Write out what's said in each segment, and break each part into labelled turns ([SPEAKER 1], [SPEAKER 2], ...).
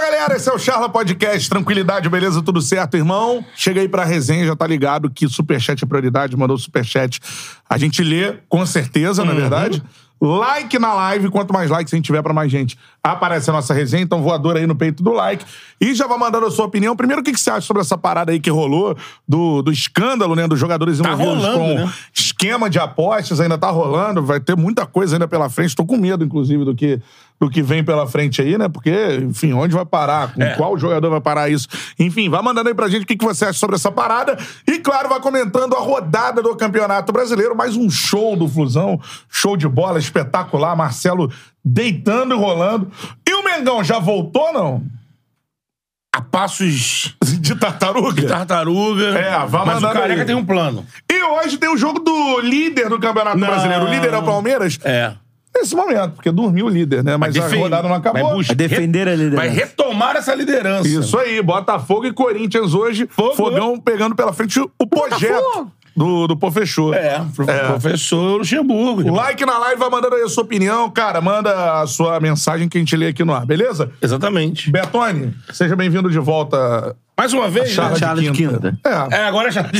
[SPEAKER 1] galera, esse é o Charla Podcast. Tranquilidade, beleza? Tudo certo, irmão? Chega aí pra resenha, já tá ligado que superchat é prioridade, mandou superchat. A gente lê, com certeza, na verdade. Like na live, quanto mais likes a gente tiver pra mais gente, aparece a nossa resenha, então voador aí no peito do like. E já vai mandando a sua opinião. Primeiro, o que que você acha sobre essa parada aí que rolou, do, do escândalo, né, dos jogadores envolvidos
[SPEAKER 2] rolando,
[SPEAKER 1] com
[SPEAKER 2] né?
[SPEAKER 1] esquema de apostas ainda tá rolando, vai ter muita coisa ainda pela frente. Tô com medo, inclusive, do que, do que vem pela frente aí, né? Porque, enfim, onde vai parar? Com
[SPEAKER 2] É.
[SPEAKER 1] qual jogador vai parar isso? Enfim, vai mandando aí pra gente o que, que você acha sobre essa parada. E, claro, vai comentando a rodada do Campeonato Brasileiro. Mais um show do Flusão. Show de bola espetacular. Marcelo deitando e rolando. E o Mengão já voltou, não?
[SPEAKER 2] A passos
[SPEAKER 1] De tartaruga?
[SPEAKER 2] de tartaruga.
[SPEAKER 1] É, vá
[SPEAKER 2] Mas o
[SPEAKER 1] mandando
[SPEAKER 2] careca
[SPEAKER 1] aí.
[SPEAKER 2] tem um plano.
[SPEAKER 1] E hoje tem o jogo do líder do Campeonato
[SPEAKER 2] Não.
[SPEAKER 1] Brasileiro. O líder é o Palmeiras.
[SPEAKER 2] É.
[SPEAKER 1] Nesse momento, porque dormiu o líder, né? Mas, a
[SPEAKER 2] defen-
[SPEAKER 1] rodada não
[SPEAKER 2] vai
[SPEAKER 1] acabou.
[SPEAKER 2] buscar-
[SPEAKER 3] defender a liderança.
[SPEAKER 2] Vai retomar essa liderança.
[SPEAKER 1] Isso aí, Botafogo e Corinthians hoje.
[SPEAKER 2] Fogo. né?
[SPEAKER 1] Fogão pegando pela frente o projeto do, do Pô Fechou.
[SPEAKER 2] É, pro- professor Luxemburgo.
[SPEAKER 1] Like na live, vai mandando aí a sua opinião, cara. Manda a sua mensagem que a gente lê aqui no ar, beleza?
[SPEAKER 2] Exatamente.
[SPEAKER 1] Bertone, seja bem-vindo de volta
[SPEAKER 2] Mais uma vez,
[SPEAKER 1] à
[SPEAKER 2] né?
[SPEAKER 3] Charla de Quinta.
[SPEAKER 1] É.
[SPEAKER 2] É, agora já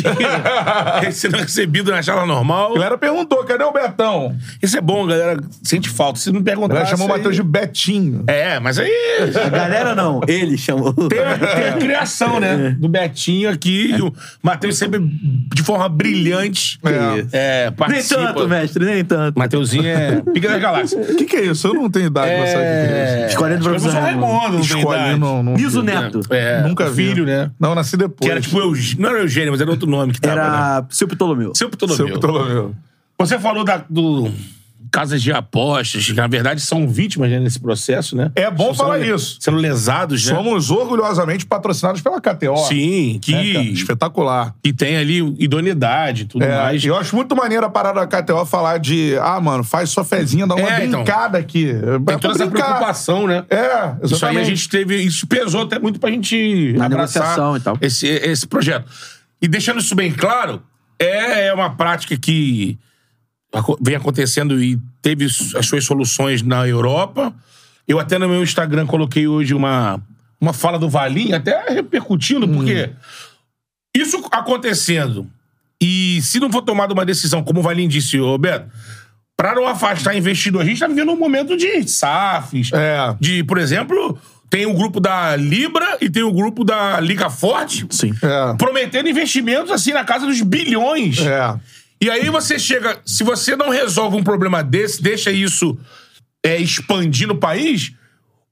[SPEAKER 2] tinha sendo recebido na charla normal.
[SPEAKER 1] A galera perguntou, cadê o Betão?
[SPEAKER 2] Isso é bom, galera. Sente falta. Se não
[SPEAKER 1] A
[SPEAKER 2] perguntar.
[SPEAKER 1] galera chamou o Matheus de
[SPEAKER 2] aí...
[SPEAKER 1] Betinho.
[SPEAKER 2] É, mas aí.
[SPEAKER 3] A galera não, ele chamou.
[SPEAKER 2] Tem, a- tem a criação,
[SPEAKER 3] É.
[SPEAKER 2] né? Do Betinho aqui. E o Matheus sempre de forma brilhante.
[SPEAKER 1] É.
[SPEAKER 2] É,
[SPEAKER 3] Nem
[SPEAKER 2] participa.
[SPEAKER 3] tanto, mestre, nem tanto.
[SPEAKER 2] Mateuzinho é. Pica da galáxia.
[SPEAKER 1] O que, que é isso? Eu não tenho idade pra saber.
[SPEAKER 2] É...
[SPEAKER 1] o que
[SPEAKER 3] Escolhendo
[SPEAKER 2] acho que
[SPEAKER 3] professor
[SPEAKER 2] é Raimundo, não tem
[SPEAKER 1] Escolhe,
[SPEAKER 2] idade.
[SPEAKER 1] não, não.
[SPEAKER 3] Niso Neto.
[SPEAKER 2] É,
[SPEAKER 1] Nunca
[SPEAKER 2] o
[SPEAKER 1] vi.
[SPEAKER 2] filho, né?
[SPEAKER 1] Não, eu nasci depois.
[SPEAKER 2] Que era tipo Eugênio, não era Eugênio, mas era outro nome que tava, né?
[SPEAKER 3] Era Silvio Ptolomeu.
[SPEAKER 2] Seu Ptolomeu.
[SPEAKER 1] Seu Ptolomeu.
[SPEAKER 2] Você falou da, do casas de apostas, que na verdade são vítimas né, nesse processo, né?
[SPEAKER 1] É bom
[SPEAKER 2] São- são
[SPEAKER 1] falar
[SPEAKER 2] le-
[SPEAKER 1] isso.
[SPEAKER 2] Sendo lesados, né?
[SPEAKER 1] Somos orgulhosamente patrocinados pela KTO.
[SPEAKER 2] Sim, que,
[SPEAKER 1] Né, cara? Espetacular.
[SPEAKER 2] que tem ali idoneidade e tudo
[SPEAKER 1] É,
[SPEAKER 2] mais.
[SPEAKER 1] eu acho muito maneiro a parada da KTO falar de, ah, mano, faz sua fezinha, dá uma
[SPEAKER 2] É, então.
[SPEAKER 1] brincada aqui. É
[SPEAKER 2] Tem toda essa preocupação, né?
[SPEAKER 1] É, exatamente.
[SPEAKER 2] Isso aí a gente teve. Isso pesou até muito pra gente
[SPEAKER 3] Na
[SPEAKER 2] abraçar
[SPEAKER 3] negociação e tal.
[SPEAKER 2] Esse, esse projeto. E deixando isso bem claro, é uma prática que aco- vem acontecendo e teve s- as suas soluções na Europa. Eu até no meu Instagram coloquei hoje uma, uma fala do Valim, até repercutindo,
[SPEAKER 3] Hum.
[SPEAKER 2] porque isso acontecendo. E se não for tomada uma decisão, como o Valim disse, Roberto, para não afastar investidor, a gente está vivendo um momento de SAFs,
[SPEAKER 1] É.
[SPEAKER 2] de, por exemplo, tem o grupo da Libra e tem o grupo da Liga Forte
[SPEAKER 3] Sim.
[SPEAKER 1] É,
[SPEAKER 2] prometendo investimentos assim na casa dos bilhões.
[SPEAKER 1] é.
[SPEAKER 2] E aí você chega, se você não resolve um problema desse, deixa isso é, expandir no país,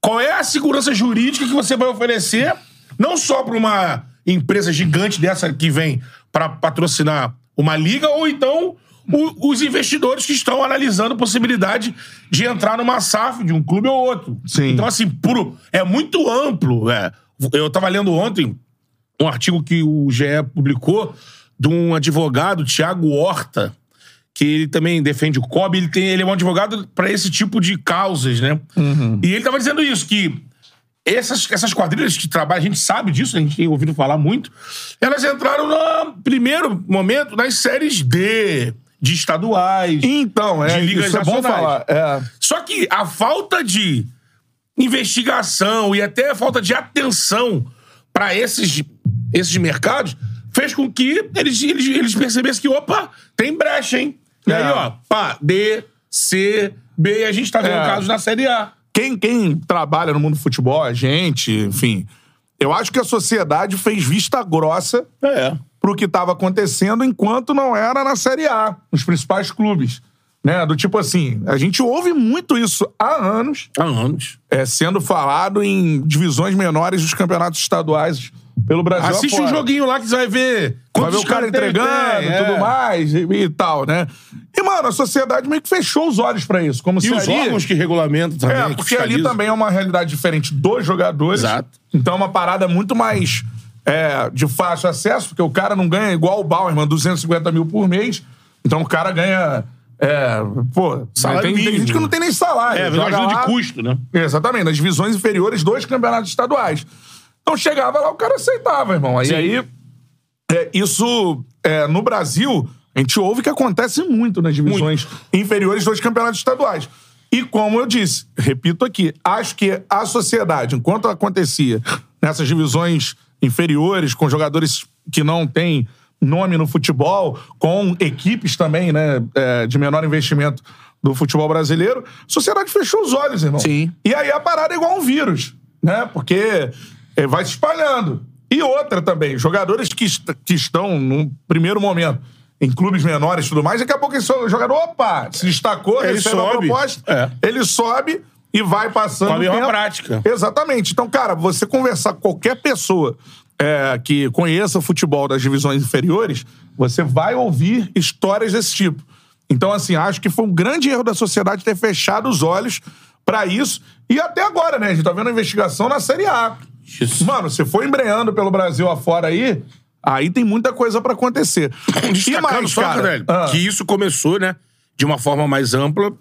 [SPEAKER 2] qual é a segurança jurídica que você vai oferecer não só para uma empresa gigante dessa que vem para patrocinar uma liga ou então o- os investidores que estão analisando a possibilidade de entrar numa SAF de um clube ou outro.
[SPEAKER 1] Sim.
[SPEAKER 2] Então assim, puro, é muito amplo, é. Eu tava lendo ontem um artigo que o GE publicou de um advogado, Tiago Horta, que ele também defende o COB, ele, tem, ele é um advogado para esse tipo de causas, né? E ele tava dizendo isso, que essas, essas quadrilhas de trabalho, a gente sabe disso, a gente tem ouvido falar muito, elas entraram no primeiro momento nas séries D, de estaduais.
[SPEAKER 1] Então, é,
[SPEAKER 2] De ligas
[SPEAKER 1] isso é bom
[SPEAKER 2] nacionais.
[SPEAKER 1] falar. É.
[SPEAKER 2] Só que a falta de investigação e até a falta de atenção para esses, esses mercados fez com que eles, eles, eles percebessem que, opa, tem brecha, hein? E aí,
[SPEAKER 1] É.
[SPEAKER 2] ó, pá, D, C, B, e a gente tá vendo
[SPEAKER 1] É.
[SPEAKER 2] casos na Série A.
[SPEAKER 1] quem, quem trabalha no mundo do futebol, a gente, enfim, eu acho que a sociedade fez vista grossa
[SPEAKER 2] É.
[SPEAKER 1] pro que estava acontecendo enquanto não era na Série A, nos principais clubes. Né? Do tipo assim, a gente ouve muito isso há anos,
[SPEAKER 2] Há anos.
[SPEAKER 1] é, sendo falado em divisões menores dos campeonatos estaduais pelo Brasil.
[SPEAKER 2] Assiste um
[SPEAKER 1] afora.
[SPEAKER 2] joguinho lá que você vai ver
[SPEAKER 1] Vai ver
[SPEAKER 2] quantos
[SPEAKER 1] o cara
[SPEAKER 2] caras tem,
[SPEAKER 1] entregando
[SPEAKER 2] tem,
[SPEAKER 1] e
[SPEAKER 2] é.
[SPEAKER 1] tudo mais e, e tal, né? E, mano, a sociedade meio que fechou os olhos pra isso. Como
[SPEAKER 2] E
[SPEAKER 1] se
[SPEAKER 2] os
[SPEAKER 1] ali...
[SPEAKER 2] órgãos que regulamentam também.
[SPEAKER 1] É,
[SPEAKER 2] que
[SPEAKER 1] porque ali
[SPEAKER 2] fiscalizam.
[SPEAKER 1] também é uma realidade diferente dos jogadores.
[SPEAKER 2] Exato.
[SPEAKER 1] Então é uma parada muito mais é, de fácil acesso, porque o cara não ganha igual o Bauer, mano, 250 mil por mês. Então o cara ganha. É, pô,
[SPEAKER 2] Salário
[SPEAKER 1] tem, tem
[SPEAKER 2] mínimo.
[SPEAKER 1] gente que não tem nem salário.
[SPEAKER 2] É,
[SPEAKER 1] Joga
[SPEAKER 2] ajuda de
[SPEAKER 1] lá-
[SPEAKER 2] custo, né?
[SPEAKER 1] Exatamente, nas divisões inferiores dos campeonatos estaduais. Então chegava lá, o cara aceitava, irmão. Aí,
[SPEAKER 2] Sim.
[SPEAKER 1] aí é, isso é, no Brasil, a gente ouve que acontece muito nas divisões inferiores dos campeonatos estaduais. E como eu disse, repito aqui, acho que a sociedade, enquanto acontecia nessas divisões inferiores, com jogadores que não têm nome no futebol, com equipes também né, é, de menor investimento do futebol brasileiro, a sociedade fechou os olhos, irmão.
[SPEAKER 4] Sim.
[SPEAKER 1] E aí a parada é igual um vírus, né? Porque é, vai se espalhando. E outra também, jogadores que, est- que estão num primeiro momento em clubes menores e tudo mais, daqui a pouco esse jogador, opa, se destacou,
[SPEAKER 2] Ele
[SPEAKER 1] recebe a
[SPEAKER 2] sobe. É.
[SPEAKER 1] proposta, ele sobe e vai passando.
[SPEAKER 2] Com a
[SPEAKER 1] o
[SPEAKER 2] mesma
[SPEAKER 1] tempo.
[SPEAKER 2] prática.
[SPEAKER 1] Exatamente. Então, cara, você conversar com qualquer pessoa é, que conheça o futebol das divisões inferiores, você vai ouvir histórias desse tipo. Então, assim, acho que foi um grande erro da sociedade ter fechado os olhos pra isso. E até agora, né? A gente tá vendo a investigação na Série A. Mano, se for embreando pelo Brasil afora aí, aí tem muita coisa pra acontecer. e
[SPEAKER 2] Destacando
[SPEAKER 1] mais,
[SPEAKER 2] só,
[SPEAKER 1] cara,
[SPEAKER 2] Canelli,
[SPEAKER 1] ah,
[SPEAKER 2] que isso começou, né, de uma forma mais ampla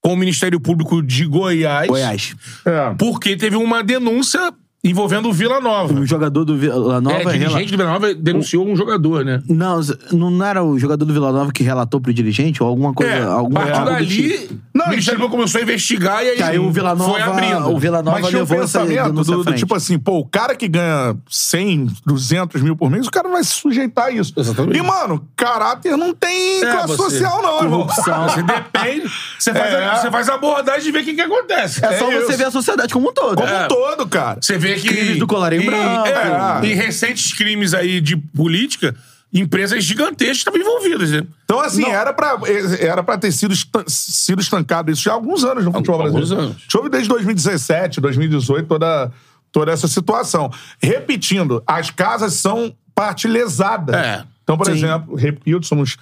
[SPEAKER 2] com o Ministério Público de Goiás,
[SPEAKER 3] Goiás.
[SPEAKER 1] é.
[SPEAKER 2] porque teve uma denúncia envolvendo o Vila Nova.
[SPEAKER 3] O Um jogador do Vila Nova.
[SPEAKER 4] É, dirigente
[SPEAKER 2] do Vila Nova denunciou um jogador, né?
[SPEAKER 3] Não, z- não era o jogador do Vila Nova que relatou pro dirigente ou alguma coisa.
[SPEAKER 2] É,
[SPEAKER 3] algum,
[SPEAKER 2] a partir
[SPEAKER 3] algo do tipo.
[SPEAKER 2] dali,
[SPEAKER 1] Não, é-
[SPEAKER 2] o Ministério Público começou a investigar e aí,
[SPEAKER 3] Que aí o Vila Nova.
[SPEAKER 2] foi abrindo.
[SPEAKER 3] O Vila Nova
[SPEAKER 1] Mas tinha um
[SPEAKER 3] levou essa
[SPEAKER 1] pensamento
[SPEAKER 3] denúncia à
[SPEAKER 1] do, do
[SPEAKER 3] frente.
[SPEAKER 1] tipo assim, pô, o cara que ganha 100, 200 mil por mês, o cara não vai se sujeitar a isso.
[SPEAKER 2] Exatamente.
[SPEAKER 1] E, mano, caráter não tem
[SPEAKER 2] É,
[SPEAKER 1] classe
[SPEAKER 2] você-
[SPEAKER 1] social, não, irmão.
[SPEAKER 3] Corrupção.
[SPEAKER 2] Você depende, você faz,
[SPEAKER 1] É.
[SPEAKER 2] a, você faz a abordagem e vê o que, que acontece.
[SPEAKER 3] É só
[SPEAKER 1] é
[SPEAKER 3] você
[SPEAKER 1] isso.
[SPEAKER 3] ver a sociedade como um todo.
[SPEAKER 1] Como
[SPEAKER 2] É.
[SPEAKER 1] um todo, cara.
[SPEAKER 2] Você vê que.
[SPEAKER 3] Crimes do colarinho
[SPEAKER 2] e,
[SPEAKER 3] branco.
[SPEAKER 2] É, e recentes crimes aí de política, empresas gigantescas estavam envolvidas, né?
[SPEAKER 1] Então, assim, era pra, era pra ter sido, estan- sido estancado isso já há alguns anos no futebol
[SPEAKER 2] alguns
[SPEAKER 1] brasileiro.
[SPEAKER 2] anos.
[SPEAKER 1] Deixa eu ver desde 2017, 2018, toda, toda essa situação. Repetindo, as casas são parte lesada.
[SPEAKER 2] É.
[SPEAKER 1] Então, por exemplo, repito, somos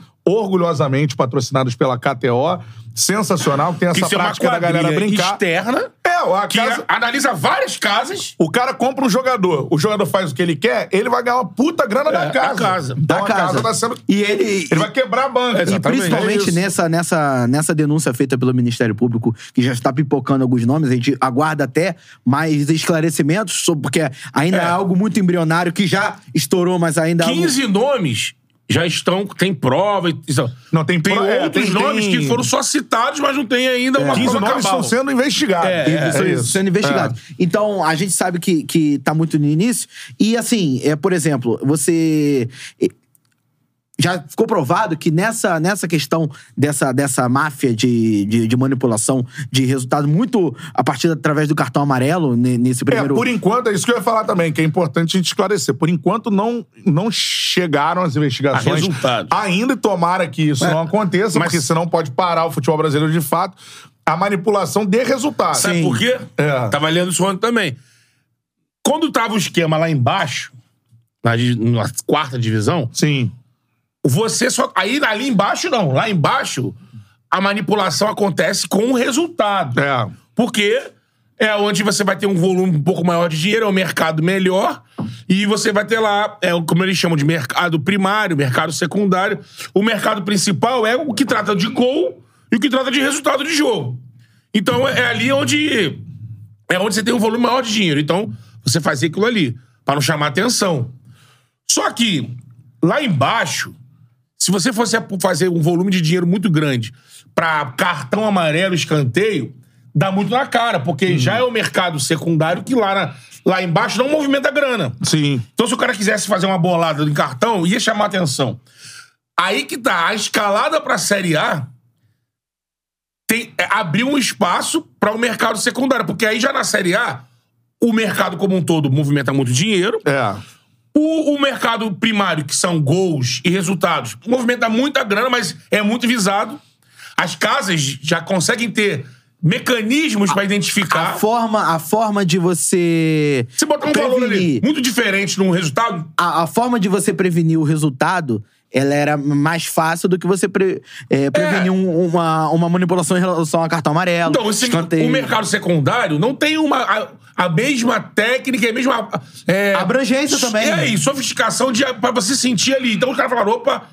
[SPEAKER 1] orgulhosamente patrocinados pela KTO. Sensacional, tem essa
[SPEAKER 2] Que isso é uma
[SPEAKER 1] prática da galera
[SPEAKER 2] quadrilha
[SPEAKER 1] brincar.
[SPEAKER 2] externa
[SPEAKER 1] É, a
[SPEAKER 2] que
[SPEAKER 1] casa,
[SPEAKER 2] a- analisa várias casas.
[SPEAKER 1] o cara compra um jogador, o jogador faz o que ele quer, ele vai ganhar uma puta grana
[SPEAKER 2] É,
[SPEAKER 1] da
[SPEAKER 2] da
[SPEAKER 1] casa.
[SPEAKER 2] casa.
[SPEAKER 1] Então,
[SPEAKER 3] Da
[SPEAKER 1] a
[SPEAKER 3] casa.
[SPEAKER 1] casa tá sendo...
[SPEAKER 3] E ele.
[SPEAKER 1] Ele vai quebrar a banca.
[SPEAKER 2] Exatamente.
[SPEAKER 1] Então,
[SPEAKER 3] Principalmente
[SPEAKER 1] É isso.
[SPEAKER 3] nessa, nessa, nessa denúncia feita pelo Ministério Público, que já está pipocando alguns nomes, a gente aguarda até mais esclarecimentos, sobre- porque ainda é algo muito embrionário que já estourou, mas ainda é algo-
[SPEAKER 2] 15 nomes já estão, tem prova. e- isso-
[SPEAKER 1] Não, tem
[SPEAKER 2] Tem
[SPEAKER 1] pro- é,
[SPEAKER 2] outros
[SPEAKER 1] tem-
[SPEAKER 2] nomes
[SPEAKER 1] tem-
[SPEAKER 2] que foram só citados, mas não tem ainda uma
[SPEAKER 1] 15
[SPEAKER 2] prova
[SPEAKER 1] nomes
[SPEAKER 2] cabal.
[SPEAKER 1] estão sendo investigados.
[SPEAKER 2] É, é,
[SPEAKER 1] Isso,
[SPEAKER 3] sendo-
[SPEAKER 1] isso.
[SPEAKER 3] sendo investigado. Então, a gente sabe que, que tá muito no início. E assim, é, por exemplo, você. eh, Já ficou provado que nessa, nessa questão dessa, dessa máfia de, de, de manipulação de resultado, muito a partir através do cartão amarelo, ne- nesse
[SPEAKER 1] É,
[SPEAKER 3] primeiro.
[SPEAKER 1] por enquanto, é isso que eu ia falar também, que é importante a gente esclarecer. Por enquanto, não, não chegaram as
[SPEAKER 2] A
[SPEAKER 1] investigações.
[SPEAKER 2] resultados.
[SPEAKER 1] Ainda, e tomara que
[SPEAKER 3] É.
[SPEAKER 1] isso não aconteça,
[SPEAKER 2] mas-
[SPEAKER 1] porque senão pode parar o futebol brasileiro de fato. A manipulação de resultados.
[SPEAKER 2] Sabe por quê?
[SPEAKER 1] É.
[SPEAKER 2] Tava lendo isso ontem também. Quando tava o esquema lá embaixo, na, di- na quarta divisão,
[SPEAKER 1] Sim.
[SPEAKER 2] você só. Aí ali embaixo, não. Lá embaixo, a manipulação acontece com o resultado.
[SPEAKER 1] É.
[SPEAKER 2] Porque é onde você vai ter um volume um pouco maior de dinheiro, é um mercado melhor, e você vai ter lá, é, o- como eles chamam de mercado primário, mercado secundário. O mercado principal é o que trata de gol e o que trata de resultado de jogo. Então é é ali onde é onde você tem um volume maior de dinheiro. Então você faz aquilo ali, para não chamar atenção. Só que lá embaixo, se você fosse ap- fazer um volume de dinheiro muito grande pra cartão amarelo, escanteio, dá muito na cara, porque já é o mercado secundário que lá, na- lá embaixo não movimenta grana.
[SPEAKER 1] Sim.
[SPEAKER 2] Então, se o cara quisesse fazer uma bolada em cartão, ia chamar atenção. Aí que tá, a escalada pra Série A tem, é, abriu um espaço para o mercado secundário, porque aí já na Série A, o mercado como um todo movimenta muito dinheiro,
[SPEAKER 1] É.
[SPEAKER 2] o, o mercado primário, que são gols e resultados, movimenta muita grana, mas é muito visado. As casas já conseguem ter mecanismos para
[SPEAKER 3] A
[SPEAKER 2] identificar.
[SPEAKER 3] forma, a forma de você.
[SPEAKER 2] Se botar um valor ali
[SPEAKER 3] prevenir-
[SPEAKER 2] muito diferente num resultado,
[SPEAKER 3] a, a forma de você prevenir o resultado, ela era mais fácil do que você pre- é, prevenir um- uma, uma manipulação em relação a cartão amarelo.
[SPEAKER 2] Então, esse-
[SPEAKER 3] escanteio.
[SPEAKER 2] o mercado secundário não tem uma, a, a mesma técnica, a mesma. É,
[SPEAKER 3] Abrangência também. né?
[SPEAKER 2] É aí, sofisticação de, pra você sentir ali. Então os caras falaram: opa,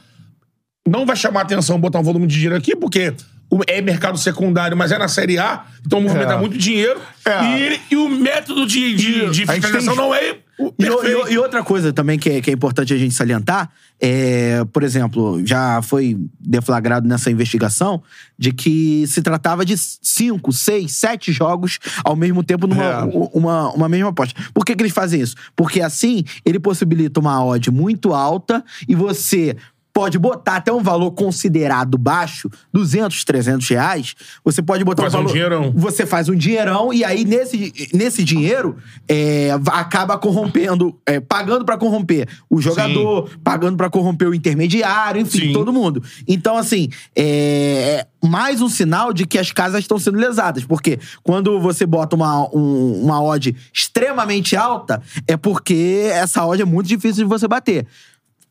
[SPEAKER 2] não vai chamar atenção botar um volume de dinheiro aqui, porque o- é mercado secundário, mas é na Série A, então movimenta
[SPEAKER 1] É.
[SPEAKER 2] muito dinheiro.
[SPEAKER 1] É.
[SPEAKER 2] E, ele- e o método de, de, de
[SPEAKER 1] a gente tem-
[SPEAKER 2] fiscalização não é o
[SPEAKER 3] E, o- e
[SPEAKER 2] perfeito.
[SPEAKER 3] o- e outra coisa também que é, que é importante a gente salientar é, por exemplo, já foi deflagrado nessa investigação de que se tratava de cinco, seis, sete jogos ao mesmo tempo numa
[SPEAKER 1] É.
[SPEAKER 3] u- uma, uma mesma aposta. Por que, que eles fazem isso? Porque assim ele possibilita uma odd muito alta e você pode botar até um valor considerado baixo, 200, 300 reais, você pode botar
[SPEAKER 2] Faz um
[SPEAKER 3] valor...
[SPEAKER 2] dinheirão.
[SPEAKER 3] Você faz um dinheirão e aí nesse, nesse dinheiro é, va- acaba corrompendo, é, pagando pra corromper o jogador, pagando pra corromper o intermediário, enfim,
[SPEAKER 2] Sim.
[SPEAKER 3] todo mundo. Então, assim, é, é mais um sinal de que as casas estão sendo lesadas, porque quando você bota uma, um- uma odd extremamente alta, é porque essa odd é muito difícil de você bater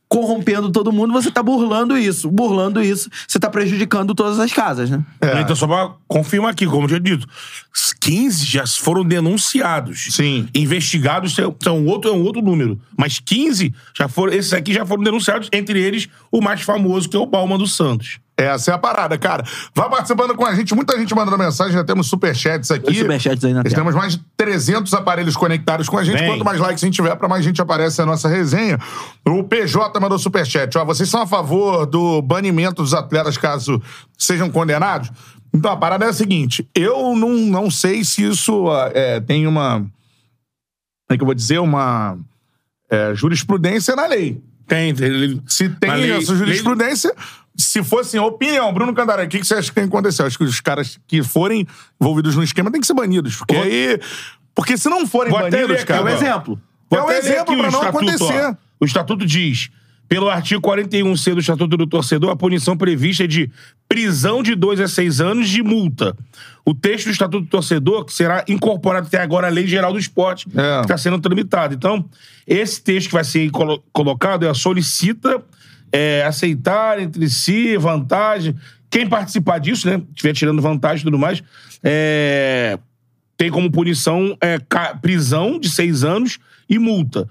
[SPEAKER 3] corrompendo todo mundo, você tá burlando isso. Burlando isso, você tá prejudicando todas as casas, né?
[SPEAKER 1] É.
[SPEAKER 2] Então, só pra confirmar aqui, como eu tinha dito, 15 já foram denunciados.
[SPEAKER 1] Sim.
[SPEAKER 2] Investigados são, são outro, é um outro número. Mas 15 já foram. Esses aqui já foram denunciados, entre eles o mais famoso, que é o Palma do Santos.
[SPEAKER 1] Essa é a parada, cara. Vá participando com a gente. Muita gente mandando mensagem. Já temos superchats aqui.
[SPEAKER 3] Dois superchats aí na
[SPEAKER 1] Nós
[SPEAKER 3] tela.
[SPEAKER 1] temos mais de 300 aparelhos conectados com a gente.
[SPEAKER 2] Bem.
[SPEAKER 1] Quanto mais likes a gente tiver, pra mais gente aparece a nossa resenha. O PJ mandou superchat. Ó, vocês são a favor do banimento dos atletas caso sejam condenados? Então, a parada é a seguinte. Eu não, não sei se isso ah, é, tem uma... Como é que eu vou dizer? Uma é, jurisprudência na lei.
[SPEAKER 2] Tem, tem. ele-
[SPEAKER 1] Se tem
[SPEAKER 2] Na lei-
[SPEAKER 1] essa jurisprudência, se fosse a opinião, Bruno Candaré, o que que você acha que tem que acontecer? Eu Acho que os caras que forem envolvidos no esquema têm que ser banidos. Porque
[SPEAKER 2] Vou-
[SPEAKER 1] aí. Porque se não forem
[SPEAKER 2] Vou até ler
[SPEAKER 1] banidos,
[SPEAKER 2] aqui
[SPEAKER 1] cara.
[SPEAKER 3] É um
[SPEAKER 2] agora.
[SPEAKER 3] exemplo.
[SPEAKER 2] Vou
[SPEAKER 1] É um
[SPEAKER 2] até ler
[SPEAKER 1] exemplo
[SPEAKER 2] aqui o
[SPEAKER 1] pra não
[SPEAKER 2] estatuto,
[SPEAKER 1] acontecer.
[SPEAKER 2] ó. O estatuto diz: pelo artigo 41C do Estatuto do Torcedor, a punição prevista é de prisão de 2 a 6 anos de multa. O texto do Estatuto do Torcedor, que será incorporado até agora à Lei Geral do Esporte,
[SPEAKER 1] É.
[SPEAKER 2] que está sendo tramitado. Então, esse texto que vai ser colo- colocado é a solicita é, aceitar entre si vantagem. Quem participar disso, né? Estiver tirando vantagem e tudo mais, é, tem como punição é, ca- prisão de seis anos e multa.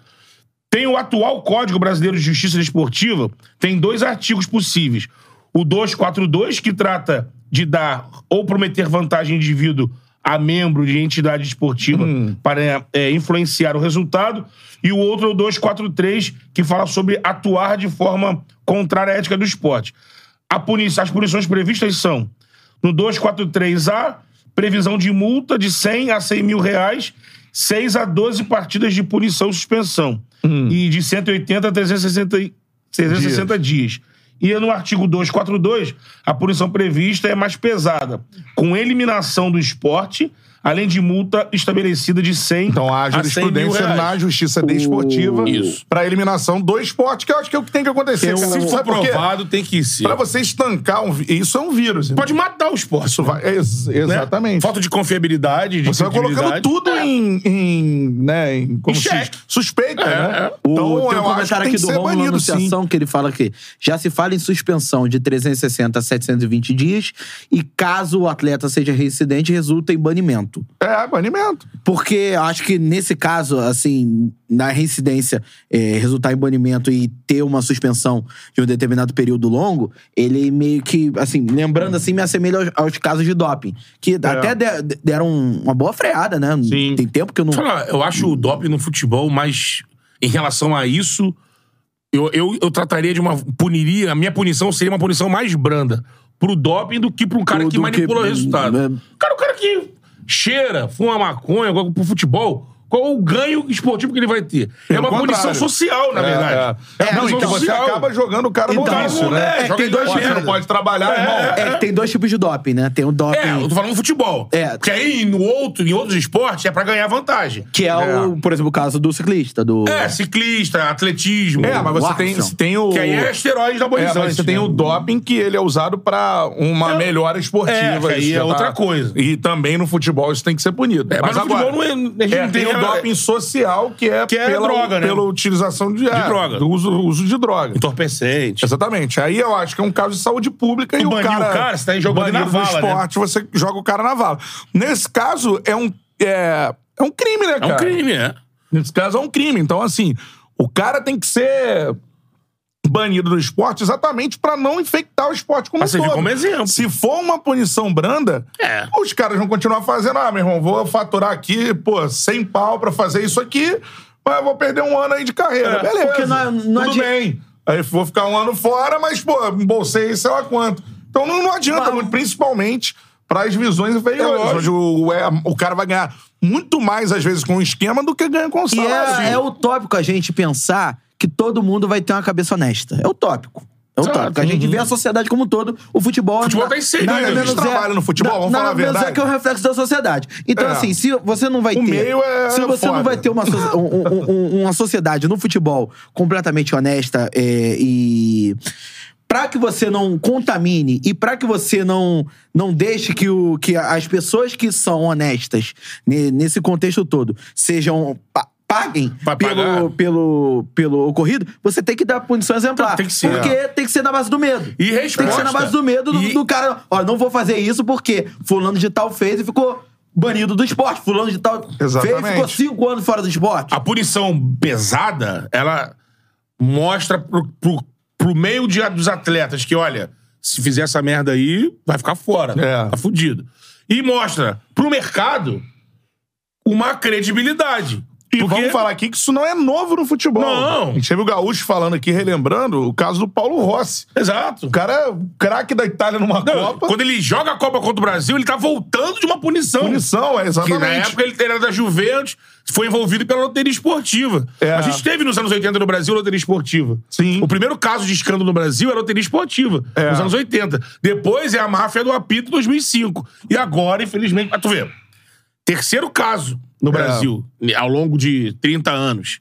[SPEAKER 2] Tem o atual Código Brasileiro de Justiça Desportiva, tem dois artigos possíveis. O 242, que trata de dar ou prometer vantagem ao indivíduo a membro de entidade esportiva para é, influenciar o resultado. E o outro é o 243, que fala sobre atuar de forma contrária à ética do esporte. A puni- as punições previstas são no 243A, previsão de multa de 100 a 100 mil reais, 6 a 12 partidas de punição e suspensão.
[SPEAKER 1] Hum.
[SPEAKER 2] E de 180 a 360, e- 360 dias. E no artigo 242, a punição prevista é mais pesada, com eliminação do esporte, além de multa estabelecida de 100
[SPEAKER 1] Então há
[SPEAKER 2] a 100 mil
[SPEAKER 1] jurisprudência
[SPEAKER 2] reais.
[SPEAKER 1] na justiça desportiva
[SPEAKER 2] Isso.
[SPEAKER 1] pra eliminação do esporte, que eu acho que é o que tem que acontecer. cara.
[SPEAKER 2] Se for
[SPEAKER 1] Sabe por quê?
[SPEAKER 2] provado, tem que ser.
[SPEAKER 1] Pra você estancar um. vi- Isso é um vírus. irmão.
[SPEAKER 2] Pode matar o esporte.
[SPEAKER 1] Isso vai. ex-
[SPEAKER 2] né?
[SPEAKER 1] Exatamente.
[SPEAKER 2] Falta de confiabilidade, de
[SPEAKER 1] Você vai colocando
[SPEAKER 2] credibilidade.
[SPEAKER 1] tudo em, em, né, em, como
[SPEAKER 2] É. Em
[SPEAKER 1] se
[SPEAKER 2] xeque.
[SPEAKER 1] diz? suspeita,
[SPEAKER 2] É,
[SPEAKER 1] né?
[SPEAKER 2] é.
[SPEAKER 1] Então,
[SPEAKER 3] O, tem um
[SPEAKER 1] eu acho que
[SPEAKER 3] comentário
[SPEAKER 1] tem
[SPEAKER 3] aqui
[SPEAKER 1] que
[SPEAKER 3] do
[SPEAKER 1] ser
[SPEAKER 3] Romulo na
[SPEAKER 1] banido, sim.
[SPEAKER 3] anunciação que ele fala que já se fala em suspensão de 360 a 720 dias e caso o atleta seja reincidente, resulta em banimento.
[SPEAKER 1] É, banimento.
[SPEAKER 3] Porque eu acho que nesse caso, assim, na reincidência é, resultar em banimento e ter uma suspensão de um determinado período longo, ele meio que, assim, lembrando assim, me assemelha aos, aos casos de doping. Que até de- de- deram uma boa freada, né?
[SPEAKER 1] É. Sim.
[SPEAKER 3] Tem tempo que eu não.
[SPEAKER 2] Fala, eu acho o doping no futebol, mas em relação a isso, eu, eu, eu trataria de uma. Puniria, a minha punição seria uma punição mais branda pro doping do que pro cara
[SPEAKER 3] Do-
[SPEAKER 2] que
[SPEAKER 3] do
[SPEAKER 2] manipula
[SPEAKER 3] que-
[SPEAKER 2] o resultado.
[SPEAKER 1] né?
[SPEAKER 3] é.
[SPEAKER 2] Cara, o cara que cheira, fuma maconha, joga pro futebol. Qual o ganho esportivo que ele vai ter? é
[SPEAKER 1] Pelo
[SPEAKER 2] uma
[SPEAKER 1] contrário.
[SPEAKER 2] punição social, na
[SPEAKER 1] É,
[SPEAKER 2] verdade.
[SPEAKER 1] É,
[SPEAKER 2] uma
[SPEAKER 1] não,
[SPEAKER 2] punição
[SPEAKER 1] e que você
[SPEAKER 2] social.
[SPEAKER 1] acaba jogando o cara no
[SPEAKER 3] Então,
[SPEAKER 1] vício,
[SPEAKER 2] é,
[SPEAKER 1] né?
[SPEAKER 2] tem
[SPEAKER 1] Joga em
[SPEAKER 2] dois
[SPEAKER 1] fora,
[SPEAKER 2] meses.
[SPEAKER 1] não pode trabalhar,
[SPEAKER 2] É,
[SPEAKER 1] irmão.
[SPEAKER 3] É, que tem dois tipos de doping, né? Tem o doping.
[SPEAKER 2] É, eu tô falando no futebol.
[SPEAKER 3] É.
[SPEAKER 2] Porque aí no outro, em outros esportes é pra ganhar vantagem.
[SPEAKER 3] Que é, o, por exemplo, o caso do ciclista, do.
[SPEAKER 2] É, ciclista, atletismo.
[SPEAKER 1] É, mas você
[SPEAKER 3] Watson.
[SPEAKER 1] tem, você tem o...
[SPEAKER 2] Que aí é esteroide
[SPEAKER 1] É,
[SPEAKER 2] anabolizante.
[SPEAKER 1] mas você tem
[SPEAKER 2] né?
[SPEAKER 1] o doping que ele é usado pra uma melhora
[SPEAKER 2] É, que
[SPEAKER 1] esportiva.
[SPEAKER 2] aí
[SPEAKER 1] isso
[SPEAKER 2] é
[SPEAKER 1] já tá-
[SPEAKER 2] outra coisa.
[SPEAKER 1] E também no futebol isso tem que ser punido.
[SPEAKER 2] É, mas no futebol não é- a gente não tem
[SPEAKER 1] tem o
[SPEAKER 2] nada-
[SPEAKER 1] doping social que é,
[SPEAKER 2] Que é
[SPEAKER 1] pela,
[SPEAKER 2] droga, né?
[SPEAKER 1] pela utilização de, é,
[SPEAKER 2] droga.
[SPEAKER 1] do uso, uso de droga.
[SPEAKER 2] Entorpecente.
[SPEAKER 1] Exatamente. Aí eu acho que é um caso de saúde pública e
[SPEAKER 2] Tu
[SPEAKER 1] o
[SPEAKER 2] banir
[SPEAKER 1] cara.
[SPEAKER 2] o cara, você tá aí jogando
[SPEAKER 1] banido
[SPEAKER 2] na vala,
[SPEAKER 1] do esporte, você joga o cara na vala. Nesse caso, é um. É, é um crime, né,
[SPEAKER 2] É
[SPEAKER 1] cara?
[SPEAKER 2] um crime, é.
[SPEAKER 1] Nesse caso, é um crime. Então, assim, o cara tem que ser. banido do esporte exatamente pra não infectar o esporte como
[SPEAKER 5] Pra
[SPEAKER 1] um
[SPEAKER 5] servir
[SPEAKER 1] todo.
[SPEAKER 5] como exemplo.
[SPEAKER 1] Se for uma punição branda,
[SPEAKER 5] É.
[SPEAKER 1] os caras vão continuar fazendo. Ah, meu irmão, vou faturar aqui, pô, 100 pau pra fazer isso aqui, mas eu vou perder um ano aí de carreira.
[SPEAKER 5] É,
[SPEAKER 1] Beleza.
[SPEAKER 3] porque não é- não
[SPEAKER 1] Tudo
[SPEAKER 3] adi-
[SPEAKER 1] bem. Aí vou ficar um ano fora, mas, pô, embolsei sei lá quanto. Então não, não adianta
[SPEAKER 3] Mas- É
[SPEAKER 1] muito, principalmente para as divisões inferiores,
[SPEAKER 5] lógico.
[SPEAKER 1] onde o, o, é- o cara vai ganhar muito mais, às vezes, com o esquema do que ganha com o
[SPEAKER 3] E
[SPEAKER 1] salário.
[SPEAKER 3] é, é utópico a gente pensar que todo mundo vai ter uma cabeça honesta. É utópico. É
[SPEAKER 5] Certo,
[SPEAKER 3] utópico. A gente vê a sociedade como um todo, o futebol... O
[SPEAKER 5] futebol tá inserido, eles
[SPEAKER 1] trabalham no futebol, vamos falar a verdade.
[SPEAKER 3] é que é o reflexo da sociedade. Então,
[SPEAKER 1] É.
[SPEAKER 3] assim, se você não vai
[SPEAKER 1] O
[SPEAKER 3] ter...
[SPEAKER 1] meio é
[SPEAKER 3] se você
[SPEAKER 1] foda.
[SPEAKER 3] não vai ter uma, so- um- um- um- uma sociedade no futebol completamente honesta é, e... Pra que você não contamine e pra que você não não deixe que, o, que as pessoas que são honestas ne- nesse contexto todo sejam pa- paguem
[SPEAKER 5] Vai
[SPEAKER 3] pelo,
[SPEAKER 5] pagar.
[SPEAKER 3] pelo, pelo ocorrido, você tem que dar punição exemplar.
[SPEAKER 5] Tem que ser.
[SPEAKER 3] Porque tem que ser na base do medo.
[SPEAKER 5] E
[SPEAKER 3] Tem que ser na
[SPEAKER 5] resposta.
[SPEAKER 3] base do medo do,
[SPEAKER 5] E-
[SPEAKER 3] do cara. Ó, não vou fazer isso porque fulano de tal fez e ficou banido do esporte. Fulano de tal fez e
[SPEAKER 1] Exatamente.
[SPEAKER 3] ficou cinco anos fora do esporte.
[SPEAKER 5] A punição pesada, ela mostra pro, pro, pro meio de, dos atletas que, olha, se fizer essa merda aí, vai ficar fora.
[SPEAKER 1] É.
[SPEAKER 5] Tá fudido. E mostra pro mercado uma credibilidade.
[SPEAKER 1] E vamos falar aqui que isso não é novo no futebol.
[SPEAKER 5] Não.
[SPEAKER 1] A gente teve o Gaúcho falando aqui, relembrando, o caso do Paulo Rossi.
[SPEAKER 5] Exato.
[SPEAKER 1] O cara é o craque da Itália numa
[SPEAKER 5] Não,
[SPEAKER 1] Copa.
[SPEAKER 5] Quando ele joga a Copa contra o Brasil, ele tá voltando de uma punição.
[SPEAKER 1] Punição, é
[SPEAKER 5] Que
[SPEAKER 1] exatamente.
[SPEAKER 5] na época ele era da Juventus, foi envolvido pela loteria esportiva.
[SPEAKER 1] É.
[SPEAKER 5] A gente teve nos anos 80 no Brasil loteria esportiva.
[SPEAKER 1] Sim.
[SPEAKER 5] O primeiro caso de escândalo no Brasil era a loteria esportiva,
[SPEAKER 1] É.
[SPEAKER 5] nos anos 80. Depois é a máfia do apito 2005. E agora, infelizmente, mas tu vê. Terceiro caso
[SPEAKER 1] É.
[SPEAKER 5] no Brasil ao longo de 30 anos.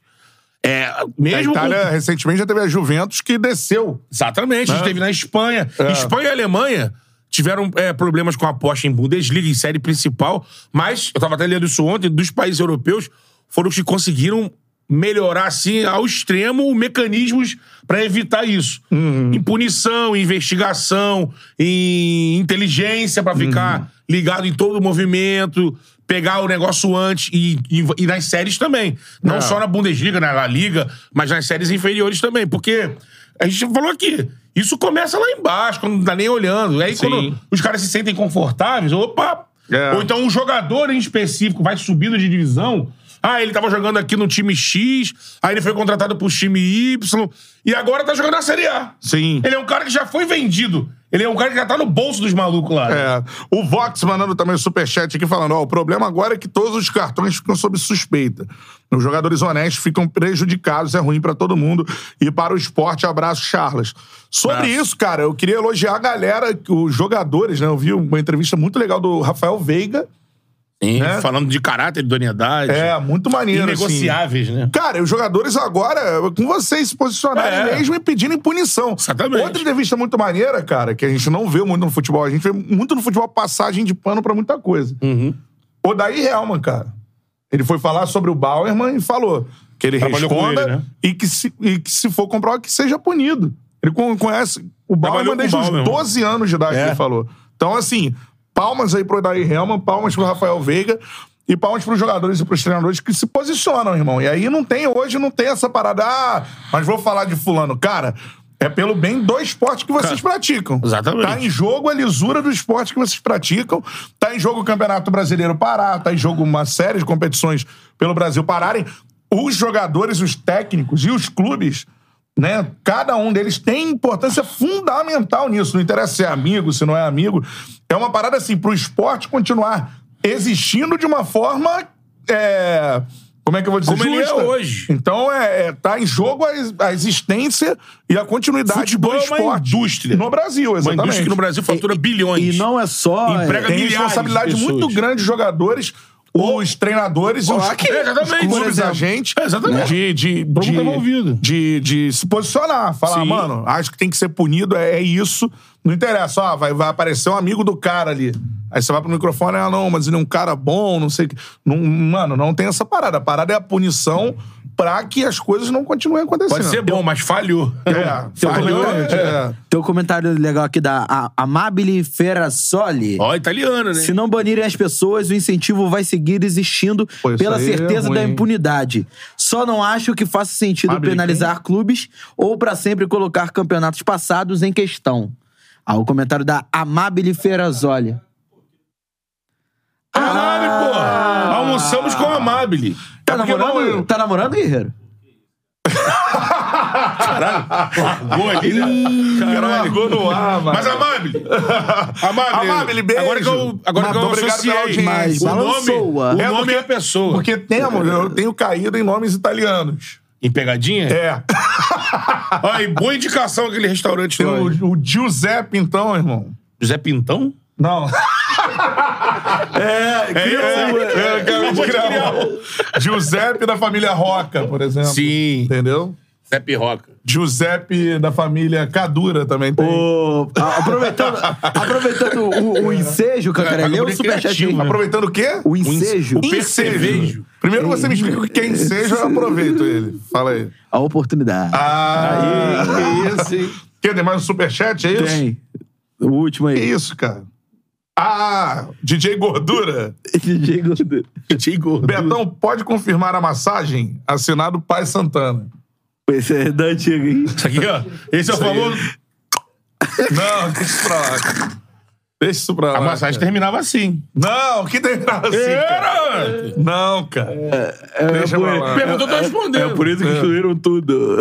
[SPEAKER 5] É,
[SPEAKER 1] A
[SPEAKER 5] mesmo com-
[SPEAKER 1] Itália, recentemente, já teve a Juventus que desceu.
[SPEAKER 5] Exatamente, a gente
[SPEAKER 1] Né?
[SPEAKER 5] teve na Espanha.
[SPEAKER 1] É.
[SPEAKER 5] Espanha e Alemanha tiveram é, problemas com a aposta em Bundesliga, em série principal, mas, eu tava até lendo isso ontem, dos países europeus foram os que conseguiram melhorar, assim, ao extremo, mecanismos para evitar isso.
[SPEAKER 1] Uhum.
[SPEAKER 5] Em punição, em investigação, em inteligência para
[SPEAKER 1] Uhum.
[SPEAKER 5] ficar ligado em todo o movimento, pegar o negócio antes e, e, e nas séries também. Não
[SPEAKER 1] É.
[SPEAKER 5] só na Bundesliga, na La Liga, mas nas séries inferiores também. Porque a gente falou aqui, isso começa lá embaixo, quando não tá nem olhando. Aí quando os caras se sentem confortáveis, opa!
[SPEAKER 1] É.
[SPEAKER 5] Ou então um jogador em específico vai subindo de divisão. Ah, ele tava jogando aqui no time X, aí ele foi contratado pro time Y, e agora tá jogando na Série A.
[SPEAKER 1] Sim.
[SPEAKER 5] Ele é um cara que já foi vendido. Ele é um cara que já tá no bolso dos malucos lá.
[SPEAKER 1] É. O Vox mandando também o superchat aqui falando: ó, o problema agora é que todos os cartões ficam sob suspeita. Os jogadores honestos ficam prejudicados, é ruim pra todo mundo. E para o esporte, abraço, Charlas. Sobre
[SPEAKER 5] Abraço.
[SPEAKER 1] isso, cara, eu queria elogiar a galera, os jogadores, né? Eu vi uma entrevista muito legal do Rafael Veiga.
[SPEAKER 5] Sim,
[SPEAKER 1] Né?
[SPEAKER 5] Falando de caráter, idoneidade.
[SPEAKER 1] É, muito maneiro. Assim.
[SPEAKER 5] Inegociáveis, né?
[SPEAKER 1] Cara, os jogadores agora, com vocês se posicionarem
[SPEAKER 5] É.
[SPEAKER 1] mesmo e pedirem punição.
[SPEAKER 5] Exatamente.
[SPEAKER 1] Outra entrevista muito maneira, cara, que a gente não vê muito no futebol. A gente vê muito no futebol passagem de pano pra muita coisa.
[SPEAKER 5] Uhum.
[SPEAKER 1] O Daí Helman, cara. Ele foi falar sobre o Bauerman e falou que ele
[SPEAKER 5] Trabalhou com
[SPEAKER 1] responda
[SPEAKER 5] ele, né?
[SPEAKER 1] e, que se, e que se for comprar, que seja punido. Ele con- conhece o Bauerman
[SPEAKER 5] Trabalhou com o
[SPEAKER 1] desde
[SPEAKER 5] Bauerman.
[SPEAKER 1] os 12 anos de idade,
[SPEAKER 5] É.
[SPEAKER 1] ele falou. Então, assim, palmas aí pro Daí Helman, palmas pro Rafael Veiga e palmas pros jogadores e pros treinadores que se posicionam, irmão. E aí não tem, hoje não tem essa parada, ah, mas vou falar de fulano. Cara, é pelo bem do esporte que vocês praticam.
[SPEAKER 5] Exatamente.
[SPEAKER 1] Tá em jogo a lisura do esporte que vocês praticam. Tá em jogo o Campeonato Brasileiro parar, tá em jogo uma série de competições pelo Brasil pararem. Os jogadores, os técnicos e os clubes, né? Cada um deles tem importância fundamental nisso. Não interessa se é amigo, se não é amigo. É uma parada assim, pro esporte continuar existindo de uma forma. é, Como é que eu vou dizer?
[SPEAKER 5] Como ele é
[SPEAKER 1] Justa.
[SPEAKER 5] hoje.
[SPEAKER 1] Então, é, é, tá em jogo a, ex- a existência e a continuidade
[SPEAKER 5] Futebol
[SPEAKER 1] do
[SPEAKER 5] é uma
[SPEAKER 1] esporte.
[SPEAKER 5] indústria.
[SPEAKER 1] No Brasil,
[SPEAKER 5] Uma
[SPEAKER 1] exatamente.
[SPEAKER 5] indústria que no Brasil fatura bilhões.
[SPEAKER 3] E não é só.
[SPEAKER 5] Emprega
[SPEAKER 1] Tem
[SPEAKER 5] milhares de
[SPEAKER 1] responsabilidade
[SPEAKER 5] pessoas.
[SPEAKER 1] muito grande de jogadores, os treinadores e
[SPEAKER 5] Ou
[SPEAKER 1] os,
[SPEAKER 5] aqui,
[SPEAKER 1] os
[SPEAKER 5] exatamente. Por
[SPEAKER 1] clubes
[SPEAKER 5] exemplo.
[SPEAKER 1] da gente
[SPEAKER 5] É, exatamente.
[SPEAKER 1] de, de,
[SPEAKER 5] Todo mundo
[SPEAKER 1] de-
[SPEAKER 5] envolvido.
[SPEAKER 1] de- de se posicionar. Falar,
[SPEAKER 5] Sim.
[SPEAKER 1] mano, acho que tem que ser punido, é, é isso. Não interessa, ó, vai, vai aparecer um amigo do cara ali. Aí você vai pro microfone, ah, não, mas ele é um cara bom, não sei o que. Não, mano, não tem essa parada. A parada é a punição pra que as coisas não continuem acontecendo.
[SPEAKER 5] Pode ser bom, mas falhou.
[SPEAKER 1] É, falhou,
[SPEAKER 5] comentário.
[SPEAKER 1] é.
[SPEAKER 3] um Tem um comentário legal aqui da A- Amabile Ferrassoli.
[SPEAKER 5] Ó, italiano, né?
[SPEAKER 3] Se não banirem as pessoas, o incentivo vai seguir existindo
[SPEAKER 1] Pô, isso
[SPEAKER 3] pela
[SPEAKER 1] aí é
[SPEAKER 3] certeza da
[SPEAKER 1] ruim, hein?
[SPEAKER 3] impunidade. Só não acho que faça sentido
[SPEAKER 1] Fábio de
[SPEAKER 3] penalizar clubes ou pra sempre colocar campeonatos passados em questão. Ah, o comentário da Amabile Ferrazoli.
[SPEAKER 5] Caralho,
[SPEAKER 3] Ah.
[SPEAKER 5] porra! Almoçamos com a Mabile.
[SPEAKER 3] Tá
[SPEAKER 1] É porque
[SPEAKER 3] namorando?
[SPEAKER 1] não, eu-
[SPEAKER 3] Tá namorando, Guerreiro?
[SPEAKER 5] Boa ali, né? Caralho.
[SPEAKER 1] Largou no ar, mano.
[SPEAKER 5] Mas Amabile! Amabile!
[SPEAKER 1] Amabile, beijo.
[SPEAKER 5] Agora que eu, agora que eu
[SPEAKER 1] Mas obrigado
[SPEAKER 5] associei,
[SPEAKER 1] pela audiência.
[SPEAKER 3] Mas
[SPEAKER 5] o nome,
[SPEAKER 3] balançou,
[SPEAKER 5] o
[SPEAKER 3] ah.
[SPEAKER 5] nome
[SPEAKER 1] É,
[SPEAKER 5] é,
[SPEAKER 1] porque-
[SPEAKER 5] a pessoa.
[SPEAKER 1] Porque tem, amor, eu tenho caído em nomes italianos.
[SPEAKER 5] Em pegadinha?
[SPEAKER 1] É.
[SPEAKER 5] Olha, e boa indicação aquele restaurante
[SPEAKER 1] Tem
[SPEAKER 5] lá.
[SPEAKER 1] o, o Giuseppe, então, irmão.
[SPEAKER 5] José Pintão?
[SPEAKER 1] Não. é, criou,
[SPEAKER 5] é.
[SPEAKER 1] é, acabei de
[SPEAKER 5] Acabou de
[SPEAKER 1] criar
[SPEAKER 5] criar
[SPEAKER 1] um. Giuseppe da família Roca, por exemplo.
[SPEAKER 5] Sim.
[SPEAKER 1] Entendeu?
[SPEAKER 5] Zé Pirroca.
[SPEAKER 1] Giuseppe da família Cadura também tem.
[SPEAKER 3] Ô, a- aproveitando, aproveitando o,
[SPEAKER 1] É.
[SPEAKER 3] o ensejo,
[SPEAKER 1] Tá
[SPEAKER 3] Cantarelli, é
[SPEAKER 5] Cara,
[SPEAKER 3] o
[SPEAKER 5] bagulho
[SPEAKER 3] superchat
[SPEAKER 5] criativo,
[SPEAKER 3] aí.
[SPEAKER 5] né?
[SPEAKER 1] Aproveitando o quê?
[SPEAKER 3] O ensejo,
[SPEAKER 5] o percevejo.
[SPEAKER 1] Primeiro você me explica o que é ensejo, eu aproveito ele. Fala aí.
[SPEAKER 3] a oportunidade.
[SPEAKER 1] Ah,
[SPEAKER 5] que isso, hein?
[SPEAKER 1] Quer tem mais um superchat, é isso?
[SPEAKER 3] Tem. O último
[SPEAKER 1] Que
[SPEAKER 3] aí.
[SPEAKER 1] isso, cara? Ah, DJ Gordura.
[SPEAKER 3] DJ Gordura.
[SPEAKER 1] Betão, pode confirmar a massagem? Assinado Pai Santana.
[SPEAKER 3] Esse é da antiga, hein?
[SPEAKER 5] Isso aqui, ó. Esse é o famoso.
[SPEAKER 1] Não, deixa isso pra lá. Deixa isso pra lá.
[SPEAKER 5] A massagem
[SPEAKER 1] cara.
[SPEAKER 5] terminava assim.
[SPEAKER 1] Não, que terminava assim, cara.
[SPEAKER 5] Era!
[SPEAKER 1] Não, cara.
[SPEAKER 3] É,
[SPEAKER 1] deixa pra lá.
[SPEAKER 5] Perguntou, eu tô
[SPEAKER 1] é.
[SPEAKER 5] respondendo.
[SPEAKER 3] isso que excluíram tudo.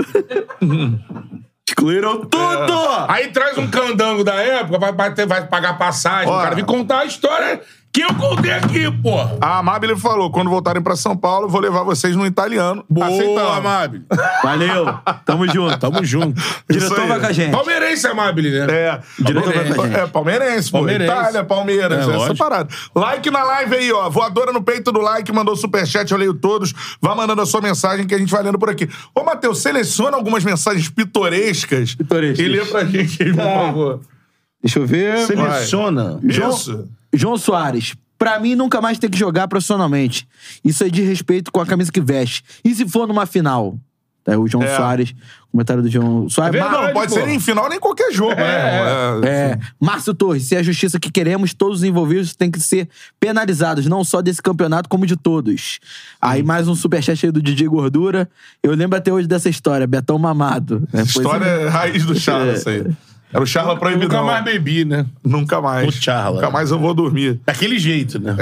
[SPEAKER 3] excluíram tudo!
[SPEAKER 5] Aí traz um candango da época, vai, bater- vai pagar passagem.
[SPEAKER 1] Ora.
[SPEAKER 5] O cara vem contar a história que eu contei aqui, porra.
[SPEAKER 1] A Amabile falou, quando voltarem pra São Paulo, eu vou levar vocês no italiano. Aceitando.
[SPEAKER 5] Boa, Amabile.
[SPEAKER 3] Valeu. Tamo junto.
[SPEAKER 5] Tamo junto.
[SPEAKER 1] Isso
[SPEAKER 3] Diretor
[SPEAKER 1] aí.
[SPEAKER 3] vai com a gente.
[SPEAKER 5] Palmeirense, Amabile, né?
[SPEAKER 1] É,
[SPEAKER 3] Diretor vai com a gente.
[SPEAKER 1] é palmeirense, pô.
[SPEAKER 5] Palmeirense.
[SPEAKER 1] Itália, Palmeiras,
[SPEAKER 5] É,
[SPEAKER 1] essa
[SPEAKER 5] lógico.
[SPEAKER 1] parada. Like na live aí, ó. Voadora no peito do like, mandou superchat, eu leio todos. Vá mandando a sua mensagem que a gente vai lendo por aqui. Ô, Matheus, seleciona algumas mensagens pitorescas
[SPEAKER 3] Pitorescas.
[SPEAKER 1] e lê pra gente
[SPEAKER 5] Tá.
[SPEAKER 1] aí, por favor.
[SPEAKER 3] Deixa eu ver.
[SPEAKER 5] Seleciona.
[SPEAKER 3] João-
[SPEAKER 1] Isso.
[SPEAKER 3] João Soares. Pra mim, nunca mais tem que jogar profissionalmente. Isso é de respeito com a camisa que veste. E se for numa final? Tá aí o João
[SPEAKER 1] É.
[SPEAKER 3] Soares. Comentário do João Soares.
[SPEAKER 5] É verdade.
[SPEAKER 1] Não pode
[SPEAKER 5] pô.
[SPEAKER 1] ser em final nem qualquer jogo, né? É.
[SPEAKER 3] É, Márcio Torres, se é a justiça que queremos, todos os envolvidos têm que ser penalizados, não só desse campeonato, como de todos. Aí mais um superchat aí do Didi Gordura. Eu lembro até hoje dessa história, Betão Mamado. É, pois
[SPEAKER 1] História
[SPEAKER 3] é.
[SPEAKER 1] raiz do Charla, isso aí. Era o Charla proibidão.
[SPEAKER 5] Nunca mais bebi, né?
[SPEAKER 1] Nunca mais.
[SPEAKER 5] O Charla.
[SPEAKER 1] Nunca mais eu vou dormir. É.
[SPEAKER 5] Daquele jeito, né?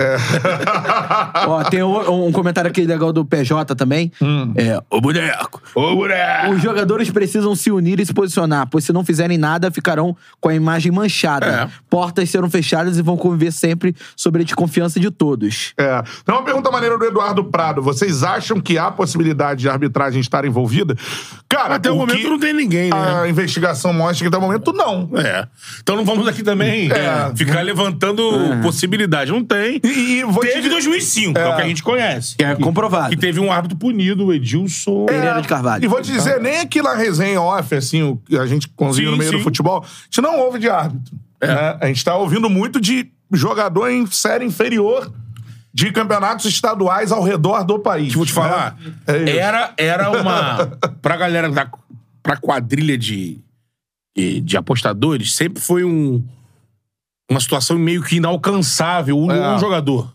[SPEAKER 3] Ó, tem o- um comentário aqui legal do PJ também. É, ô boneco,
[SPEAKER 5] Ô, moleque!
[SPEAKER 3] Os jogadores precisam se unir e se posicionar, pois se não fizerem nada, ficarão com a imagem manchada.
[SPEAKER 5] É.
[SPEAKER 3] Portas serão fechadas e vão conviver sempre sobre a desconfiança de todos.
[SPEAKER 1] É. Tem uma pergunta maneira do Eduardo Prado. Vocês acham que há possibilidade de arbitragem estar envolvida? Cara,
[SPEAKER 5] Até o, momento
[SPEAKER 1] que
[SPEAKER 5] não tem ninguém, né?
[SPEAKER 1] a investigação mostra que até o momento não.
[SPEAKER 5] É. Então não vamos aqui também
[SPEAKER 1] É.
[SPEAKER 5] é, ficar levantando possibilidade. Não tem.
[SPEAKER 1] E, e vou te
[SPEAKER 5] Teve em
[SPEAKER 1] dizer-
[SPEAKER 5] 2005, é. o que a gente conhece.
[SPEAKER 3] Que é comprovado.
[SPEAKER 5] Que teve um árbitro punido, o Edilson.
[SPEAKER 1] É.
[SPEAKER 3] Pereira de Carvalho.
[SPEAKER 1] E vou te dizer, nem aqui na resenha off, assim, o que a gente convive
[SPEAKER 5] Sim,
[SPEAKER 1] no meio do
[SPEAKER 5] sim. É.
[SPEAKER 1] futebol, a gente não ouve de árbitro. né? A gente tá ouvindo muito de jogador em série inferior de campeonatos estaduais ao redor do país.
[SPEAKER 5] Vou te falar.
[SPEAKER 1] É isso.
[SPEAKER 5] era, era uma. pra galera da. Pra quadrilha de, de, de apostadores, sempre foi um, uma situação meio que inalcançável. Um,
[SPEAKER 1] É.
[SPEAKER 5] um jogador.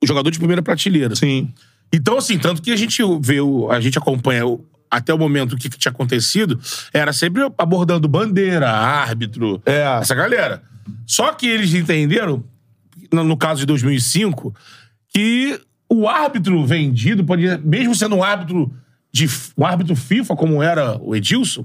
[SPEAKER 5] O jogador de primeira prateleira.
[SPEAKER 1] Sim.
[SPEAKER 5] Então, assim, tanto que a gente vê, o- a gente acompanha o- até o momento o que, que tinha acontecido, era sempre abordando bandeira, árbitro,
[SPEAKER 1] É.
[SPEAKER 5] essa galera. Só que eles entenderam, no, no caso de 2005, que o árbitro vendido, podia, mesmo sendo um árbitro, de, f- um árbitro FIFA, como era o Edilson,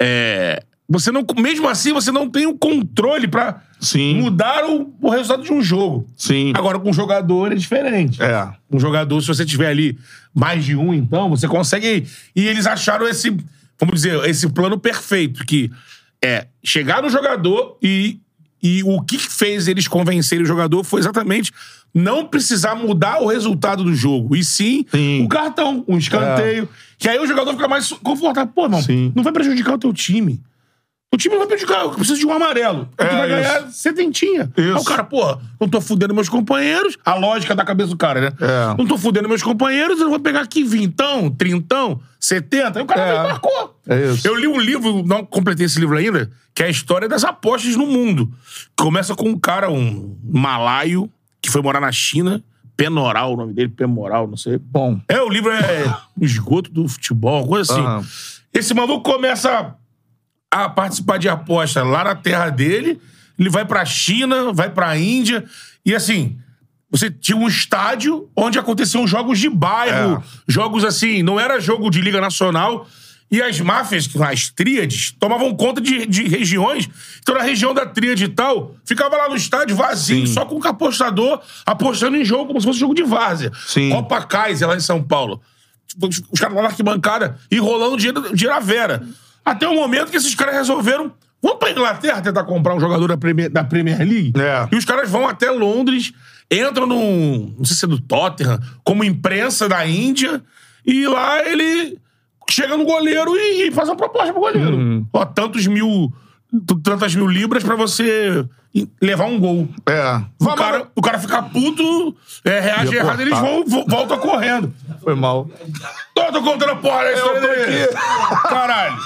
[SPEAKER 5] é, você não, mesmo assim você não tem o controle pra
[SPEAKER 1] Sim.
[SPEAKER 5] mudar o, o resultado de um jogo.
[SPEAKER 1] Sim.
[SPEAKER 5] Agora, com o jogador é diferente
[SPEAKER 1] É.
[SPEAKER 5] um jogador, se você tiver ali mais de um, então, você consegue. E eles acharam esse, vamos dizer, esse plano perfeito, que é chegar no jogador e, e o que fez eles convencerem o jogador foi exatamente não precisar mudar o resultado do jogo, e sim,
[SPEAKER 1] Sim. É.
[SPEAKER 5] um cartão, um escanteio. Que aí o jogador fica mais confortável. Pô, irmão,
[SPEAKER 1] Sim.
[SPEAKER 5] não vai prejudicar o teu time. O time não vai prejudicar, eu preciso de um amarelo.
[SPEAKER 1] É,
[SPEAKER 5] tu vai ganhar setentinha.
[SPEAKER 1] Isso.
[SPEAKER 5] Aí o cara, pô, não tô fudendo meus companheiros. A lógica da cabeça do cara, né?
[SPEAKER 1] É.
[SPEAKER 5] Não tô fudendo meus companheiros, eu vou pegar aqui vintão, trintão, setenta. Aí o cara
[SPEAKER 1] É.
[SPEAKER 5] me marcou.
[SPEAKER 1] É isso.
[SPEAKER 5] Eu li um livro, não completei esse livro ainda, que é a história das apostas no mundo. Começa com um cara, um malaio, que foi morar na China, Penoral, o nome dele, Pemoral, não sei.
[SPEAKER 1] Bom.
[SPEAKER 5] É, o livro é O Esgoto do Futebol, uma coisa assim.
[SPEAKER 1] Aham.
[SPEAKER 5] Esse maluco começa a participar de aposta lá na terra dele, ele vai pra China, vai pra Índia, e assim, você tinha um estádio onde aconteciam jogos de bairro,
[SPEAKER 1] É.
[SPEAKER 5] jogos assim, não era jogo de Liga Nacional. E as máfias, as tríades, tomavam conta de, de regiões. Então, na região da tríade e tal, ficava lá no estádio vazio, só com o apostador apostando em jogo, como se fosse jogo de várzea.
[SPEAKER 1] Sim.
[SPEAKER 5] Copa Kaiser, lá em São Paulo. Tipo, Os os caras lá na arquibancada enrolando dinheiro, dinheiro à vera. Até o momento que esses caras resolveram. Vamos pra Inglaterra tentar comprar um jogador da Premier, da Premier League?
[SPEAKER 1] É.
[SPEAKER 5] E os caras vão até Londres, entram num. Não sei se é do Tottenham, como imprensa da Índia, e lá ele chega no goleiro e, e faz uma proposta pro goleiro. Ó, tantos mil. tu- Tantas mil libras pra você i- levar um gol.
[SPEAKER 1] É.
[SPEAKER 5] O cara, o cara fica puto, é, reage
[SPEAKER 1] Ia
[SPEAKER 5] errado, eles
[SPEAKER 1] cortar.
[SPEAKER 5] vão, vo- voltam correndo.
[SPEAKER 1] Foi mal.
[SPEAKER 5] Tô, tô contando a porra da história dele. Caralho.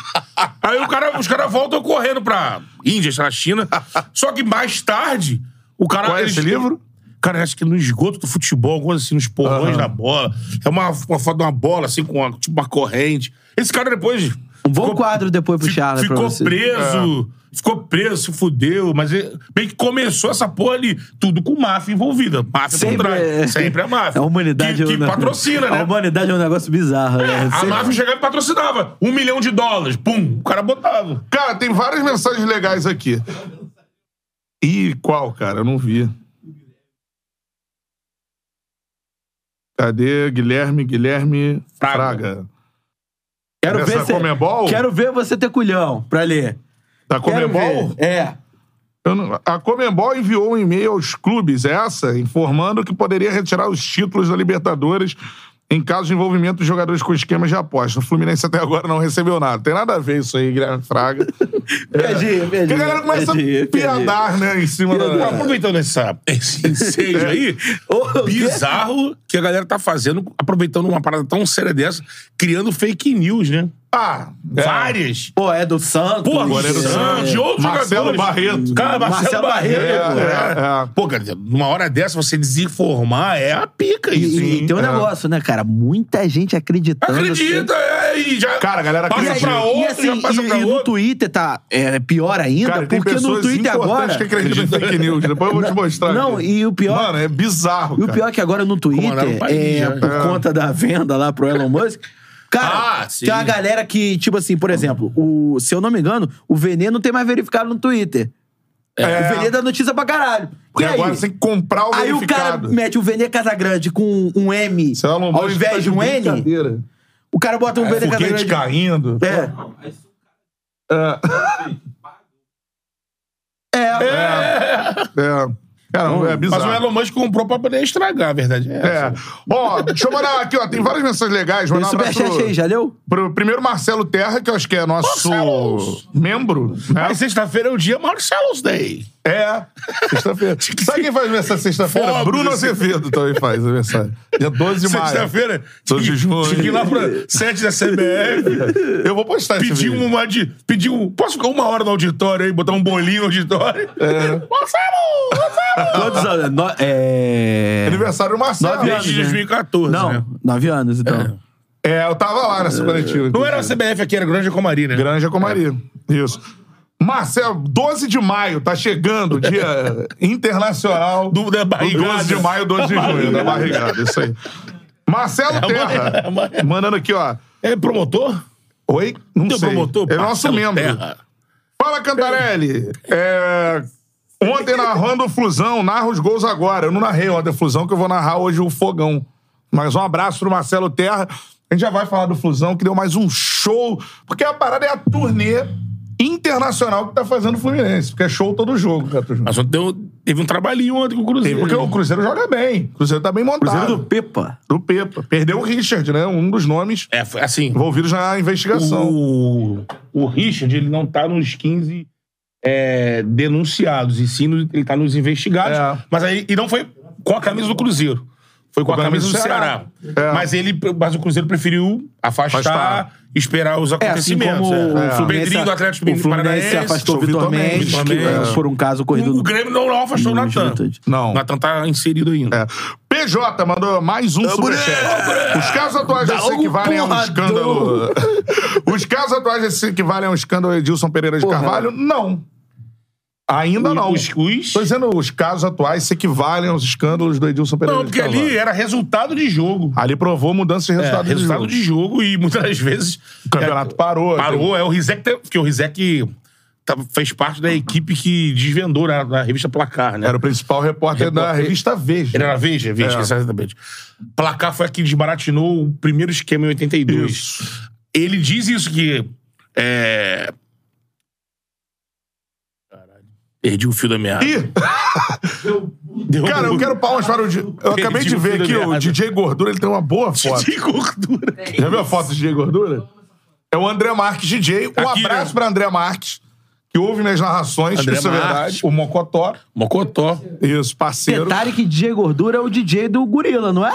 [SPEAKER 5] Aí o cara, os caras voltam correndo pra Índia, pra China. Só que mais tarde, o cara.
[SPEAKER 1] Qual é esse livro?
[SPEAKER 5] Cara, acho que no esgoto do futebol, alguma coisa assim, nos porrões
[SPEAKER 1] Aham.
[SPEAKER 5] da bola. É uma, uma foto de uma bola, assim, com uma, tipo uma corrente. Esse cara depois.
[SPEAKER 3] Um bom quadro depois pro
[SPEAKER 5] fi-
[SPEAKER 3] Charles. pra
[SPEAKER 5] Ficou
[SPEAKER 3] você.
[SPEAKER 5] preso. Ficou preso, se fudeu. Mas ele, bem que começou essa porra ali, tudo com máfia envolvida. Máfia
[SPEAKER 3] Sempre
[SPEAKER 5] por trás.
[SPEAKER 3] é-
[SPEAKER 5] Sempre a máfia.
[SPEAKER 3] A humanidade
[SPEAKER 5] que,
[SPEAKER 3] é um
[SPEAKER 5] que
[SPEAKER 3] negócio-
[SPEAKER 5] patrocina, né?
[SPEAKER 3] A humanidade é um negócio bizarro. né?
[SPEAKER 5] A
[SPEAKER 3] Sempre-
[SPEAKER 5] máfia chegava e patrocinava. Um milhão de dólares. Pum, o cara botava.
[SPEAKER 1] Cara, tem várias mensagens legais aqui. Ih, qual, cara? Eu não vi. Cadê? Guilherme, Guilherme
[SPEAKER 5] Fraga.
[SPEAKER 1] Fraga.
[SPEAKER 3] Quero ver,
[SPEAKER 1] Essa
[SPEAKER 3] você,
[SPEAKER 1] Comebol?
[SPEAKER 3] quero ver você ter culhão pra ler.
[SPEAKER 1] Da
[SPEAKER 3] Quero
[SPEAKER 1] Comembol?
[SPEAKER 3] ver. É.
[SPEAKER 1] Eu não- A Comembol enviou um e-mail aos clubes, essa, informando que poderia retirar os títulos da Libertadores em caso de envolvimento de jogadores com esquemas de aposta. O Fluminense até agora não recebeu nada. Tem nada a ver isso aí, Guilherme Fraga.
[SPEAKER 3] É Perdi, perdi.
[SPEAKER 1] Porque a galera começa
[SPEAKER 3] perdi,
[SPEAKER 1] a piadar, né, em cima
[SPEAKER 3] É.
[SPEAKER 5] Pô,
[SPEAKER 1] da...
[SPEAKER 5] Ah, Aproveitando essa, esse ensejo aí,
[SPEAKER 3] Ô,
[SPEAKER 5] bizarro que a galera tá fazendo, aproveitando uma parada tão séria dessa, criando fake news, né?
[SPEAKER 1] Ah, é.
[SPEAKER 5] Várias.
[SPEAKER 3] Pô, é do Santos.
[SPEAKER 5] Porra,
[SPEAKER 1] goleiro
[SPEAKER 5] do
[SPEAKER 1] do
[SPEAKER 5] Santos, de outros
[SPEAKER 1] Marcelo
[SPEAKER 5] jogadores.
[SPEAKER 1] Barreto.
[SPEAKER 5] Cara, Marcelo,
[SPEAKER 3] Marcelo
[SPEAKER 5] Barreto.
[SPEAKER 3] Barreto,
[SPEAKER 1] é, é.
[SPEAKER 5] Pô, cara, numa hora dessa, você desinformar é a pica
[SPEAKER 3] E,
[SPEAKER 5] isso.
[SPEAKER 3] e
[SPEAKER 1] Sim,
[SPEAKER 3] tem um
[SPEAKER 1] é.
[SPEAKER 3] negócio, né, cara? Muita gente acreditando. assim.
[SPEAKER 5] Acredita, é, e já
[SPEAKER 1] Cara, a galera
[SPEAKER 5] passa
[SPEAKER 1] acredita.
[SPEAKER 5] pra
[SPEAKER 1] E
[SPEAKER 5] outro,
[SPEAKER 3] e assim,
[SPEAKER 5] já passa
[SPEAKER 3] e,
[SPEAKER 5] pra
[SPEAKER 3] e no
[SPEAKER 5] outro.
[SPEAKER 3] Twitter tá é, pior ainda,
[SPEAKER 1] Cara, tem
[SPEAKER 3] porque no
[SPEAKER 1] pessoas
[SPEAKER 3] Twitter
[SPEAKER 1] importantes
[SPEAKER 3] agora.
[SPEAKER 1] que acreditam em fake news. Depois eu vou te mostrar.
[SPEAKER 3] Não,
[SPEAKER 1] aqui.
[SPEAKER 3] e o pior.
[SPEAKER 1] Mano, é bizarro,
[SPEAKER 3] E o
[SPEAKER 1] cara.
[SPEAKER 3] pior é que agora no
[SPEAKER 5] Comandar um
[SPEAKER 3] Twitter,
[SPEAKER 5] país,
[SPEAKER 3] é,
[SPEAKER 5] né?
[SPEAKER 3] por
[SPEAKER 1] É.
[SPEAKER 3] conta da venda lá pro Elon Musk. Cara,
[SPEAKER 5] Ah, sim.
[SPEAKER 3] tem uma galera que, tipo assim, por exemplo, o, se eu não me engano, o Veneno tem mais verificado no Twitter.
[SPEAKER 1] É.
[SPEAKER 3] O Veneno dá notícia pra caralho.
[SPEAKER 1] E
[SPEAKER 3] E aí?
[SPEAKER 1] agora você tem que comprar o
[SPEAKER 3] Aí o cara
[SPEAKER 1] verificado.
[SPEAKER 3] mete o Venê Casagrande com um M
[SPEAKER 1] Isso é uma
[SPEAKER 3] ao invés de um N,
[SPEAKER 1] brincadeira.
[SPEAKER 3] o cara bota um Venê
[SPEAKER 1] é Foguete
[SPEAKER 3] Casagrande.
[SPEAKER 1] caindo.
[SPEAKER 3] É.
[SPEAKER 1] É. É. Cara, é
[SPEAKER 5] Mas
[SPEAKER 1] bizarro.
[SPEAKER 5] o Elon Musk comprou pra poder estragar, a verdade é essa.
[SPEAKER 1] É. Ó, deixa eu mandar aqui, ó. Tem várias mensagens legais.
[SPEAKER 3] Tem
[SPEAKER 1] Mandar um abraço
[SPEAKER 3] superchat aí, já leu?
[SPEAKER 1] pro primeiro Marcelo Terra, que eu acho que é nosso
[SPEAKER 5] Marcelo!
[SPEAKER 1] membro. Né?
[SPEAKER 5] Mas sexta-feira é o dia Marcelo's Day.
[SPEAKER 1] É. Sexta-feira. Sabe quem faz aniversário sexta-feira?
[SPEAKER 5] Fogo,
[SPEAKER 1] Bruno
[SPEAKER 5] esse-
[SPEAKER 1] Azevedo também faz aniversário. Dia 12 de maio.
[SPEAKER 5] assim. Sexta-feira,
[SPEAKER 1] Tô de
[SPEAKER 5] tinha-
[SPEAKER 1] junho.
[SPEAKER 5] tinha que ir lá pra sede da CBF,
[SPEAKER 1] Eu vou postar esse
[SPEAKER 5] pedir
[SPEAKER 1] vídeo.
[SPEAKER 5] uma de. Pedir um. Posso ficar uma hora no auditório aí, botar um bolinho no auditório? Marcelo!
[SPEAKER 3] Quantos anos? No, é...
[SPEAKER 1] Aniversário do Marcelo.
[SPEAKER 3] Nove anos.
[SPEAKER 5] Desde 2014. né?
[SPEAKER 3] Não, nove anos, então.
[SPEAKER 1] É, eu tava lá nessa coletiva. então.
[SPEAKER 5] Não era a CBF aqui, era Granja Comari, né?
[SPEAKER 1] Granja Comari.
[SPEAKER 5] É.
[SPEAKER 1] Isso. Marcelo, 12 de maio, tá chegando, dia internacional
[SPEAKER 5] Do- da barrigada.
[SPEAKER 1] 12 de maio, 12 de junho, da barrigada, isso aí.
[SPEAKER 5] É
[SPEAKER 1] Marcelo Terra,
[SPEAKER 5] amanhã, amanhã.
[SPEAKER 1] mandando aqui, ó.
[SPEAKER 5] É promotor?
[SPEAKER 1] Oi? Não
[SPEAKER 5] Teu
[SPEAKER 1] sei.
[SPEAKER 5] promotor?
[SPEAKER 1] é nosso
[SPEAKER 5] Marcelo
[SPEAKER 1] membro.
[SPEAKER 5] Terra.
[SPEAKER 1] Fala, Cantarelli. É, Ontem narrando o Flusão, narra os gols agora. Eu não narrei ontem o Flusão, que eu vou narrar hoje o Fogão. Mas um abraço pro Marcelo Terra. A gente já vai falar do Flusão, que deu mais um show. Porque a parada é a turnê internacional que tá fazendo o Fluminense. Porque é show todo jogo, Gato Júnior.
[SPEAKER 5] Mas ontem deu- teve um trabalhinho ontem com o Cruzeiro.
[SPEAKER 1] Porque o Cruzeiro joga bem. O Cruzeiro tá bem montado.
[SPEAKER 3] Cruzeiro do Pepa.
[SPEAKER 1] do Pepa. Perdeu o Richard, né? Um dos nomes
[SPEAKER 5] É, foi assim.
[SPEAKER 1] envolvidos na investigação.
[SPEAKER 5] O, o Richard, ele não tá nos 15 é, denunciados, e sim no- ele tá nos investigados.
[SPEAKER 1] É.
[SPEAKER 5] Mas aí, e não foi com a camisa do Cruzeiro. Foi com a
[SPEAKER 1] Problema
[SPEAKER 5] camisa do
[SPEAKER 1] do
[SPEAKER 5] Ceará.
[SPEAKER 1] Ceará. É.
[SPEAKER 5] Mas ele, mas o Cruzeiro preferiu afastar,
[SPEAKER 1] Afastar.
[SPEAKER 5] esperar os
[SPEAKER 3] É, assim
[SPEAKER 5] acontecimentos.
[SPEAKER 3] como
[SPEAKER 5] é.
[SPEAKER 3] o
[SPEAKER 5] o Bedrinho
[SPEAKER 3] Fluminense-
[SPEAKER 5] do Atlético
[SPEAKER 3] O Fluminense
[SPEAKER 2] é
[SPEAKER 3] é
[SPEAKER 5] Paranaense.
[SPEAKER 3] afastou o
[SPEAKER 1] Vitor
[SPEAKER 3] Vitor Mendes,
[SPEAKER 1] Mendes,
[SPEAKER 3] que
[SPEAKER 5] Mendes.
[SPEAKER 3] é, por um caso corrido
[SPEAKER 5] O, o
[SPEAKER 3] no...
[SPEAKER 5] Grêmio não afastou o
[SPEAKER 3] No
[SPEAKER 5] Natan.
[SPEAKER 3] Juventude.
[SPEAKER 1] Não.
[SPEAKER 5] O Natan tá inserido ainda.
[SPEAKER 1] É. PJ mandou mais um superchat. Os casos atuais
[SPEAKER 3] Dá
[SPEAKER 1] já
[SPEAKER 3] um
[SPEAKER 1] equivalem a um
[SPEAKER 3] porradão.
[SPEAKER 1] escândalo. Os casos atuais já equivalem a um escândalo Edilson Pereira de
[SPEAKER 3] Porra.
[SPEAKER 1] Carvalho? Não. Ainda não.
[SPEAKER 5] Os, os...
[SPEAKER 1] Tô dizendo, os casos atuais se equivalem aos escândalos do Edilson Pereira
[SPEAKER 5] Não,
[SPEAKER 1] de
[SPEAKER 5] porque
[SPEAKER 1] Carvalho.
[SPEAKER 5] ali era resultado de jogo.
[SPEAKER 1] Ali provou mudança de
[SPEAKER 5] É,
[SPEAKER 1] resultado, de
[SPEAKER 5] resultado
[SPEAKER 1] jogo.
[SPEAKER 5] de jogo e muitas das vezes.
[SPEAKER 1] O campeonato
[SPEAKER 5] é,
[SPEAKER 1] parou.
[SPEAKER 5] Parou, é o Rizek, te- porque o Rizek tá- fez parte da equipe que desvendou na, na revista Placar, né?
[SPEAKER 1] Era o principal repórter da
[SPEAKER 5] Repórter.
[SPEAKER 1] revista Veja.
[SPEAKER 5] Ele era Veja, Veja,
[SPEAKER 1] É.
[SPEAKER 5] exatamente. Placar foi a que desbaratinou o primeiro esquema em 82. Ele diz isso que. É... Caralho. Perdi o fio da meada.
[SPEAKER 1] Ih,
[SPEAKER 5] Deu
[SPEAKER 1] cara, eu
[SPEAKER 5] um-
[SPEAKER 1] quero palmas para o. Di- Eu
[SPEAKER 5] Perdi
[SPEAKER 1] acabei de
[SPEAKER 5] o
[SPEAKER 1] ver
[SPEAKER 5] fio
[SPEAKER 1] aqui
[SPEAKER 5] da
[SPEAKER 1] o
[SPEAKER 5] meada.
[SPEAKER 1] DJ Gordura, ele tem uma boa foto.
[SPEAKER 5] de gordura.
[SPEAKER 1] Já viu a foto do DJ Gordura? É o André Marques DJ. Um
[SPEAKER 5] Aqui,
[SPEAKER 1] abraço
[SPEAKER 5] né?
[SPEAKER 1] pra André Marques, que ouve minhas narrações,
[SPEAKER 5] André
[SPEAKER 1] isso é
[SPEAKER 5] Marques.
[SPEAKER 1] verdade. O Mocotó.
[SPEAKER 5] Mocotó.
[SPEAKER 1] Isso, parceiro.
[SPEAKER 3] Detalhe que DJ Gordura é o DJ do Gorila, não é?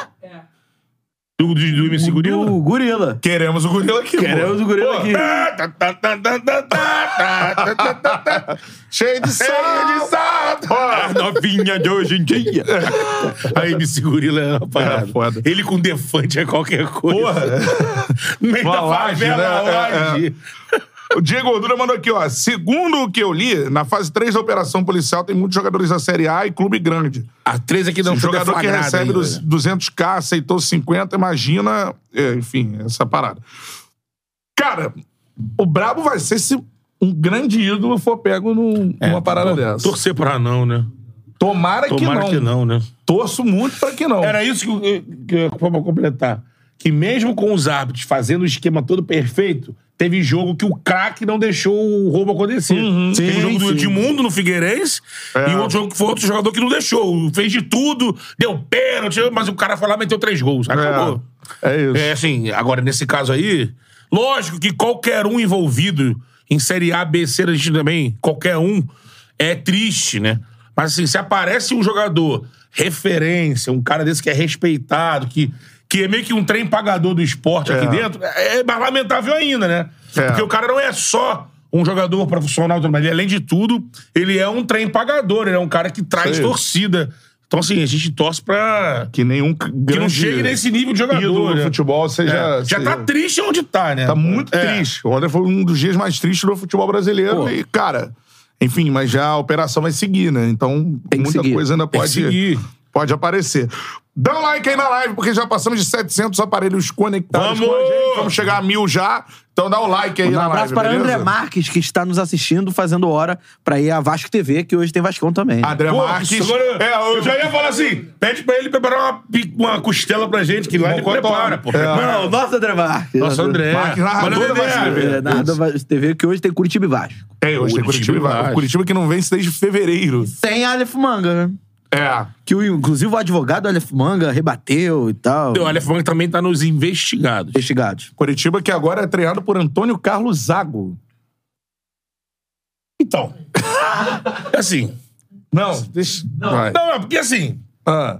[SPEAKER 5] Do, do, do MC Gorila?
[SPEAKER 3] Do Gorila.
[SPEAKER 1] Queremos o gorila aqui, pô.
[SPEAKER 3] Queremos o Gorila
[SPEAKER 1] Pô,
[SPEAKER 3] aqui.
[SPEAKER 5] Tá, tá, tá, tá, tá, tá, tá, tá, tá, tá.
[SPEAKER 1] Cheio de sal.
[SPEAKER 5] Cheio de sal.
[SPEAKER 1] Ó,
[SPEAKER 5] Novinha de hoje em dia. Aí MC Gorila é uma parada.
[SPEAKER 1] É, foda.
[SPEAKER 5] Ele com defante é qualquer coisa.
[SPEAKER 1] Porra.
[SPEAKER 5] No meio
[SPEAKER 1] Uma
[SPEAKER 5] da
[SPEAKER 1] laje,
[SPEAKER 5] favela,
[SPEAKER 1] né? É,
[SPEAKER 5] laje.
[SPEAKER 1] O Diego Gordura mandou aqui, ó. Segundo o que eu li, na fase 3 da operação policial tem muitos jogadores da Série A e clube grande.
[SPEAKER 5] A três aqui não
[SPEAKER 1] o
[SPEAKER 5] foi
[SPEAKER 1] jogador que
[SPEAKER 5] deflagrada
[SPEAKER 1] recebe
[SPEAKER 5] ainda,
[SPEAKER 1] dos
[SPEAKER 5] né?
[SPEAKER 1] 200k, aceitou 50, imagina, é, enfim, essa parada. Cara, o brabo vai ser se um grande ídolo for pego num- numa parada
[SPEAKER 5] Tor-
[SPEAKER 1] dessa.
[SPEAKER 5] Torcer pra não, né?
[SPEAKER 1] Tomara,
[SPEAKER 5] Tomara
[SPEAKER 1] que, não.
[SPEAKER 5] né?
[SPEAKER 1] Torço muito pra que não.
[SPEAKER 5] Era é isso que, eh, eu- que eu vou completar. Que mesmo com os árbitros fazendo o esquema todo perfeito, teve jogo que o craque não deixou o roubo acontecer. teve
[SPEAKER 3] Sim,
[SPEAKER 5] jogo do
[SPEAKER 3] sim.
[SPEAKER 5] Edmundo no Figueirense
[SPEAKER 1] Uhum. É.
[SPEAKER 5] e outro jogo que foi outro jogador que não deixou. Fez de tudo, deu pênalti, mas o cara foi lá e meteu três gols. Acabou.
[SPEAKER 1] É, é isso.
[SPEAKER 5] É assim, agora nesse caso aí, lógico que qualquer um envolvido em Série A, B, C, a gente também, qualquer um, é triste, né? Mas assim, se aparece um jogador referência, um cara desse que é respeitado, que, que é meio que um trem pagador do esporte aqui
[SPEAKER 1] É.
[SPEAKER 5] dentro, é mais lamentável ainda, né?
[SPEAKER 1] É.
[SPEAKER 5] Porque o cara não é só um jogador profissional, mas ele, além de tudo, ele é um trem pagador, ele é um cara que traz
[SPEAKER 1] Sei.
[SPEAKER 5] torcida. Então, assim, a gente torce pra
[SPEAKER 1] Que nenhum c- grande
[SPEAKER 5] que não chegue nesse nível de jogador.
[SPEAKER 1] ídolo do
[SPEAKER 5] né?
[SPEAKER 1] futebol seja... assim.
[SPEAKER 5] É, já
[SPEAKER 1] seja-
[SPEAKER 5] tá triste onde tá, né?
[SPEAKER 1] Ah, Tá muito
[SPEAKER 5] É.
[SPEAKER 1] triste. Ontem foi um dos dias mais tristes do futebol brasileiro e, cara, enfim, mas já a operação vai seguir, né? Então,
[SPEAKER 3] Tem que
[SPEAKER 1] muita
[SPEAKER 3] seguir.
[SPEAKER 1] coisa ainda
[SPEAKER 5] Tem que
[SPEAKER 1] pode,
[SPEAKER 5] seguir.
[SPEAKER 1] pode aparecer. Dá um like aí na live, porque já passamos de 700 aparelhos conectados
[SPEAKER 5] Vamos!
[SPEAKER 1] com a gente. Vamos chegar a mil já. Então dá um like aí
[SPEAKER 3] Um
[SPEAKER 1] na live,
[SPEAKER 3] abraço para
[SPEAKER 1] beleza?
[SPEAKER 3] André Marques, que está nos assistindo, fazendo hora pra ir à Vasco TV, que hoje tem Vascão também.
[SPEAKER 1] André
[SPEAKER 5] Pô,
[SPEAKER 1] Marques.
[SPEAKER 5] agora
[SPEAKER 1] É,
[SPEAKER 5] eu... já ia falar assim: pede pra ele preparar uma, pi- uma costela pra gente, que lá ele
[SPEAKER 1] Mocotó.
[SPEAKER 5] prepara, pô.
[SPEAKER 1] É.
[SPEAKER 5] Prepara.
[SPEAKER 3] Não, nossa André Marques.
[SPEAKER 5] Nossa, André.
[SPEAKER 1] Marques narrador
[SPEAKER 5] Valeu,
[SPEAKER 1] da
[SPEAKER 5] Dedé.
[SPEAKER 1] Vasco TV.
[SPEAKER 3] É, na da Vasco TV, que hoje tem Curitiba e Vasco.
[SPEAKER 1] É, hoje tem
[SPEAKER 5] Curitiba
[SPEAKER 1] Curitiba.
[SPEAKER 5] e
[SPEAKER 1] e
[SPEAKER 5] Vasco.
[SPEAKER 1] Vasco. Curitiba que não vence desde fevereiro.
[SPEAKER 3] Sem Aleph Manga, né?
[SPEAKER 1] É.
[SPEAKER 3] Que o, inclusive o advogado Aleph Manga rebateu e tal.
[SPEAKER 5] O Aleph Manga também tá nos investigados.
[SPEAKER 3] Investigados.
[SPEAKER 1] Curitiba que agora é treinado por Antônio Carlos Zago.
[SPEAKER 5] Então. assim.
[SPEAKER 1] Não, deixa. Vai.
[SPEAKER 5] Não, é porque assim.
[SPEAKER 1] Ah.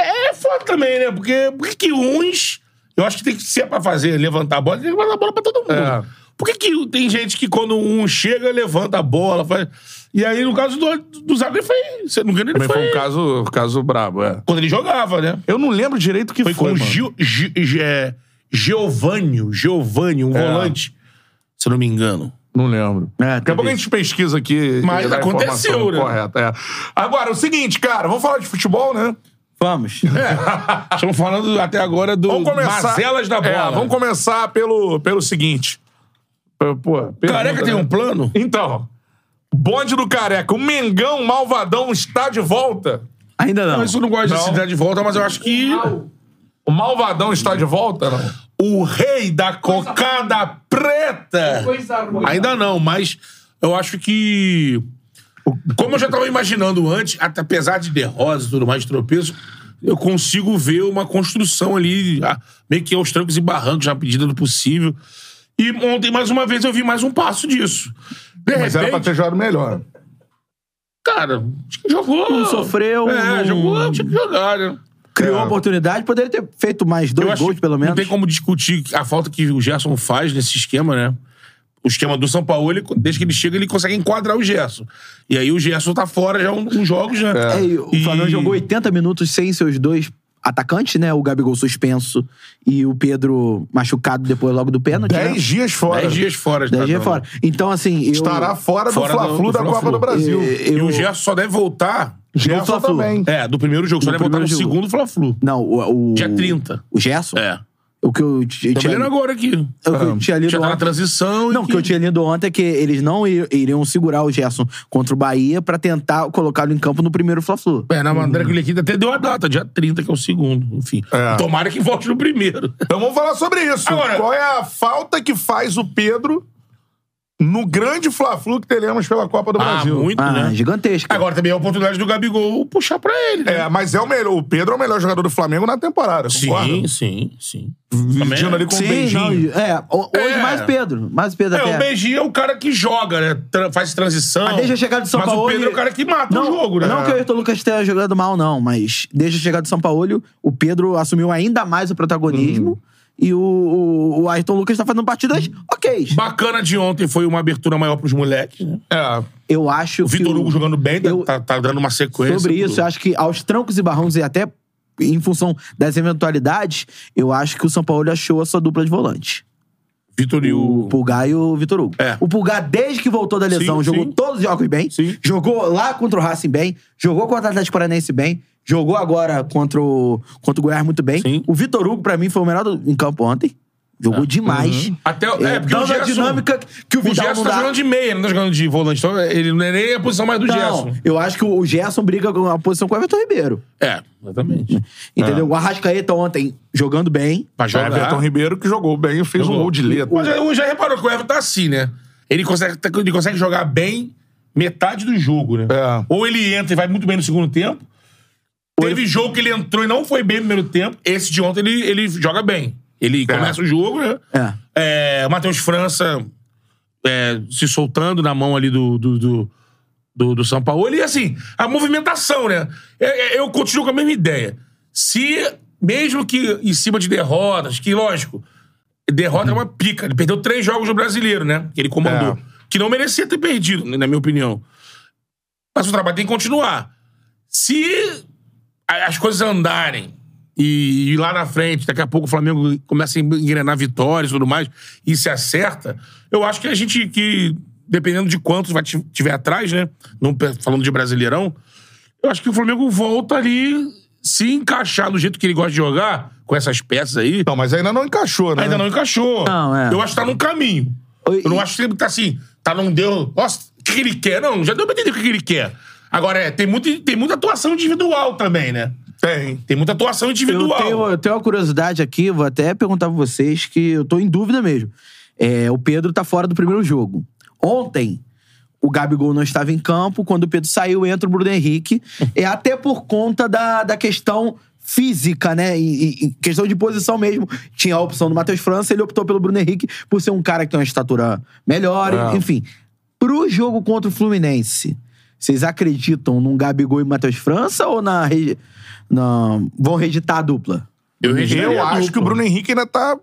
[SPEAKER 5] É foda também, né? Porque por que que uns. Eu acho que tem que ser pra fazer, levantar a bola, tem que levantar a bola pra todo mundo.
[SPEAKER 1] É.
[SPEAKER 5] Por que, que tem gente que quando um chega, levanta a bola? Faz... E aí, no caso do, do Zago, ele foi. Se eu não me engano, ele
[SPEAKER 1] Também
[SPEAKER 5] foi.
[SPEAKER 1] foi um caso, caso brabo, é.
[SPEAKER 5] Quando ele jogava, né?
[SPEAKER 1] Eu não lembro direito o que
[SPEAKER 5] Foi,
[SPEAKER 1] foi.
[SPEAKER 5] com o
[SPEAKER 1] mano.
[SPEAKER 5] Gil, Gi- Gi- é, Giovânio, Giovânio, um
[SPEAKER 1] É.
[SPEAKER 5] volante. Se eu não me engano.
[SPEAKER 1] Não lembro.
[SPEAKER 3] É,
[SPEAKER 1] Daqui a pouco a gente pesquisa aqui.
[SPEAKER 5] Mas
[SPEAKER 1] e dá a
[SPEAKER 5] aconteceu,
[SPEAKER 1] informação
[SPEAKER 5] né?
[SPEAKER 1] Correta, é. Agora, o seguinte, cara, vamos falar de futebol, né?
[SPEAKER 3] Vamos.
[SPEAKER 5] Estamos falando até agora do
[SPEAKER 1] Vamos começar.
[SPEAKER 5] Mazelas da Bola.
[SPEAKER 1] É, vamos começar pelo, pelo seguinte. Pô, Pô, pergunta,
[SPEAKER 5] Careca tem
[SPEAKER 1] né?
[SPEAKER 5] um plano?
[SPEAKER 1] Então, bonde do careca. O Mengão Malvadão está de volta.
[SPEAKER 3] Ainda não.
[SPEAKER 5] Não, isso eu não gosto de
[SPEAKER 1] Não.
[SPEAKER 5] cidade de volta, mas eu acho que.
[SPEAKER 1] O Malvadão está de volta, não?
[SPEAKER 5] O rei da cocada preta. Ainda não, mas eu acho que. Como eu já estava imaginando antes, até apesar de derrotas e tudo mais, de tropeço, eu consigo ver uma construção ali, a- meio que aos trancos e barrancos, na medida do possível. E ontem, mais uma vez, eu vi mais um passo disso. De
[SPEAKER 1] Mas era
[SPEAKER 5] repente,
[SPEAKER 1] pra ter jogado melhor.
[SPEAKER 5] cara, acho que jogou.
[SPEAKER 3] Não sofreu, um-
[SPEAKER 5] É, tipo,
[SPEAKER 3] não-
[SPEAKER 5] jogou, tinha que jogar, né?
[SPEAKER 3] Criou a oportunidade, poderia ter feito mais
[SPEAKER 5] Eu
[SPEAKER 3] dois
[SPEAKER 5] acho
[SPEAKER 3] gols,
[SPEAKER 5] que
[SPEAKER 3] pelo menos.
[SPEAKER 5] Não tem como discutir a falta que o Gerson faz nesse esquema, né? O esquema do São Paulo, ele, desde que ele chega, ele consegue enquadrar o Gerson. E aí o Gerson tá fora já um- uns jogos, né?
[SPEAKER 3] É, e o
[SPEAKER 5] E-
[SPEAKER 3] Flamengo jogou 80 minutos sem seus dois atacantes, né? O Gabigol suspenso e o Pedro machucado depois logo do pênalti. né?
[SPEAKER 1] 10 dias fora.
[SPEAKER 5] Dez dias fora.
[SPEAKER 3] Dez dias
[SPEAKER 5] tá,
[SPEAKER 3] fora. Então, assim. Eu,
[SPEAKER 1] Estará fora,
[SPEAKER 5] Fora
[SPEAKER 1] do
[SPEAKER 5] do-
[SPEAKER 1] Fla-Flu
[SPEAKER 5] do
[SPEAKER 1] da
[SPEAKER 5] Fla-Flu.
[SPEAKER 1] Copa do Brasil.
[SPEAKER 5] não. E o Gerson só deve voltar...
[SPEAKER 1] Gerson
[SPEAKER 3] Fla-Flu.
[SPEAKER 1] também.
[SPEAKER 5] É, do primeiro jogo. Só
[SPEAKER 3] Do
[SPEAKER 5] deve voltar no
[SPEAKER 3] primeiro jogo.
[SPEAKER 5] segundo Fla-Flu.
[SPEAKER 3] Não, o. o
[SPEAKER 5] Dia 30.
[SPEAKER 3] O Gerson?
[SPEAKER 5] É.
[SPEAKER 3] O que eu t-
[SPEAKER 5] Tô
[SPEAKER 3] tinha,
[SPEAKER 5] vendo agora aqui.
[SPEAKER 3] o que eu tinha lido
[SPEAKER 5] Já tá na
[SPEAKER 3] ontem.
[SPEAKER 5] transição. e
[SPEAKER 3] Não, o que eu tinha lido ontem é que eles não i- iriam segurar o Gerson contra o Bahia pra tentar colocá-lo em campo no primeiro Fla-Flu.
[SPEAKER 5] É, na maneira que eu li aqui, até deu a data, dia 30, que é o segundo. Enfim.
[SPEAKER 1] É.
[SPEAKER 5] Tomara que volte no primeiro.
[SPEAKER 1] Então vamos falar sobre isso.
[SPEAKER 5] Agora-
[SPEAKER 1] Qual é a falta que faz o Pedro no grande Fla-Flu que teremos pela Copa do
[SPEAKER 5] Ah,
[SPEAKER 1] Brasil?
[SPEAKER 5] muito,
[SPEAKER 3] Ah,
[SPEAKER 5] né?
[SPEAKER 3] gigantesco.
[SPEAKER 5] Agora também é a oportunidade do Gabigol puxar pra ele, né?
[SPEAKER 1] É, mas é o melhor. O Pedro é o melhor jogador do Flamengo na temporada.
[SPEAKER 5] Sim,
[SPEAKER 1] concorda?
[SPEAKER 5] sim, sim.
[SPEAKER 1] Dividindo ali com o
[SPEAKER 3] Sim, não,
[SPEAKER 1] beijinho.
[SPEAKER 3] é. o- Hoje
[SPEAKER 5] É.
[SPEAKER 3] mais o Pedro. Mais o Pedro
[SPEAKER 5] É,
[SPEAKER 3] até.
[SPEAKER 5] o Beijinho é o cara que joga, né? Tra- faz transição.
[SPEAKER 3] Mas desde a chegada do São
[SPEAKER 5] Mas
[SPEAKER 3] Paulo.
[SPEAKER 5] o Pedro é o cara que mata
[SPEAKER 3] não,
[SPEAKER 5] o jogo, né?
[SPEAKER 3] Não que o Ayrton Lucas tenha jogado mal, não, mas desde a chegada do São Paulo, o Pedro assumiu ainda mais o
[SPEAKER 5] Uhum.
[SPEAKER 3] protagonismo e o, o, o Ayrton Lucas tá fazendo partidas ok.
[SPEAKER 5] Bacana de ontem foi uma abertura maior pros moleques, né?
[SPEAKER 1] É.
[SPEAKER 3] Eu acho
[SPEAKER 5] O Vitor
[SPEAKER 3] que
[SPEAKER 5] Hugo jogando bem, tá-
[SPEAKER 3] eu-
[SPEAKER 5] tá, tá dando uma sequência.
[SPEAKER 3] sobre isso, eu acho que aos trancos e barrões e até em função das eventualidades, eu acho que o São Paulo achou a sua dupla de volante.
[SPEAKER 5] Vitor e
[SPEAKER 3] O
[SPEAKER 5] o...
[SPEAKER 3] Pulgar e o Vitor Hugo.
[SPEAKER 5] É.
[SPEAKER 3] O Pulgar, desde que voltou da lesão,
[SPEAKER 5] Sim,
[SPEAKER 3] jogou
[SPEAKER 5] sim.
[SPEAKER 3] todos os jogos bem.
[SPEAKER 5] Sim.
[SPEAKER 3] Jogou lá contra o Racing bem. Jogou contra o Atlético Paranaense bem. Jogou agora contra o, contra o Goiás muito bem.
[SPEAKER 5] Sim. Ah.
[SPEAKER 3] O Vitor Hugo, pra mim, foi o melhor do- em campo ontem. Jogou demais.
[SPEAKER 5] Até, é,
[SPEAKER 3] É,
[SPEAKER 5] porque o
[SPEAKER 3] dando a
[SPEAKER 5] Gerson...
[SPEAKER 3] dinâmica que o
[SPEAKER 5] O
[SPEAKER 3] Vidal
[SPEAKER 5] Gerson
[SPEAKER 3] não dá.
[SPEAKER 5] tá jogando de meia, não tá jogando de volante. Então ele não é nem a posição mais do
[SPEAKER 3] não,
[SPEAKER 5] Gerson.
[SPEAKER 3] eu acho que o Gerson briga com a posição com o Everton Ribeiro.
[SPEAKER 5] É, exatamente. Ah.
[SPEAKER 3] Entendeu? O Arrascaeta ontem jogando bem.
[SPEAKER 5] Pra
[SPEAKER 1] Já
[SPEAKER 5] jogar.
[SPEAKER 1] Everton Ribeiro que jogou bem e fez um
[SPEAKER 5] Jogou.
[SPEAKER 1] gol de letra.
[SPEAKER 5] Mas eu já reparou que o Everton tá assim, né? Ele consegue, ele consegue jogar bem metade do jogo, né?
[SPEAKER 1] É.
[SPEAKER 5] Ou ele entra e vai muito bem no segundo tempo. Teve jogo que ele entrou e não foi bem no primeiro tempo. Esse de ontem ele, ele joga bem. Ele começa o jogo, né?
[SPEAKER 3] É.
[SPEAKER 5] É, Matheus França é, se soltando na mão ali do, do, do, do, do São Paulo. E assim, a movimentação, né? É, é, eu continuo com a mesma ideia. Se, mesmo que em cima de derrotas, que lógico, derrota é uma pica. Ele perdeu três jogos no brasileiro, né? Que ele comandou.
[SPEAKER 1] É.
[SPEAKER 5] Que não merecia ter perdido, né, na minha opinião. Mas o trabalho tem que continuar. Se a- as coisas andarem e, e lá na frente, daqui a pouco o Flamengo começa a engrenar vitórias e tudo mais, e se acerta, eu acho que a gente que, dependendo de quantos vai ti- tiver atrás, né? Não pe- falando de brasileirão, eu acho que o Flamengo volta ali, se encaixar do jeito que ele gosta de jogar, com essas peças aí,
[SPEAKER 1] Então, mas ainda não encaixou, né?
[SPEAKER 5] Uhum. ainda não encaixou.
[SPEAKER 3] Não, é.
[SPEAKER 5] Eu acho que tá num caminho.
[SPEAKER 3] Oi,
[SPEAKER 5] eu não
[SPEAKER 3] e-
[SPEAKER 5] acho que tá assim, tá não deu. Nossa, o que que ele quer? Não, já deu pra entender o que que ele quer. Agora, é, tem, muito, tem muita atuação individual também, né?
[SPEAKER 1] Tem.
[SPEAKER 5] Tem muita atuação
[SPEAKER 3] Eu
[SPEAKER 5] individual.
[SPEAKER 3] tenho, eu tenho uma curiosidade aqui, vou até perguntar pra vocês, que eu tô em dúvida mesmo. É, o Pedro tá fora do primeiro jogo. Ontem, o Gabigol não estava em campo, quando o Pedro saiu, entra o Bruno Henrique. É até por conta da, da questão física, né? E, e- e questão de posição mesmo. Tinha a opção do Matheus França, ele optou pelo Bruno Henrique por ser um cara que tem uma estatura melhor,
[SPEAKER 1] É.
[SPEAKER 3] enfim. Pro jogo contra o Fluminense, vocês acreditam num Gabigol e Matheus França ou na, re- na- vão reeditar a dupla?
[SPEAKER 5] Eu,
[SPEAKER 1] Eu
[SPEAKER 5] registraria
[SPEAKER 1] acho
[SPEAKER 5] é duplo.
[SPEAKER 1] que o Bruno Henrique ainda tá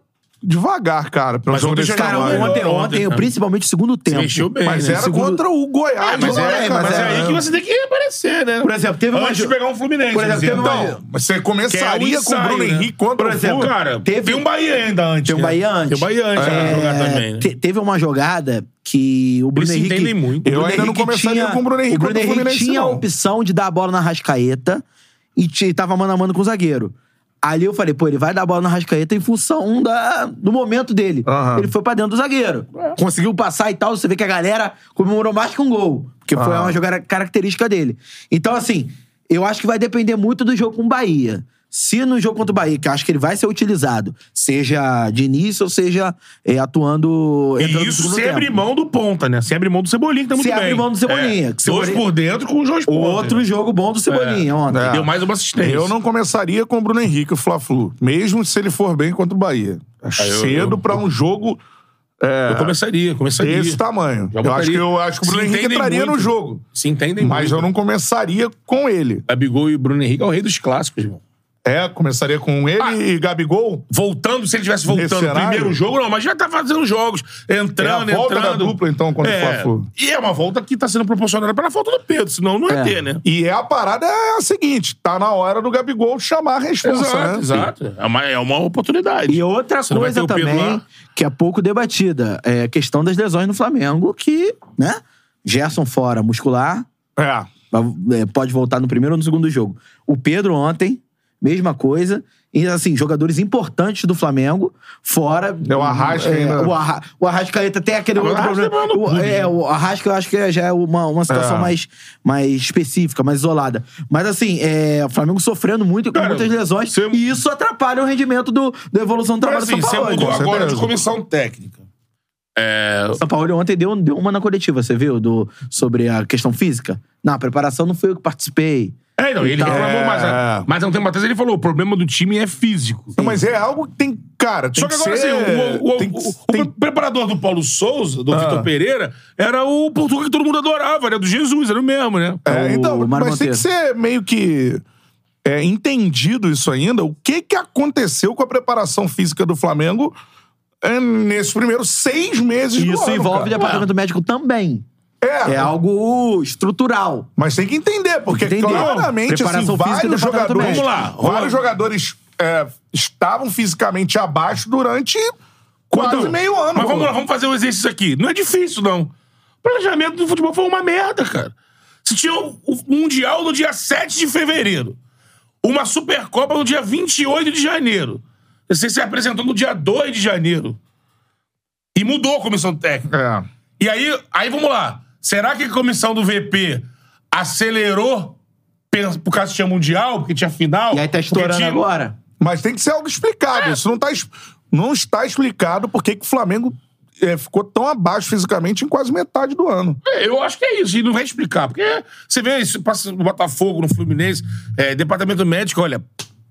[SPEAKER 1] devagar, cara. Pra um
[SPEAKER 5] Mas
[SPEAKER 1] jogo
[SPEAKER 5] ontem
[SPEAKER 1] desse
[SPEAKER 5] jogaram
[SPEAKER 1] tamanho.
[SPEAKER 5] melhor
[SPEAKER 3] ontem, ontem,
[SPEAKER 5] ontem, né?
[SPEAKER 3] principalmente o segundo tempo.
[SPEAKER 5] mexeu bem,
[SPEAKER 1] Mas
[SPEAKER 5] né?
[SPEAKER 1] era
[SPEAKER 3] Segundo-
[SPEAKER 1] contra o Goiás,
[SPEAKER 5] É, mas,
[SPEAKER 1] né,
[SPEAKER 5] é,
[SPEAKER 1] cara?
[SPEAKER 5] mas é
[SPEAKER 3] mas é-
[SPEAKER 5] aí que você tem que aparecer, né?
[SPEAKER 3] Por exemplo, teve uma
[SPEAKER 5] Antes de
[SPEAKER 3] jo-
[SPEAKER 5] pegar um Fluminense.
[SPEAKER 3] Por exemplo,
[SPEAKER 5] quer dizer,
[SPEAKER 3] teve uma-
[SPEAKER 5] então,
[SPEAKER 1] Você
[SPEAKER 5] que é
[SPEAKER 1] começaria
[SPEAKER 5] um
[SPEAKER 1] com o Bruno
[SPEAKER 5] ensaio, né?
[SPEAKER 1] Henrique contra
[SPEAKER 5] Por
[SPEAKER 1] o
[SPEAKER 5] exemplo,
[SPEAKER 1] Flu.
[SPEAKER 5] cara,
[SPEAKER 3] Teve-
[SPEAKER 5] tem um Bahia ainda antes.
[SPEAKER 3] Tem um
[SPEAKER 5] né?
[SPEAKER 3] Bahia antes.
[SPEAKER 5] Tem um Bahia antes pra
[SPEAKER 3] É,
[SPEAKER 5] jogar também. né?
[SPEAKER 3] te- teve uma jogada que o Bruno
[SPEAKER 5] Eles se
[SPEAKER 3] Henrique.
[SPEAKER 5] entendem muito.
[SPEAKER 3] o Bruno
[SPEAKER 1] Eu ainda não
[SPEAKER 3] Henrique
[SPEAKER 1] começaria
[SPEAKER 3] tinha-
[SPEAKER 1] com o Bruno Henrique
[SPEAKER 3] O Bruno
[SPEAKER 1] contra o
[SPEAKER 3] Henrique
[SPEAKER 1] Fluminense,
[SPEAKER 3] tinha a
[SPEAKER 1] não.
[SPEAKER 3] opção de dar a bola na Rascaeta e ti- tava mano a mano com o zagueiro. Ali eu falei, pô, ele vai dar a bola na Rascaeta em função um da, do momento dele.
[SPEAKER 1] Aham.
[SPEAKER 3] Ele foi pra dentro do zagueiro. Conseguiu passar e tal. Você vê que a galera comemorou mais que um gol. Porque foi
[SPEAKER 5] Ah.
[SPEAKER 1] Aham.
[SPEAKER 3] uma jogada característica dele. Então, assim, eu acho que vai depender muito do jogo com o Bahia. Se no jogo contra o Bahia, que eu acho que ele vai ser utilizado, seja de início ou seja é, atuando. entrando
[SPEAKER 5] E
[SPEAKER 3] no
[SPEAKER 5] isso
[SPEAKER 3] segundo
[SPEAKER 5] sem
[SPEAKER 3] tempo.
[SPEAKER 5] abrir mão do ponta, né? Sem abrir mão do Cebolinha, que tá muito
[SPEAKER 3] Sem
[SPEAKER 5] bem.
[SPEAKER 3] abrir mão do Cebolinha,
[SPEAKER 5] É,
[SPEAKER 3] que Cebolinha-
[SPEAKER 5] Dois por um, dentro com os dois pontos.
[SPEAKER 3] Outro jogo bom do Cebolinha ontem.
[SPEAKER 1] É.
[SPEAKER 5] Deu mais uma assistência.
[SPEAKER 1] Eu não começaria com o Bruno Henrique, o Fla-Flu. Mesmo se ele for bem contra o Bahia. Acho
[SPEAKER 5] Ah, eu-
[SPEAKER 1] cedo
[SPEAKER 5] eu-
[SPEAKER 1] pra um jogo
[SPEAKER 5] Eu começaria, começaria.
[SPEAKER 1] desse tamanho. Eu
[SPEAKER 5] Já
[SPEAKER 1] acho,
[SPEAKER 5] botaria.
[SPEAKER 1] que, eu acho que o
[SPEAKER 5] Se
[SPEAKER 1] Bruno Henrique
[SPEAKER 5] entendem
[SPEAKER 1] entraria no
[SPEAKER 5] muito.
[SPEAKER 1] jogo.
[SPEAKER 5] Se entendem
[SPEAKER 1] Mas
[SPEAKER 5] muito.
[SPEAKER 1] eu não começaria com ele.
[SPEAKER 5] Gabigol e Bruno Henrique é o rei dos clássicos, irmão.
[SPEAKER 1] É, começaria com ele
[SPEAKER 5] Ah.
[SPEAKER 1] e Gabigol.
[SPEAKER 5] Voltando, se ele tivesse voltando
[SPEAKER 1] Nesse
[SPEAKER 5] no primeiro
[SPEAKER 1] cenário?
[SPEAKER 5] jogo, não, mas já tá fazendo jogos. Entrando,
[SPEAKER 1] É a volta
[SPEAKER 5] entrando.
[SPEAKER 1] da dupla, então, contra o Fla-Flu.
[SPEAKER 5] E é uma volta que tá sendo proporcionada pela falta do Pedro, senão não ia
[SPEAKER 3] É.
[SPEAKER 5] ter, né?
[SPEAKER 1] E é a parada é a seguinte: tá na hora do Gabigol chamar a responsa, né?
[SPEAKER 5] exato. É uma, é uma oportunidade.
[SPEAKER 3] E outra
[SPEAKER 5] Você não vai
[SPEAKER 3] coisa
[SPEAKER 5] ter o Pedro
[SPEAKER 3] também,
[SPEAKER 5] lá?
[SPEAKER 3] que é pouco debatida, é a questão das lesões no Flamengo, que, né? Gerson fora, muscular,
[SPEAKER 1] É.
[SPEAKER 3] é, pode voltar no primeiro ou no segundo jogo. O Pedro ontem, mesma coisa. E, assim, jogadores importantes do Flamengo, fora.
[SPEAKER 1] É
[SPEAKER 3] é,
[SPEAKER 1] o Arrasca ainda. tá
[SPEAKER 3] O, Arra, o Arrascaeta tem aquele
[SPEAKER 5] Ah, mas
[SPEAKER 3] outro
[SPEAKER 5] o Arrasca
[SPEAKER 3] problema.
[SPEAKER 5] é mano
[SPEAKER 3] O,
[SPEAKER 5] no clube,
[SPEAKER 3] é, o Arrasca eu acho que já é uma, uma situação
[SPEAKER 1] É.
[SPEAKER 3] mais, mais específica, mais isolada. Mas, assim, é, o Flamengo sofrendo muito e com
[SPEAKER 5] Cara,
[SPEAKER 3] muitas lesões.
[SPEAKER 1] é
[SPEAKER 5] você-
[SPEAKER 3] E isso atrapalha o rendimento do, da evolução do trabalho
[SPEAKER 5] Mas, assim,
[SPEAKER 3] do São
[SPEAKER 5] você
[SPEAKER 3] Paulo.
[SPEAKER 5] mudou
[SPEAKER 1] com
[SPEAKER 5] agora
[SPEAKER 1] certeza.
[SPEAKER 5] de comissão técnica. É,
[SPEAKER 3] São Paulo ontem deu, deu uma na coletiva, você viu? Do, sobre a questão física. Não, a preparação não foi eu que participei.
[SPEAKER 5] É, não, ele
[SPEAKER 3] Então,
[SPEAKER 5] reclamou,
[SPEAKER 1] é.
[SPEAKER 5] mas, há- mas há um tempo atrás ele falou: o problema do time é físico.
[SPEAKER 1] Não, mas é algo que tem. Cara, tem
[SPEAKER 5] Só que agora,
[SPEAKER 1] ser,
[SPEAKER 5] assim, o, o- o-
[SPEAKER 1] tem que-
[SPEAKER 5] o- o
[SPEAKER 1] tem-
[SPEAKER 5] pre- preparador do Paulo Souza, do
[SPEAKER 1] Ah.
[SPEAKER 5] Vitor Pereira, era o português que todo mundo adorava, era do Jesus, era o mesmo, né?
[SPEAKER 1] É,
[SPEAKER 3] o
[SPEAKER 1] então, mas
[SPEAKER 3] Mário
[SPEAKER 1] tem
[SPEAKER 3] Monteiro.
[SPEAKER 1] que ser meio que é, entendido isso ainda. O que, que aconteceu com a preparação física do Flamengo é, nesses primeiros seis meses do
[SPEAKER 3] Isso
[SPEAKER 1] ano,
[SPEAKER 3] envolve
[SPEAKER 1] cara.
[SPEAKER 3] departamento médico também.
[SPEAKER 1] É,
[SPEAKER 3] É algo estrutural.
[SPEAKER 1] mas tem que entender, porque
[SPEAKER 3] Tem que entender.
[SPEAKER 1] claramente assim,
[SPEAKER 3] Preparação física e
[SPEAKER 1] vários
[SPEAKER 3] departamento
[SPEAKER 1] jogadores...
[SPEAKER 5] médico. Vamos lá, vamos
[SPEAKER 1] Vários
[SPEAKER 5] lá.
[SPEAKER 1] jogadores é, estavam fisicamente abaixo durante
[SPEAKER 5] Quando-
[SPEAKER 1] quase meio ano.
[SPEAKER 5] Então, Mas
[SPEAKER 1] pô.
[SPEAKER 5] vamos lá, vamos fazer o exercício aqui. Não é difícil, não. O planejamento do futebol foi uma merda, cara. Se tinha o, o Mundial no dia 7 de fevereiro, uma Supercopa no dia 28 de janeiro. Você se apresentou no dia 2 de janeiro. E mudou a comissão técnica.
[SPEAKER 1] É.
[SPEAKER 5] E aí, aí vamos lá. Será que a comissão do VP acelerou pens- por causa que tinha mundial, porque tinha final?
[SPEAKER 3] E aí tá estourando
[SPEAKER 5] Porque tinha-
[SPEAKER 3] agora.
[SPEAKER 1] Mas tem que ser algo explicado. Isso não, tá, es- não está explicado por que que o Flamengo é, ficou tão abaixo fisicamente em quase metade do ano.
[SPEAKER 5] É, Eu acho que é isso, e não vai explicar. Porque você vê isso, passa no Botafogo, no Fluminense, é, departamento médico, olha,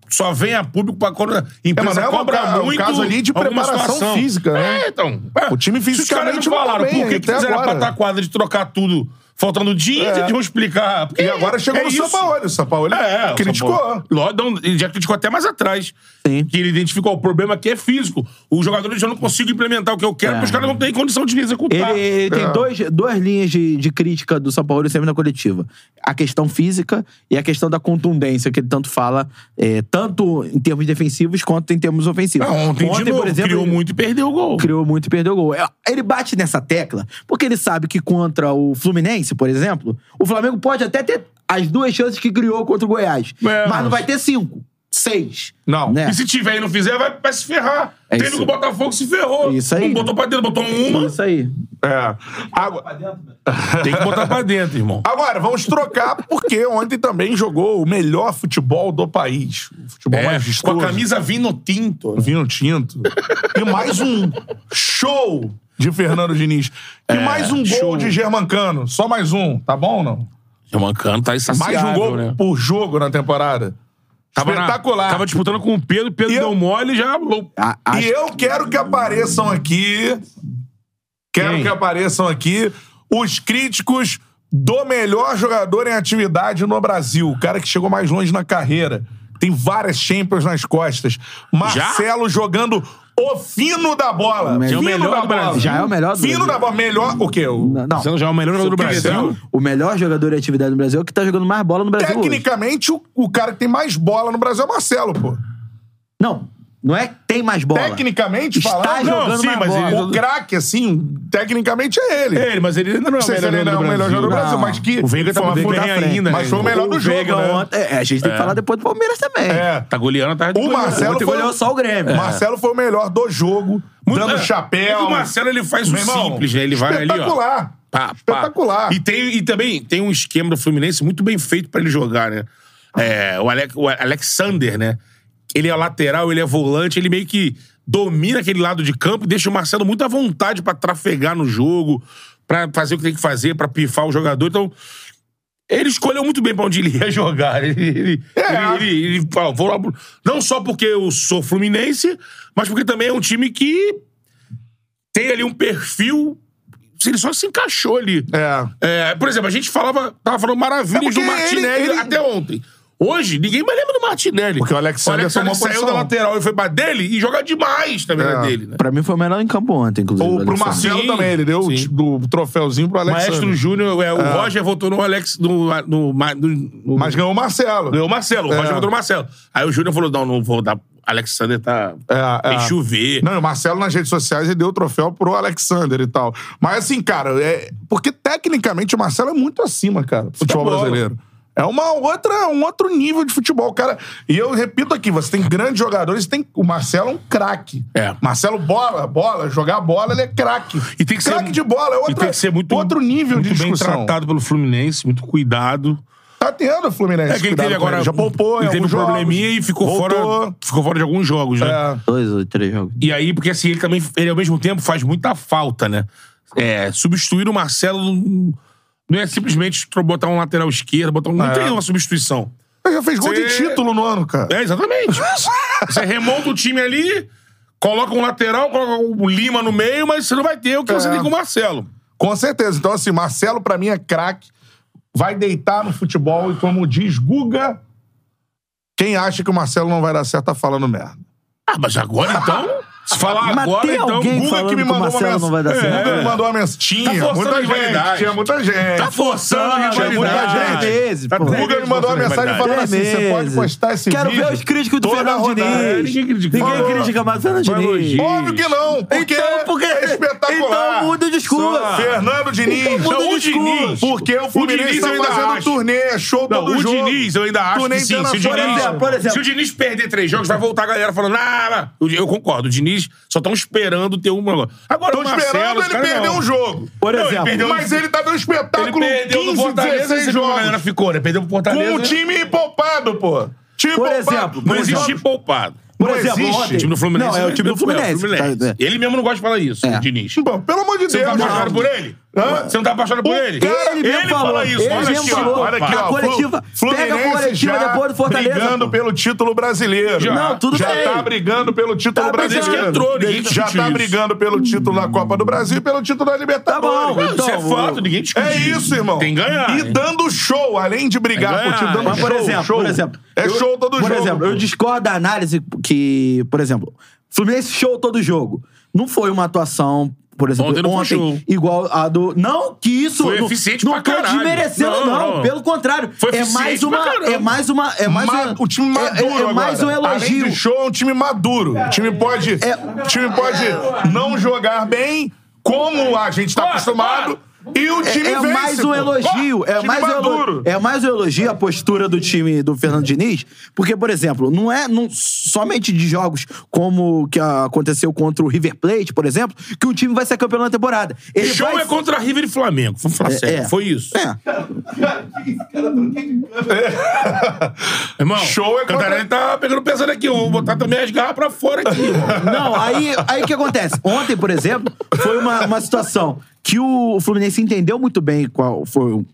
[SPEAKER 5] só vem a público pra quando a
[SPEAKER 1] É, mas
[SPEAKER 5] empresa
[SPEAKER 1] não é uma
[SPEAKER 5] cobra
[SPEAKER 1] ca- um
[SPEAKER 5] muito.
[SPEAKER 1] caso ali de
[SPEAKER 5] alguma
[SPEAKER 1] preparação
[SPEAKER 5] situação.
[SPEAKER 1] física, né?
[SPEAKER 5] É, então.
[SPEAKER 1] O time
[SPEAKER 5] se os caras
[SPEAKER 1] fisicamente
[SPEAKER 5] não falaram
[SPEAKER 1] mandou bem
[SPEAKER 5] por que, que
[SPEAKER 1] até
[SPEAKER 5] fizeram
[SPEAKER 1] agora.
[SPEAKER 5] a pataquada de trocar tudo faltando dias,
[SPEAKER 1] É.
[SPEAKER 5] eles vão explicar. Porque
[SPEAKER 1] E agora chegou
[SPEAKER 5] é
[SPEAKER 1] no
[SPEAKER 5] isso.
[SPEAKER 1] São Paulo. O São Paulo
[SPEAKER 5] É,
[SPEAKER 1] criticou.
[SPEAKER 5] Lodon, ele já criticou até mais atrás.
[SPEAKER 3] Sim.
[SPEAKER 5] Que ele identificou o problema que é físico. Os jogadores já não conseguem implementar o que eu quero,
[SPEAKER 3] É.
[SPEAKER 5] porque os caras não têm condição de
[SPEAKER 3] Ele
[SPEAKER 5] executar.
[SPEAKER 3] ele tem
[SPEAKER 1] É.
[SPEAKER 3] dois, duas linhas de, de crítica do São Paulo sempre na coletiva. A questão física e a questão da contundência, que ele tanto fala, é, tanto em termos defensivos quanto em termos ofensivos.
[SPEAKER 5] Não, Ah, ontem, de novo, criou
[SPEAKER 3] ele-
[SPEAKER 5] muito e perdeu o gol.
[SPEAKER 3] criou muito e perdeu gol. É, Ele bate nessa tecla porque ele sabe que contra o Fluminense, por exemplo, o Flamengo pode até ter as duas chances que criou contra o Goiás.
[SPEAKER 5] É,
[SPEAKER 3] mas não
[SPEAKER 5] mas-
[SPEAKER 3] vai ter cinco, seis.
[SPEAKER 1] Não.
[SPEAKER 3] Né?
[SPEAKER 5] E se tiver e não fizer, vai, vai se ferrar.
[SPEAKER 3] É
[SPEAKER 5] Teve
[SPEAKER 3] isso.
[SPEAKER 5] que o Botafogo se ferrou.
[SPEAKER 3] Isso aí.
[SPEAKER 5] Não botou pra dentro, botou uma.
[SPEAKER 3] Isso aí.
[SPEAKER 1] É. Agora,
[SPEAKER 5] Tem que botar pra dentro, irmão.
[SPEAKER 1] agora, vamos trocar, porque ontem também jogou o melhor futebol do país. O futebol mais
[SPEAKER 5] É, com
[SPEAKER 1] vistoso.
[SPEAKER 5] a camisa vinho tinto. né?
[SPEAKER 1] Vinho tinto. E mais um show de Fernando Diniz. E mais um gol
[SPEAKER 5] show.
[SPEAKER 1] de Germancano. Só mais um, tá bom ou não?
[SPEAKER 5] Germancano tá
[SPEAKER 1] Mais
[SPEAKER 5] insaciável,
[SPEAKER 1] um gol
[SPEAKER 5] né?
[SPEAKER 1] por jogo na temporada.
[SPEAKER 5] Tava na-
[SPEAKER 1] Espetacular.
[SPEAKER 5] tava disputando com o Pedro, o Pedro
[SPEAKER 1] E eu-
[SPEAKER 5] deu mole e já...
[SPEAKER 3] A- a-
[SPEAKER 1] E eu quero que apareçam aqui. Quero
[SPEAKER 5] Quem?
[SPEAKER 1] que apareçam aqui os críticos do melhor jogador em atividade no Brasil. O cara que chegou mais longe na carreira. Tem várias Champions nas costas. Marcelo jogando o fino da bola.
[SPEAKER 3] Já é o
[SPEAKER 1] Fino
[SPEAKER 5] melhor
[SPEAKER 1] da
[SPEAKER 5] do
[SPEAKER 1] bola.
[SPEAKER 5] Brasil.
[SPEAKER 3] Já é o melhor do
[SPEAKER 1] Fino
[SPEAKER 3] Brasil.
[SPEAKER 1] da bola. Melhor o quê? O-
[SPEAKER 3] Não,
[SPEAKER 5] Marcelo já é o melhor jogador do Brasil.
[SPEAKER 3] o melhor jogador em atividade no Brasil é o que tá jogando mais bola no Brasil. hoje.
[SPEAKER 1] Tecnicamente, o, o cara que tem mais bola no Brasil é o Marcelo, pô.
[SPEAKER 3] Não, não é que tem mais bola.
[SPEAKER 1] Tecnicamente
[SPEAKER 3] Está
[SPEAKER 1] falando,
[SPEAKER 3] jogando
[SPEAKER 5] Não, sim,
[SPEAKER 3] mais
[SPEAKER 5] mas
[SPEAKER 3] bola.
[SPEAKER 5] ele-
[SPEAKER 1] o craque, assim, tecnicamente é ele.
[SPEAKER 5] Ele, mas ele ainda não é o
[SPEAKER 1] Vocês
[SPEAKER 5] melhor
[SPEAKER 1] ainda
[SPEAKER 5] jogador
[SPEAKER 1] não é
[SPEAKER 5] do
[SPEAKER 1] o melhor
[SPEAKER 5] Brasil.
[SPEAKER 1] jogador do Brasil,
[SPEAKER 3] Não.
[SPEAKER 1] mas que.
[SPEAKER 5] O Veiga tá
[SPEAKER 1] foi
[SPEAKER 5] o Veiga
[SPEAKER 1] fundamental,
[SPEAKER 5] ainda, né?
[SPEAKER 1] Mas foi o melhor do jogo.
[SPEAKER 3] Veiga
[SPEAKER 1] né?
[SPEAKER 3] ontem- é, a gente tem que falar depois do Palmeiras também.
[SPEAKER 1] É.
[SPEAKER 5] Tá goleando, tá...
[SPEAKER 1] O Marcelo
[SPEAKER 3] Ontem
[SPEAKER 1] foi.
[SPEAKER 3] goleou só o Grêmio.
[SPEAKER 1] O Marcelo foi o melhor do jogo, É. dando
[SPEAKER 5] é,
[SPEAKER 1] chapéu.
[SPEAKER 5] O Marcelo, ele faz o
[SPEAKER 1] Meu irmão,
[SPEAKER 5] simples, né? Ele vai ali, ó.
[SPEAKER 1] Espetacular.
[SPEAKER 5] Pá, pá.
[SPEAKER 1] Espetacular.
[SPEAKER 5] E, tem, e também tem um esquema do Fluminense muito bem feito pra ele jogar, né? É, o, Alex, o Alexander, né? Ele é lateral, ele é volante, ele meio que domina aquele lado de campo e deixa o Marcelo muito à vontade pra trafegar no jogo, pra fazer o que tem que fazer, pra pifar o jogador. Então, ele escolheu muito bem pra onde ele ia jogar. Ele, ele,
[SPEAKER 1] É.
[SPEAKER 5] ele, ele- ele falou, vou lá. pro- Não só porque eu sou Fluminense, mas porque também é um time que tem ali um perfil. Ele só se encaixou ali.
[SPEAKER 1] É.
[SPEAKER 5] É, por exemplo, a gente falava, tava falando maravilhas
[SPEAKER 1] É porque
[SPEAKER 5] do Martinelli
[SPEAKER 1] ele- ele-
[SPEAKER 5] até ontem. Hoje, ninguém mais lembra do Martinelli.
[SPEAKER 1] Porque o Alexander tomou
[SPEAKER 5] saiu
[SPEAKER 1] posição.
[SPEAKER 5] da lateral e foi pra dele e joga demais também na
[SPEAKER 1] É.
[SPEAKER 5] dele, né?
[SPEAKER 3] Pra mim foi o melhor em campo ontem, inclusive.
[SPEAKER 1] Ou pro
[SPEAKER 3] Alexandre.
[SPEAKER 1] Marcelo
[SPEAKER 5] Sim,
[SPEAKER 1] também, ele deu o
[SPEAKER 5] sim.
[SPEAKER 1] ti- do troféuzinho pro Alexander.
[SPEAKER 5] Maestro Júnior, é, o Roger votou no Alex. No, no, no, no-
[SPEAKER 1] Mas ganhou o Marcelo.
[SPEAKER 5] Ganhou o Marcelo, o
[SPEAKER 1] É.
[SPEAKER 5] Roger votou no Marcelo. Aí o Júnior falou: não, não vou dar. Alexander tá.
[SPEAKER 1] É,
[SPEAKER 5] Tem
[SPEAKER 1] é.
[SPEAKER 5] chover.
[SPEAKER 1] Não, e o Marcelo nas redes sociais ele deu o troféu pro Alexander e tal. Mas assim, cara, é... porque tecnicamente o Marcelo é muito acima, cara, do futebol
[SPEAKER 5] Futebol.
[SPEAKER 1] brasileiro. É uma outra, um outro nível de futebol, cara. E eu repito aqui, você tem grandes jogadores, tem o Marcelo é um craque.
[SPEAKER 5] É.
[SPEAKER 1] Marcelo bola, bola, jogar bola, ele é craque.
[SPEAKER 5] E tem que ser-
[SPEAKER 1] craque de bola, é outra,
[SPEAKER 5] e tem que ser muito,
[SPEAKER 1] outro nível
[SPEAKER 5] muito
[SPEAKER 1] de
[SPEAKER 5] bem
[SPEAKER 1] discussão.
[SPEAKER 5] tratado pelo Fluminense, muito cuidado.
[SPEAKER 1] Tá tendo o Fluminense.
[SPEAKER 5] É que ele
[SPEAKER 1] cuidado
[SPEAKER 5] teve
[SPEAKER 1] com
[SPEAKER 5] agora.
[SPEAKER 1] Já poupou,
[SPEAKER 5] ele
[SPEAKER 1] em
[SPEAKER 5] teve um
[SPEAKER 1] alguns jogos,
[SPEAKER 5] probleminha e ficou fora,
[SPEAKER 1] voltou.
[SPEAKER 5] ficou fora de alguns jogos, né?
[SPEAKER 1] É.
[SPEAKER 3] Dois ou três jogos.
[SPEAKER 5] E aí, porque assim, ele também, ele ao mesmo tempo faz muita falta, né? É, substituir o Marcelo não- não é simplesmente tro- botar um lateral esquerdo, botar um. Não
[SPEAKER 1] É.
[SPEAKER 5] tem uma substituição.
[SPEAKER 1] Ele já fez gol de
[SPEAKER 5] Você-
[SPEAKER 1] título no ano, cara.
[SPEAKER 5] É, exatamente. você remonta o time ali, coloca um lateral, coloca o Lima no meio, mas você não vai ter o que você
[SPEAKER 1] É.
[SPEAKER 5] tem com o Marcelo.
[SPEAKER 1] Com certeza. Então, assim, Marcelo, pra mim, é craque. Vai deitar no futebol e, como diz Guga, quem acha que o Marcelo não vai dar certo tá falando merda.
[SPEAKER 5] Ah, mas agora então. Se falar
[SPEAKER 3] Mas
[SPEAKER 5] agora,
[SPEAKER 3] tem
[SPEAKER 5] então,
[SPEAKER 3] alguém
[SPEAKER 5] Guga
[SPEAKER 3] falando
[SPEAKER 5] que me
[SPEAKER 3] que o
[SPEAKER 5] mandou
[SPEAKER 3] Marcelo
[SPEAKER 5] uma
[SPEAKER 3] não vai dar
[SPEAKER 5] mensagem.
[SPEAKER 1] O
[SPEAKER 3] certo.
[SPEAKER 1] Guga
[SPEAKER 5] É.
[SPEAKER 1] me mandou uma mensagem. Tinha,
[SPEAKER 5] forçando a
[SPEAKER 1] muita gente.
[SPEAKER 5] rivalidade.
[SPEAKER 1] Tinha muita gente.
[SPEAKER 5] Tá forçando a
[SPEAKER 3] é
[SPEAKER 1] Tinha muita
[SPEAKER 5] rivalidade.
[SPEAKER 1] gente.
[SPEAKER 3] meses,
[SPEAKER 5] Tá
[SPEAKER 3] pô.
[SPEAKER 1] O
[SPEAKER 5] três
[SPEAKER 1] Guga me
[SPEAKER 5] meses
[SPEAKER 1] mandou uma
[SPEAKER 5] forçando a
[SPEAKER 1] mensagem
[SPEAKER 5] rivalidade.
[SPEAKER 1] falando assim: você pode postar esse
[SPEAKER 3] Quero
[SPEAKER 1] vídeo.
[SPEAKER 3] ver os críticos do
[SPEAKER 1] toda
[SPEAKER 3] Fernando
[SPEAKER 1] rodada.
[SPEAKER 5] É,
[SPEAKER 3] Diniz.
[SPEAKER 5] ninguém critica.
[SPEAKER 3] Ninguém
[SPEAKER 5] Fala.
[SPEAKER 3] critica mais o Fernando
[SPEAKER 5] Vai
[SPEAKER 3] Diniz.
[SPEAKER 5] elogiar.
[SPEAKER 1] Óbvio que não, porque,
[SPEAKER 3] Então, porque-
[SPEAKER 1] é espetacular.
[SPEAKER 3] então muda o discurso.
[SPEAKER 1] Só- Fernando Diniz.
[SPEAKER 3] Então muda
[SPEAKER 1] Não,
[SPEAKER 3] o
[SPEAKER 1] o Diniz.
[SPEAKER 3] discurso.
[SPEAKER 1] Porque o
[SPEAKER 5] O
[SPEAKER 1] Fluminense
[SPEAKER 5] Diniz eu
[SPEAKER 1] tá
[SPEAKER 5] ainda
[SPEAKER 1] fazendo
[SPEAKER 5] acho.
[SPEAKER 1] turnê, show
[SPEAKER 5] Não,
[SPEAKER 1] todo
[SPEAKER 5] o
[SPEAKER 1] jogo.
[SPEAKER 5] Diniz, eu ainda acho
[SPEAKER 1] Turnê
[SPEAKER 5] que sim. Se o,
[SPEAKER 1] internacional.
[SPEAKER 5] Diniz,
[SPEAKER 3] Por exemplo.
[SPEAKER 5] se o Diniz perder três jogos, vai voltar a galera falando, ah, não." eu concordo, o Diniz só estão esperando ter uma agora. Agora
[SPEAKER 1] Tô
[SPEAKER 5] o Marcelo,
[SPEAKER 1] esperando
[SPEAKER 5] os
[SPEAKER 1] ele
[SPEAKER 5] caras
[SPEAKER 1] perder
[SPEAKER 5] não.
[SPEAKER 1] um jogo.
[SPEAKER 3] Por
[SPEAKER 5] Não, ele
[SPEAKER 3] exemplo,
[SPEAKER 5] perdeu-
[SPEAKER 1] Mas ele tá no
[SPEAKER 5] Ele
[SPEAKER 1] espetáculo
[SPEAKER 5] perdeu no
[SPEAKER 1] 15,
[SPEAKER 5] Fortaleza,
[SPEAKER 1] 16
[SPEAKER 5] você viu como a galera
[SPEAKER 1] jogos.
[SPEAKER 5] ficou, né? Perdeu pro Fortaleza.
[SPEAKER 1] Com o time poupado, pô. Time
[SPEAKER 3] Por
[SPEAKER 1] poupado.
[SPEAKER 3] exemplo,
[SPEAKER 5] Não
[SPEAKER 3] por
[SPEAKER 5] existe
[SPEAKER 3] exemplo,
[SPEAKER 5] poupado.
[SPEAKER 3] Por
[SPEAKER 1] Não
[SPEAKER 3] exemplo,
[SPEAKER 1] existe.
[SPEAKER 3] ontem-
[SPEAKER 5] O time do Fluminense.
[SPEAKER 3] Não, é o time do Fluminense.
[SPEAKER 5] é o Fluminense.
[SPEAKER 3] Tá- é.
[SPEAKER 5] Ele mesmo não gosta de falar isso,
[SPEAKER 3] É.
[SPEAKER 5] o Diniz.
[SPEAKER 1] Bom, pelo amor de
[SPEAKER 5] Você não
[SPEAKER 1] Deus.
[SPEAKER 5] tá apaixonado
[SPEAKER 1] não.
[SPEAKER 5] por ele?
[SPEAKER 1] Hã?
[SPEAKER 5] Você não tá apaixonado por ele?
[SPEAKER 1] cara-
[SPEAKER 3] Ele mesmo falou.
[SPEAKER 5] fala isso.
[SPEAKER 3] Ele
[SPEAKER 5] Olha
[SPEAKER 3] mesmo
[SPEAKER 5] aqui, ó.
[SPEAKER 3] falou.
[SPEAKER 5] Olha aqui,
[SPEAKER 3] Na
[SPEAKER 5] ó.
[SPEAKER 3] coletiva. Pega a
[SPEAKER 1] Fluminense
[SPEAKER 3] coletiva
[SPEAKER 1] já
[SPEAKER 3] depois do Fortaleza,
[SPEAKER 1] brigando
[SPEAKER 3] pô.
[SPEAKER 1] pelo título brasileiro.
[SPEAKER 5] Já.
[SPEAKER 3] Não, tudo
[SPEAKER 1] já
[SPEAKER 3] bem.
[SPEAKER 1] tá brigando pelo título
[SPEAKER 3] Tá brigando.
[SPEAKER 1] brasileiro.
[SPEAKER 5] Desde que entrou, ninguém
[SPEAKER 1] já tá
[SPEAKER 5] discutiu isso.
[SPEAKER 1] brigando pelo título da Copa do Brasil e pelo título da Libertadores.
[SPEAKER 3] Tá bom.
[SPEAKER 5] Não, isso é
[SPEAKER 3] Então,
[SPEAKER 5] fato, ninguém discute.
[SPEAKER 1] É isso, irmão.
[SPEAKER 5] Tem que ganhar.
[SPEAKER 1] E
[SPEAKER 5] hein?
[SPEAKER 1] dando show, além de brigar
[SPEAKER 5] Tem
[SPEAKER 1] por
[SPEAKER 5] ganhar,
[SPEAKER 1] time, dando
[SPEAKER 3] Mas, por
[SPEAKER 1] show,
[SPEAKER 3] exemplo,
[SPEAKER 1] show.
[SPEAKER 3] por exemplo.
[SPEAKER 1] É
[SPEAKER 3] eu-
[SPEAKER 1] show todo
[SPEAKER 3] Por
[SPEAKER 1] jogo.
[SPEAKER 3] exemplo,
[SPEAKER 1] pô.
[SPEAKER 3] eu discordo da análise que, por exemplo, Fluminense show todo jogo. Não foi uma atuação, por exemplo,
[SPEAKER 5] Ontem
[SPEAKER 3] ontem,
[SPEAKER 5] não foi show.
[SPEAKER 3] igual a do. Não que isso.
[SPEAKER 5] Foi
[SPEAKER 3] não,
[SPEAKER 5] eficiente
[SPEAKER 3] não
[SPEAKER 5] pra
[SPEAKER 3] tô
[SPEAKER 5] caralho.
[SPEAKER 3] desmerecendo,
[SPEAKER 5] Não,
[SPEAKER 3] não,
[SPEAKER 5] não.
[SPEAKER 3] Pelo contrário.
[SPEAKER 5] Foi
[SPEAKER 3] é mais
[SPEAKER 5] eficiente pra
[SPEAKER 3] uma.
[SPEAKER 5] caramba.
[SPEAKER 3] É mais uma. É mais
[SPEAKER 1] Ma-
[SPEAKER 3] uma-
[SPEAKER 1] o time
[SPEAKER 3] é-
[SPEAKER 1] maduro
[SPEAKER 3] É, é mais um
[SPEAKER 1] agora. Além
[SPEAKER 3] elogio. É-
[SPEAKER 1] de show, é um time maduro. O time pode, o time pode não jogar bem, como a gente tá
[SPEAKER 5] Bora,
[SPEAKER 1] acostumado, e o time
[SPEAKER 3] É, é
[SPEAKER 1] vence,
[SPEAKER 3] mais um
[SPEAKER 1] pô.
[SPEAKER 3] elogio.
[SPEAKER 1] Bora,
[SPEAKER 3] É
[SPEAKER 1] time
[SPEAKER 3] mais, um
[SPEAKER 1] maduro.
[SPEAKER 3] elo- é mais um elogio a postura do time do Fernando Diniz. Porque, por exemplo, não é não- somente de jogos como o que aconteceu contra o River Plate, por exemplo, que o time vai ser campeão na temporada. Ele
[SPEAKER 5] Show
[SPEAKER 3] vai-
[SPEAKER 5] é contra River e Flamengo. Vamos falar sério.
[SPEAKER 3] é.
[SPEAKER 5] Foi isso.
[SPEAKER 3] É.
[SPEAKER 5] Irmão,
[SPEAKER 1] Show é contra-
[SPEAKER 5] Cantarelli tá pegando pesado aqui. Eu vou botar também as garras pra fora aqui. irmão.
[SPEAKER 3] Não, aí aí o que acontece? Ontem, por exemplo, foi uma, uma situação que o Fluminense entendeu muito bem qual foi o-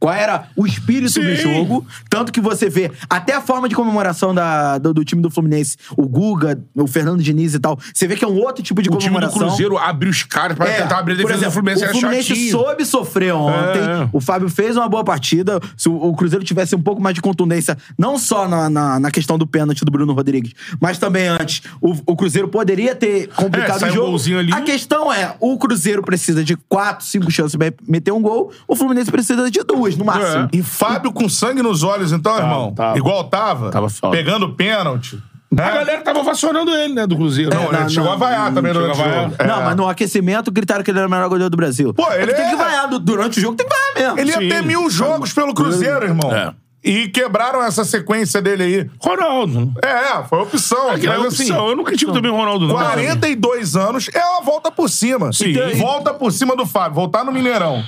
[SPEAKER 3] qual era o espírito
[SPEAKER 5] Sim.
[SPEAKER 3] do jogo, tanto que você vê até a forma de comemoração da- do, do time do Fluminense, o Guga, o Fernando Diniz e tal, você vê que é um outro tipo de
[SPEAKER 5] o time do
[SPEAKER 3] comemoração.
[SPEAKER 5] Cruzeiro abriu os caras pra
[SPEAKER 3] É,
[SPEAKER 5] tentar abrir a
[SPEAKER 3] por
[SPEAKER 5] defesa do
[SPEAKER 3] exemplo,
[SPEAKER 5] Fluminense.
[SPEAKER 3] O
[SPEAKER 5] era
[SPEAKER 3] Fluminense
[SPEAKER 5] chatinho.
[SPEAKER 3] soube sofrer ontem.
[SPEAKER 5] É.
[SPEAKER 3] O Fábio fez uma boa partida. Se o, o Cruzeiro tivesse um pouco mais de contundência, não só na, na, na questão do pênalti do Bruno Rodrigues, mas também antes, o, o Cruzeiro poderia ter
[SPEAKER 5] É,
[SPEAKER 3] complicado
[SPEAKER 5] saiu
[SPEAKER 3] o
[SPEAKER 5] um
[SPEAKER 3] jogo.
[SPEAKER 5] golzinho ali.
[SPEAKER 3] A questão é: o Cruzeiro precisa de quatro, cinco chances pra meter um gol, o Fluminense precisa de duas, no máximo.
[SPEAKER 5] É.
[SPEAKER 1] E Fábio com sangue nos olhos, então, irmão.
[SPEAKER 5] tava.
[SPEAKER 1] Igual tava.
[SPEAKER 5] Tava foda.
[SPEAKER 1] pegando pênalti. né?
[SPEAKER 5] A galera tava vacionando ele, né, do Cruzeiro.
[SPEAKER 1] É, Não,
[SPEAKER 5] né?
[SPEAKER 1] ele
[SPEAKER 3] não,
[SPEAKER 1] chegou a vaiar
[SPEAKER 5] não,
[SPEAKER 1] também
[SPEAKER 5] chegou
[SPEAKER 1] durante
[SPEAKER 5] a
[SPEAKER 1] o
[SPEAKER 5] vaiar.
[SPEAKER 1] jogo.
[SPEAKER 3] Não,
[SPEAKER 1] É.
[SPEAKER 3] mas no aquecimento gritaram que ele era o melhor goleiro do Brasil.
[SPEAKER 1] Pô, ele
[SPEAKER 3] que tem
[SPEAKER 1] é-
[SPEAKER 3] que vaiar du- durante o jogo, tem que vaiar mesmo.
[SPEAKER 1] Ele ia
[SPEAKER 5] Sim.
[SPEAKER 1] ter mil jogos pelo Cruzeiro, irmão.
[SPEAKER 5] É.
[SPEAKER 1] E quebraram essa sequência dele aí.
[SPEAKER 5] Ronaldo.
[SPEAKER 1] É, foi opção.
[SPEAKER 5] Aquela
[SPEAKER 1] mas assim,
[SPEAKER 5] opção. eu não critico também o Ronaldo,
[SPEAKER 2] né?
[SPEAKER 5] não.
[SPEAKER 1] 42 anos é uma volta por cima.
[SPEAKER 5] Sim.
[SPEAKER 1] E Volta por cima do Fábio. Voltar no Mineirão.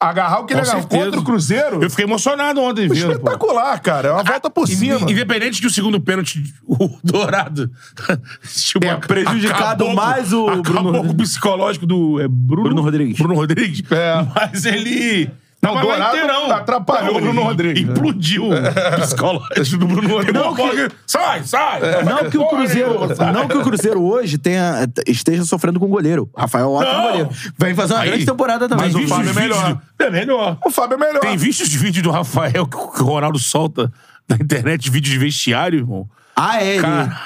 [SPEAKER 1] Agarrar o que ele
[SPEAKER 5] Com
[SPEAKER 1] agarrou
[SPEAKER 5] certeza.
[SPEAKER 1] contra o Cruzeiro.
[SPEAKER 5] Eu fiquei emocionado ontem, viu?
[SPEAKER 1] Espetacular, cara. É uma volta por cima.
[SPEAKER 5] Independente do segundo pênalti, o Dourado. tipo,
[SPEAKER 3] É, prejudicado
[SPEAKER 5] acabou com-
[SPEAKER 3] mais o
[SPEAKER 5] acabou
[SPEAKER 3] Bruno
[SPEAKER 5] com o psicológico do. É Bruno,
[SPEAKER 3] Bruno Rodrigues.
[SPEAKER 5] Bruno Rodrigues.
[SPEAKER 1] É.
[SPEAKER 5] Mas ele.
[SPEAKER 1] Não,
[SPEAKER 5] tava lá
[SPEAKER 1] Dourado
[SPEAKER 5] inteirão.
[SPEAKER 1] atrapalhou o
[SPEAKER 5] ele
[SPEAKER 1] Bruno Rodrigues.
[SPEAKER 5] Implodiu o psicológico do Bruno Rodrigues.
[SPEAKER 3] Não, É.
[SPEAKER 5] Pegou a bola e- Sai, sai!
[SPEAKER 3] Não que o Cruzeiro, não que o Cruzeiro hoje tenha, esteja sofrendo com o goleiro. Rafael Otto é um
[SPEAKER 5] Não.
[SPEAKER 3] goleiro. Vem fazer uma
[SPEAKER 5] Aí,
[SPEAKER 3] grande temporada também.
[SPEAKER 5] Mas
[SPEAKER 1] o
[SPEAKER 5] o
[SPEAKER 1] Fábio
[SPEAKER 5] Fábio
[SPEAKER 1] é
[SPEAKER 5] é
[SPEAKER 1] melhor.
[SPEAKER 5] melhor. É melhor.
[SPEAKER 1] O Fábio é melhor.
[SPEAKER 5] Tem visto os vídeos do Rafael que o Ronaldo solta na internet vídeo de vestiário, irmão.
[SPEAKER 3] Ah, é. ele-
[SPEAKER 5] Caralho.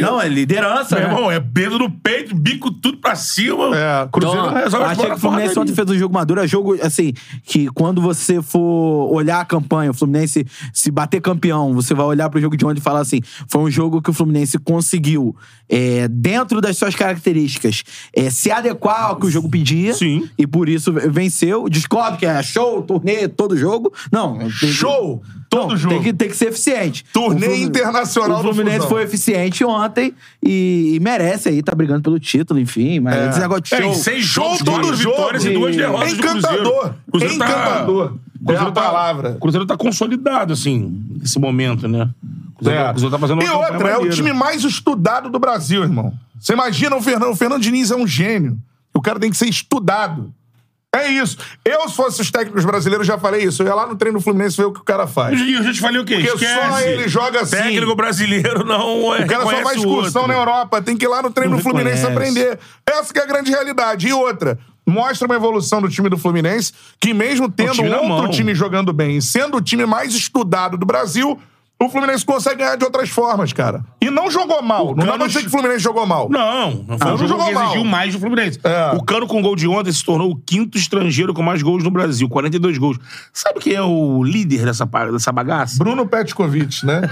[SPEAKER 3] Não, é liderança,
[SPEAKER 5] Meu
[SPEAKER 3] né?
[SPEAKER 5] irmão, é dedo no peito, bico tudo pra cima.
[SPEAKER 1] É,
[SPEAKER 5] Cruzeiro
[SPEAKER 3] Então,
[SPEAKER 5] resolve as
[SPEAKER 3] achei que o
[SPEAKER 5] bolas fora
[SPEAKER 3] Fluminense
[SPEAKER 5] dali.
[SPEAKER 3] ontem fez um jogo maduro. É jogo, assim, que quando você for olhar a campanha, o Fluminense se bater campeão, você vai olhar pro jogo de ontem e falar assim: foi um jogo que o Fluminense conseguiu, é, dentro das suas características, é, se adequar ao que o jogo pedia.
[SPEAKER 5] Sim.
[SPEAKER 3] E por isso venceu. Discordo que é show, turnê, todo jogo. Não. tem que-
[SPEAKER 1] Show! Todo
[SPEAKER 3] não,
[SPEAKER 1] jogo.
[SPEAKER 3] Tem que, tem que ser eficiente. O
[SPEAKER 1] Turnê
[SPEAKER 3] Fluminense-
[SPEAKER 1] internacional
[SPEAKER 3] o Fluminense
[SPEAKER 1] do Fusão.
[SPEAKER 3] foi eficiente ontem e, e merece aí, tá brigando pelo título, enfim. Mas esse negócio de
[SPEAKER 5] É,
[SPEAKER 3] show.
[SPEAKER 5] em seis
[SPEAKER 1] Show
[SPEAKER 5] jogos,
[SPEAKER 1] todo
[SPEAKER 5] duas
[SPEAKER 1] jogo.
[SPEAKER 5] vitórias e duas
[SPEAKER 3] De-
[SPEAKER 5] derrotas do
[SPEAKER 1] Encantador.
[SPEAKER 5] Cruzeiro. Cruzeiro tá-
[SPEAKER 1] Encantador.
[SPEAKER 5] Cruzeiro
[SPEAKER 1] É a
[SPEAKER 5] tá-
[SPEAKER 1] palavra.
[SPEAKER 5] O Cruzeiro tá consolidado, assim, nesse momento, né? O Cruzeiro,
[SPEAKER 1] É.
[SPEAKER 5] o Cruzeiro tá fazendo uma
[SPEAKER 1] e
[SPEAKER 5] campanha
[SPEAKER 1] outra, é o
[SPEAKER 5] maneira.
[SPEAKER 1] time mais estudado do Brasil, irmão. Você imagina o Fernando. O Fernando Diniz é um gênio. O cara tem que ser estudado. É isso. Eu, se fosse os técnicos brasileiros, já falei isso. Eu ia lá no treino do Fluminense ver o que o cara
[SPEAKER 5] Eu
[SPEAKER 1] faz.
[SPEAKER 5] já- Eu já te falei o quê?
[SPEAKER 1] Porque
[SPEAKER 5] Esquece.
[SPEAKER 1] só ele joga assim.
[SPEAKER 5] Técnico brasileiro não é.
[SPEAKER 1] O cara só faz excursão né, na Europa, tem que ir lá no treino
[SPEAKER 5] Não
[SPEAKER 1] do Fluminense
[SPEAKER 5] reconhece.
[SPEAKER 1] aprender. Essa que é a grande realidade. E outra, mostra uma evolução do time do Fluminense, que mesmo tendo
[SPEAKER 5] time na
[SPEAKER 1] outro
[SPEAKER 5] mão.
[SPEAKER 1] time jogando bem, e sendo o time mais estudado do Brasil, o Fluminense consegue ganhar de outras formas, cara. E não jogou mal. não dá pra
[SPEAKER 5] Cano-
[SPEAKER 1] dizer que o Fluminense jogou mal.
[SPEAKER 5] Não, não foi
[SPEAKER 1] Ah,
[SPEAKER 5] um jogo
[SPEAKER 1] jogou
[SPEAKER 5] que
[SPEAKER 1] mal.
[SPEAKER 5] exigiu mais do Fluminense.
[SPEAKER 1] É.
[SPEAKER 5] O Cano com gol de ontem se tornou o quinto estrangeiro com mais gols no Brasil, 42 gols. Sabe quem é o líder dessa, pa- dessa bagaça?
[SPEAKER 1] Bruno Petkovic, né?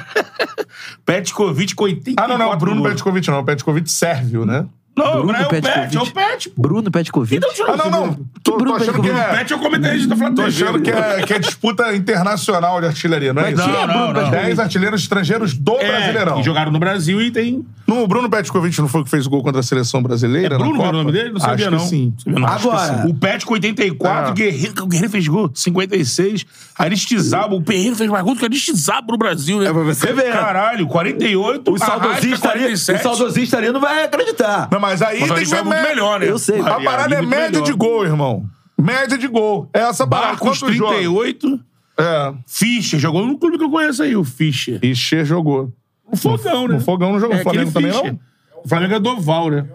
[SPEAKER 5] Petkovic com 84
[SPEAKER 1] Ah, não, não. Bruno
[SPEAKER 5] gols.
[SPEAKER 1] Petkovic não. Petkovic sérvio, né?
[SPEAKER 5] Não,
[SPEAKER 3] Bruno
[SPEAKER 5] é o Pet,
[SPEAKER 3] Petkovic.
[SPEAKER 5] é o Pet. pô.
[SPEAKER 3] Bruno Petkovic.
[SPEAKER 5] Então, tira
[SPEAKER 1] Ah, não, não. Tô, tô
[SPEAKER 3] Bruno
[SPEAKER 1] achando que
[SPEAKER 5] O
[SPEAKER 1] é...
[SPEAKER 5] Pet é o comentarista da Flávia.
[SPEAKER 1] Tô achando que é, que é disputa internacional de artilharia, não é
[SPEAKER 5] Mas
[SPEAKER 1] isso?
[SPEAKER 5] quem é Bruno Não, É, não, não. Petkovic?
[SPEAKER 1] 10 artilheiros estrangeiros do é Brasileirão.
[SPEAKER 5] E jogaram no Brasil e tem.
[SPEAKER 1] Não, o Bruno Petkovic não foi o que fez o gol contra a seleção brasileira?
[SPEAKER 5] É Bruno
[SPEAKER 1] na Copa?
[SPEAKER 5] era o nome dele? Não sabia,
[SPEAKER 1] Acho
[SPEAKER 5] não.
[SPEAKER 1] Que sim.
[SPEAKER 5] Sabia não. Acho que
[SPEAKER 3] Agora-
[SPEAKER 5] sim. O Pet com 84,
[SPEAKER 1] É.
[SPEAKER 5] o, Guerreiro, o Guerreiro fez gol. 56. Aristizaba. O Guerreiro fez mais gol do que Aristizaba no Brasil, né?
[SPEAKER 3] É pra você ver.
[SPEAKER 5] Caralho, 48.
[SPEAKER 3] o saudosista, ali, o
[SPEAKER 5] 47.
[SPEAKER 3] saudosista ali não vai acreditar.
[SPEAKER 1] Não, mas aí
[SPEAKER 5] Mas o
[SPEAKER 1] tem que ver
[SPEAKER 5] Aristizaba é muito
[SPEAKER 1] mé-
[SPEAKER 5] melhor, né?
[SPEAKER 3] Eu sei.
[SPEAKER 1] A parada é
[SPEAKER 5] muito
[SPEAKER 1] média
[SPEAKER 5] melhor.
[SPEAKER 1] de gol, irmão. Média de gol. É essa parada.
[SPEAKER 5] Barcos, um.
[SPEAKER 1] Quantos jogos?
[SPEAKER 5] 38.
[SPEAKER 1] É.
[SPEAKER 5] Fischer. Jogou no clube que eu conheço aí, o Fischer.
[SPEAKER 1] Ixê jogou.
[SPEAKER 5] O Fogão, né?
[SPEAKER 1] O Fogão não jogou.
[SPEAKER 5] É
[SPEAKER 1] o Flamengo
[SPEAKER 5] aquele
[SPEAKER 1] também
[SPEAKER 5] Fischer.
[SPEAKER 1] não?
[SPEAKER 5] O Flamengo é Doval, né?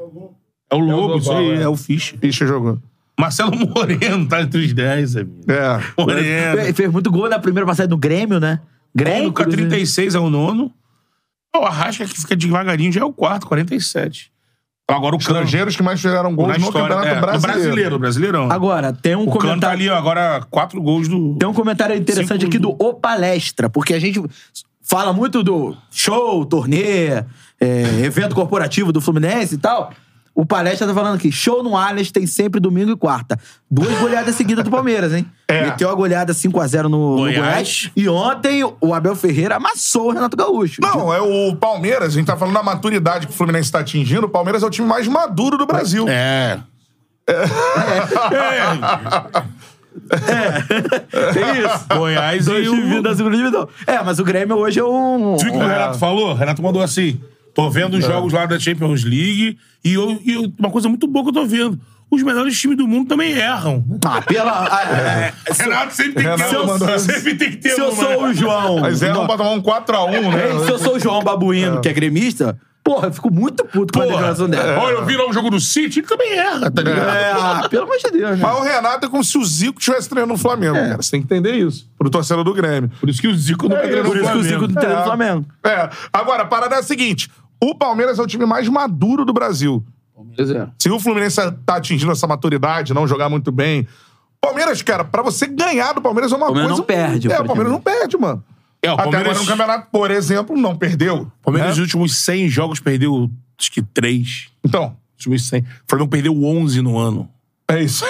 [SPEAKER 5] É o Lobo,
[SPEAKER 1] Doval,
[SPEAKER 5] isso aí.
[SPEAKER 1] é.
[SPEAKER 5] É o Fischer.
[SPEAKER 1] Ixê jogou.
[SPEAKER 5] Marcelo Moreno tá entre os 10, amigo.
[SPEAKER 1] É.
[SPEAKER 5] Moreno.
[SPEAKER 3] Fe- Fez muito gol na primeira passagem do Grêmio, né? Grêmio,
[SPEAKER 5] Conca,
[SPEAKER 3] Cruzeiro.
[SPEAKER 5] 36 é o nono. O Arrasca, que fica devagarinho, já é o quarto, 47. Agora o Cano.
[SPEAKER 1] Estrangeiros que mais fizeram
[SPEAKER 5] Na
[SPEAKER 1] gols no
[SPEAKER 5] história,
[SPEAKER 1] Campeonato
[SPEAKER 5] é, no
[SPEAKER 1] Brasileiro.
[SPEAKER 5] brasileiro, brasileirão.
[SPEAKER 3] Agora, tem um
[SPEAKER 5] o Cano tá
[SPEAKER 3] comentário.
[SPEAKER 5] ali, ó, agora quatro gols do...
[SPEAKER 3] Tem um comentário interessante
[SPEAKER 5] Cinco-
[SPEAKER 3] aqui do O Palestra, porque a gente fala muito do show, turnê, é, evento corporativo do Fluminense e tal. O Palestra tá falando aqui, show no Allianz tem sempre domingo e quarta. Duas goleadas seguidas do Palmeiras, hein?
[SPEAKER 1] É.
[SPEAKER 3] Meteu a goleada 5x0 no Goiás.
[SPEAKER 5] Goiás.
[SPEAKER 3] no Goiás. E ontem o Abel Ferreira amassou o Renato Gaúcho.
[SPEAKER 1] Não, é o Palmeiras. A gente tá falando da maturidade que o Fluminense está atingindo. O Palmeiras é o time mais maduro do Brasil.
[SPEAKER 5] É. É.
[SPEAKER 3] É isso.
[SPEAKER 5] Goiás e
[SPEAKER 3] Dois times
[SPEAKER 5] o...
[SPEAKER 3] da segunda divisão. É, mas o Grêmio hoje é um...
[SPEAKER 5] Tu viu o que o Renato falou? O Renato mandou assim: tô vendo os jogos lá da Champions League e, eu- e eu- uma coisa muito boa que eu tô vendo. Os melhores times do mundo também erram.
[SPEAKER 3] Ah, pela... ah, é.
[SPEAKER 5] Renato sempre tem que
[SPEAKER 1] Renato
[SPEAKER 5] ter.
[SPEAKER 1] mandou-
[SPEAKER 5] um- Sempre tem que ter
[SPEAKER 3] Se eu
[SPEAKER 5] uma.
[SPEAKER 3] sou o João...
[SPEAKER 1] Mas é,
[SPEAKER 3] Não.
[SPEAKER 1] não pra tomar um 4x1,
[SPEAKER 5] É,
[SPEAKER 1] né?
[SPEAKER 3] Ei, É, se eu sou o João Babuino, que é gremista, porra, eu fico muito puto com a
[SPEAKER 5] Porra,
[SPEAKER 3] declaração dela.
[SPEAKER 5] Olha, eu vi lá um jogo do City, ele também erra, tá ligado?
[SPEAKER 3] É, ah, pelo amor de Deus, né?
[SPEAKER 1] Mas o Renato é como se o Zico estivesse treinando no Flamengo, cara. Você tem que entender isso. Pro torcedor do Grêmio.
[SPEAKER 5] Por É isso que o Zico não
[SPEAKER 1] isso.
[SPEAKER 3] Por isso que o Zico não treina no Flamengo.
[SPEAKER 1] É. Agora, a parada é a seguinte: o Palmeiras é o time mais maduro do Brasil. Se o Fluminense tá atingindo essa maturidade, não jogar muito bem. Palmeiras, cara, pra você ganhar do Palmeiras é uma
[SPEAKER 3] Palmeiras
[SPEAKER 1] coisa.
[SPEAKER 3] não perde,
[SPEAKER 1] É,
[SPEAKER 3] por
[SPEAKER 1] o Palmeiras não perde, mano.
[SPEAKER 5] É, o
[SPEAKER 1] Até
[SPEAKER 5] Palmeiras-
[SPEAKER 1] agora no campeonato, por exemplo, não perdeu.
[SPEAKER 5] O Palmeiras,
[SPEAKER 1] né?
[SPEAKER 5] nos últimos 100 jogos, perdeu acho que 3.
[SPEAKER 1] Então,
[SPEAKER 5] Os últimos 100. O Flamengo perdeu 11 no ano.
[SPEAKER 1] é isso.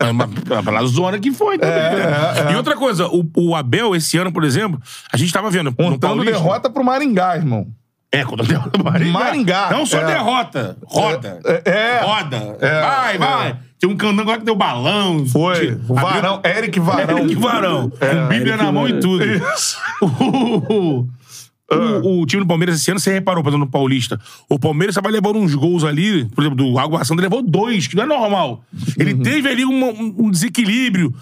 [SPEAKER 5] É uma- Pela pela zona que foi. Tá
[SPEAKER 1] É,
[SPEAKER 5] ligado? E outra coisa, o, o Abel, esse ano, por exemplo, a gente tava vendo. no
[SPEAKER 1] Contando
[SPEAKER 5] Um Paulista,
[SPEAKER 1] derrota pro Maringá, irmão.
[SPEAKER 5] É, quando a derrota do Maringá.
[SPEAKER 1] Maringá.
[SPEAKER 5] Não só
[SPEAKER 1] É.
[SPEAKER 5] derrota. Roda.
[SPEAKER 1] É, é.
[SPEAKER 5] Roda.
[SPEAKER 1] É,
[SPEAKER 5] Vai,
[SPEAKER 1] é.
[SPEAKER 5] vai. Tem um candango lá que deu balão.
[SPEAKER 1] Foi.
[SPEAKER 5] De-
[SPEAKER 1] O é. Varão, Eric Varão.
[SPEAKER 5] Eric Varão. Com Bíblia na mão e tudo. O, o- o time do Palmeiras esse ano, você reparou, por exemplo, no Paulista. O Palmeiras estava levando uns gols ali, por exemplo, do Água Santa, ele levou dois, que não é normal. Ele teve ali uma- um, um desequilíbrio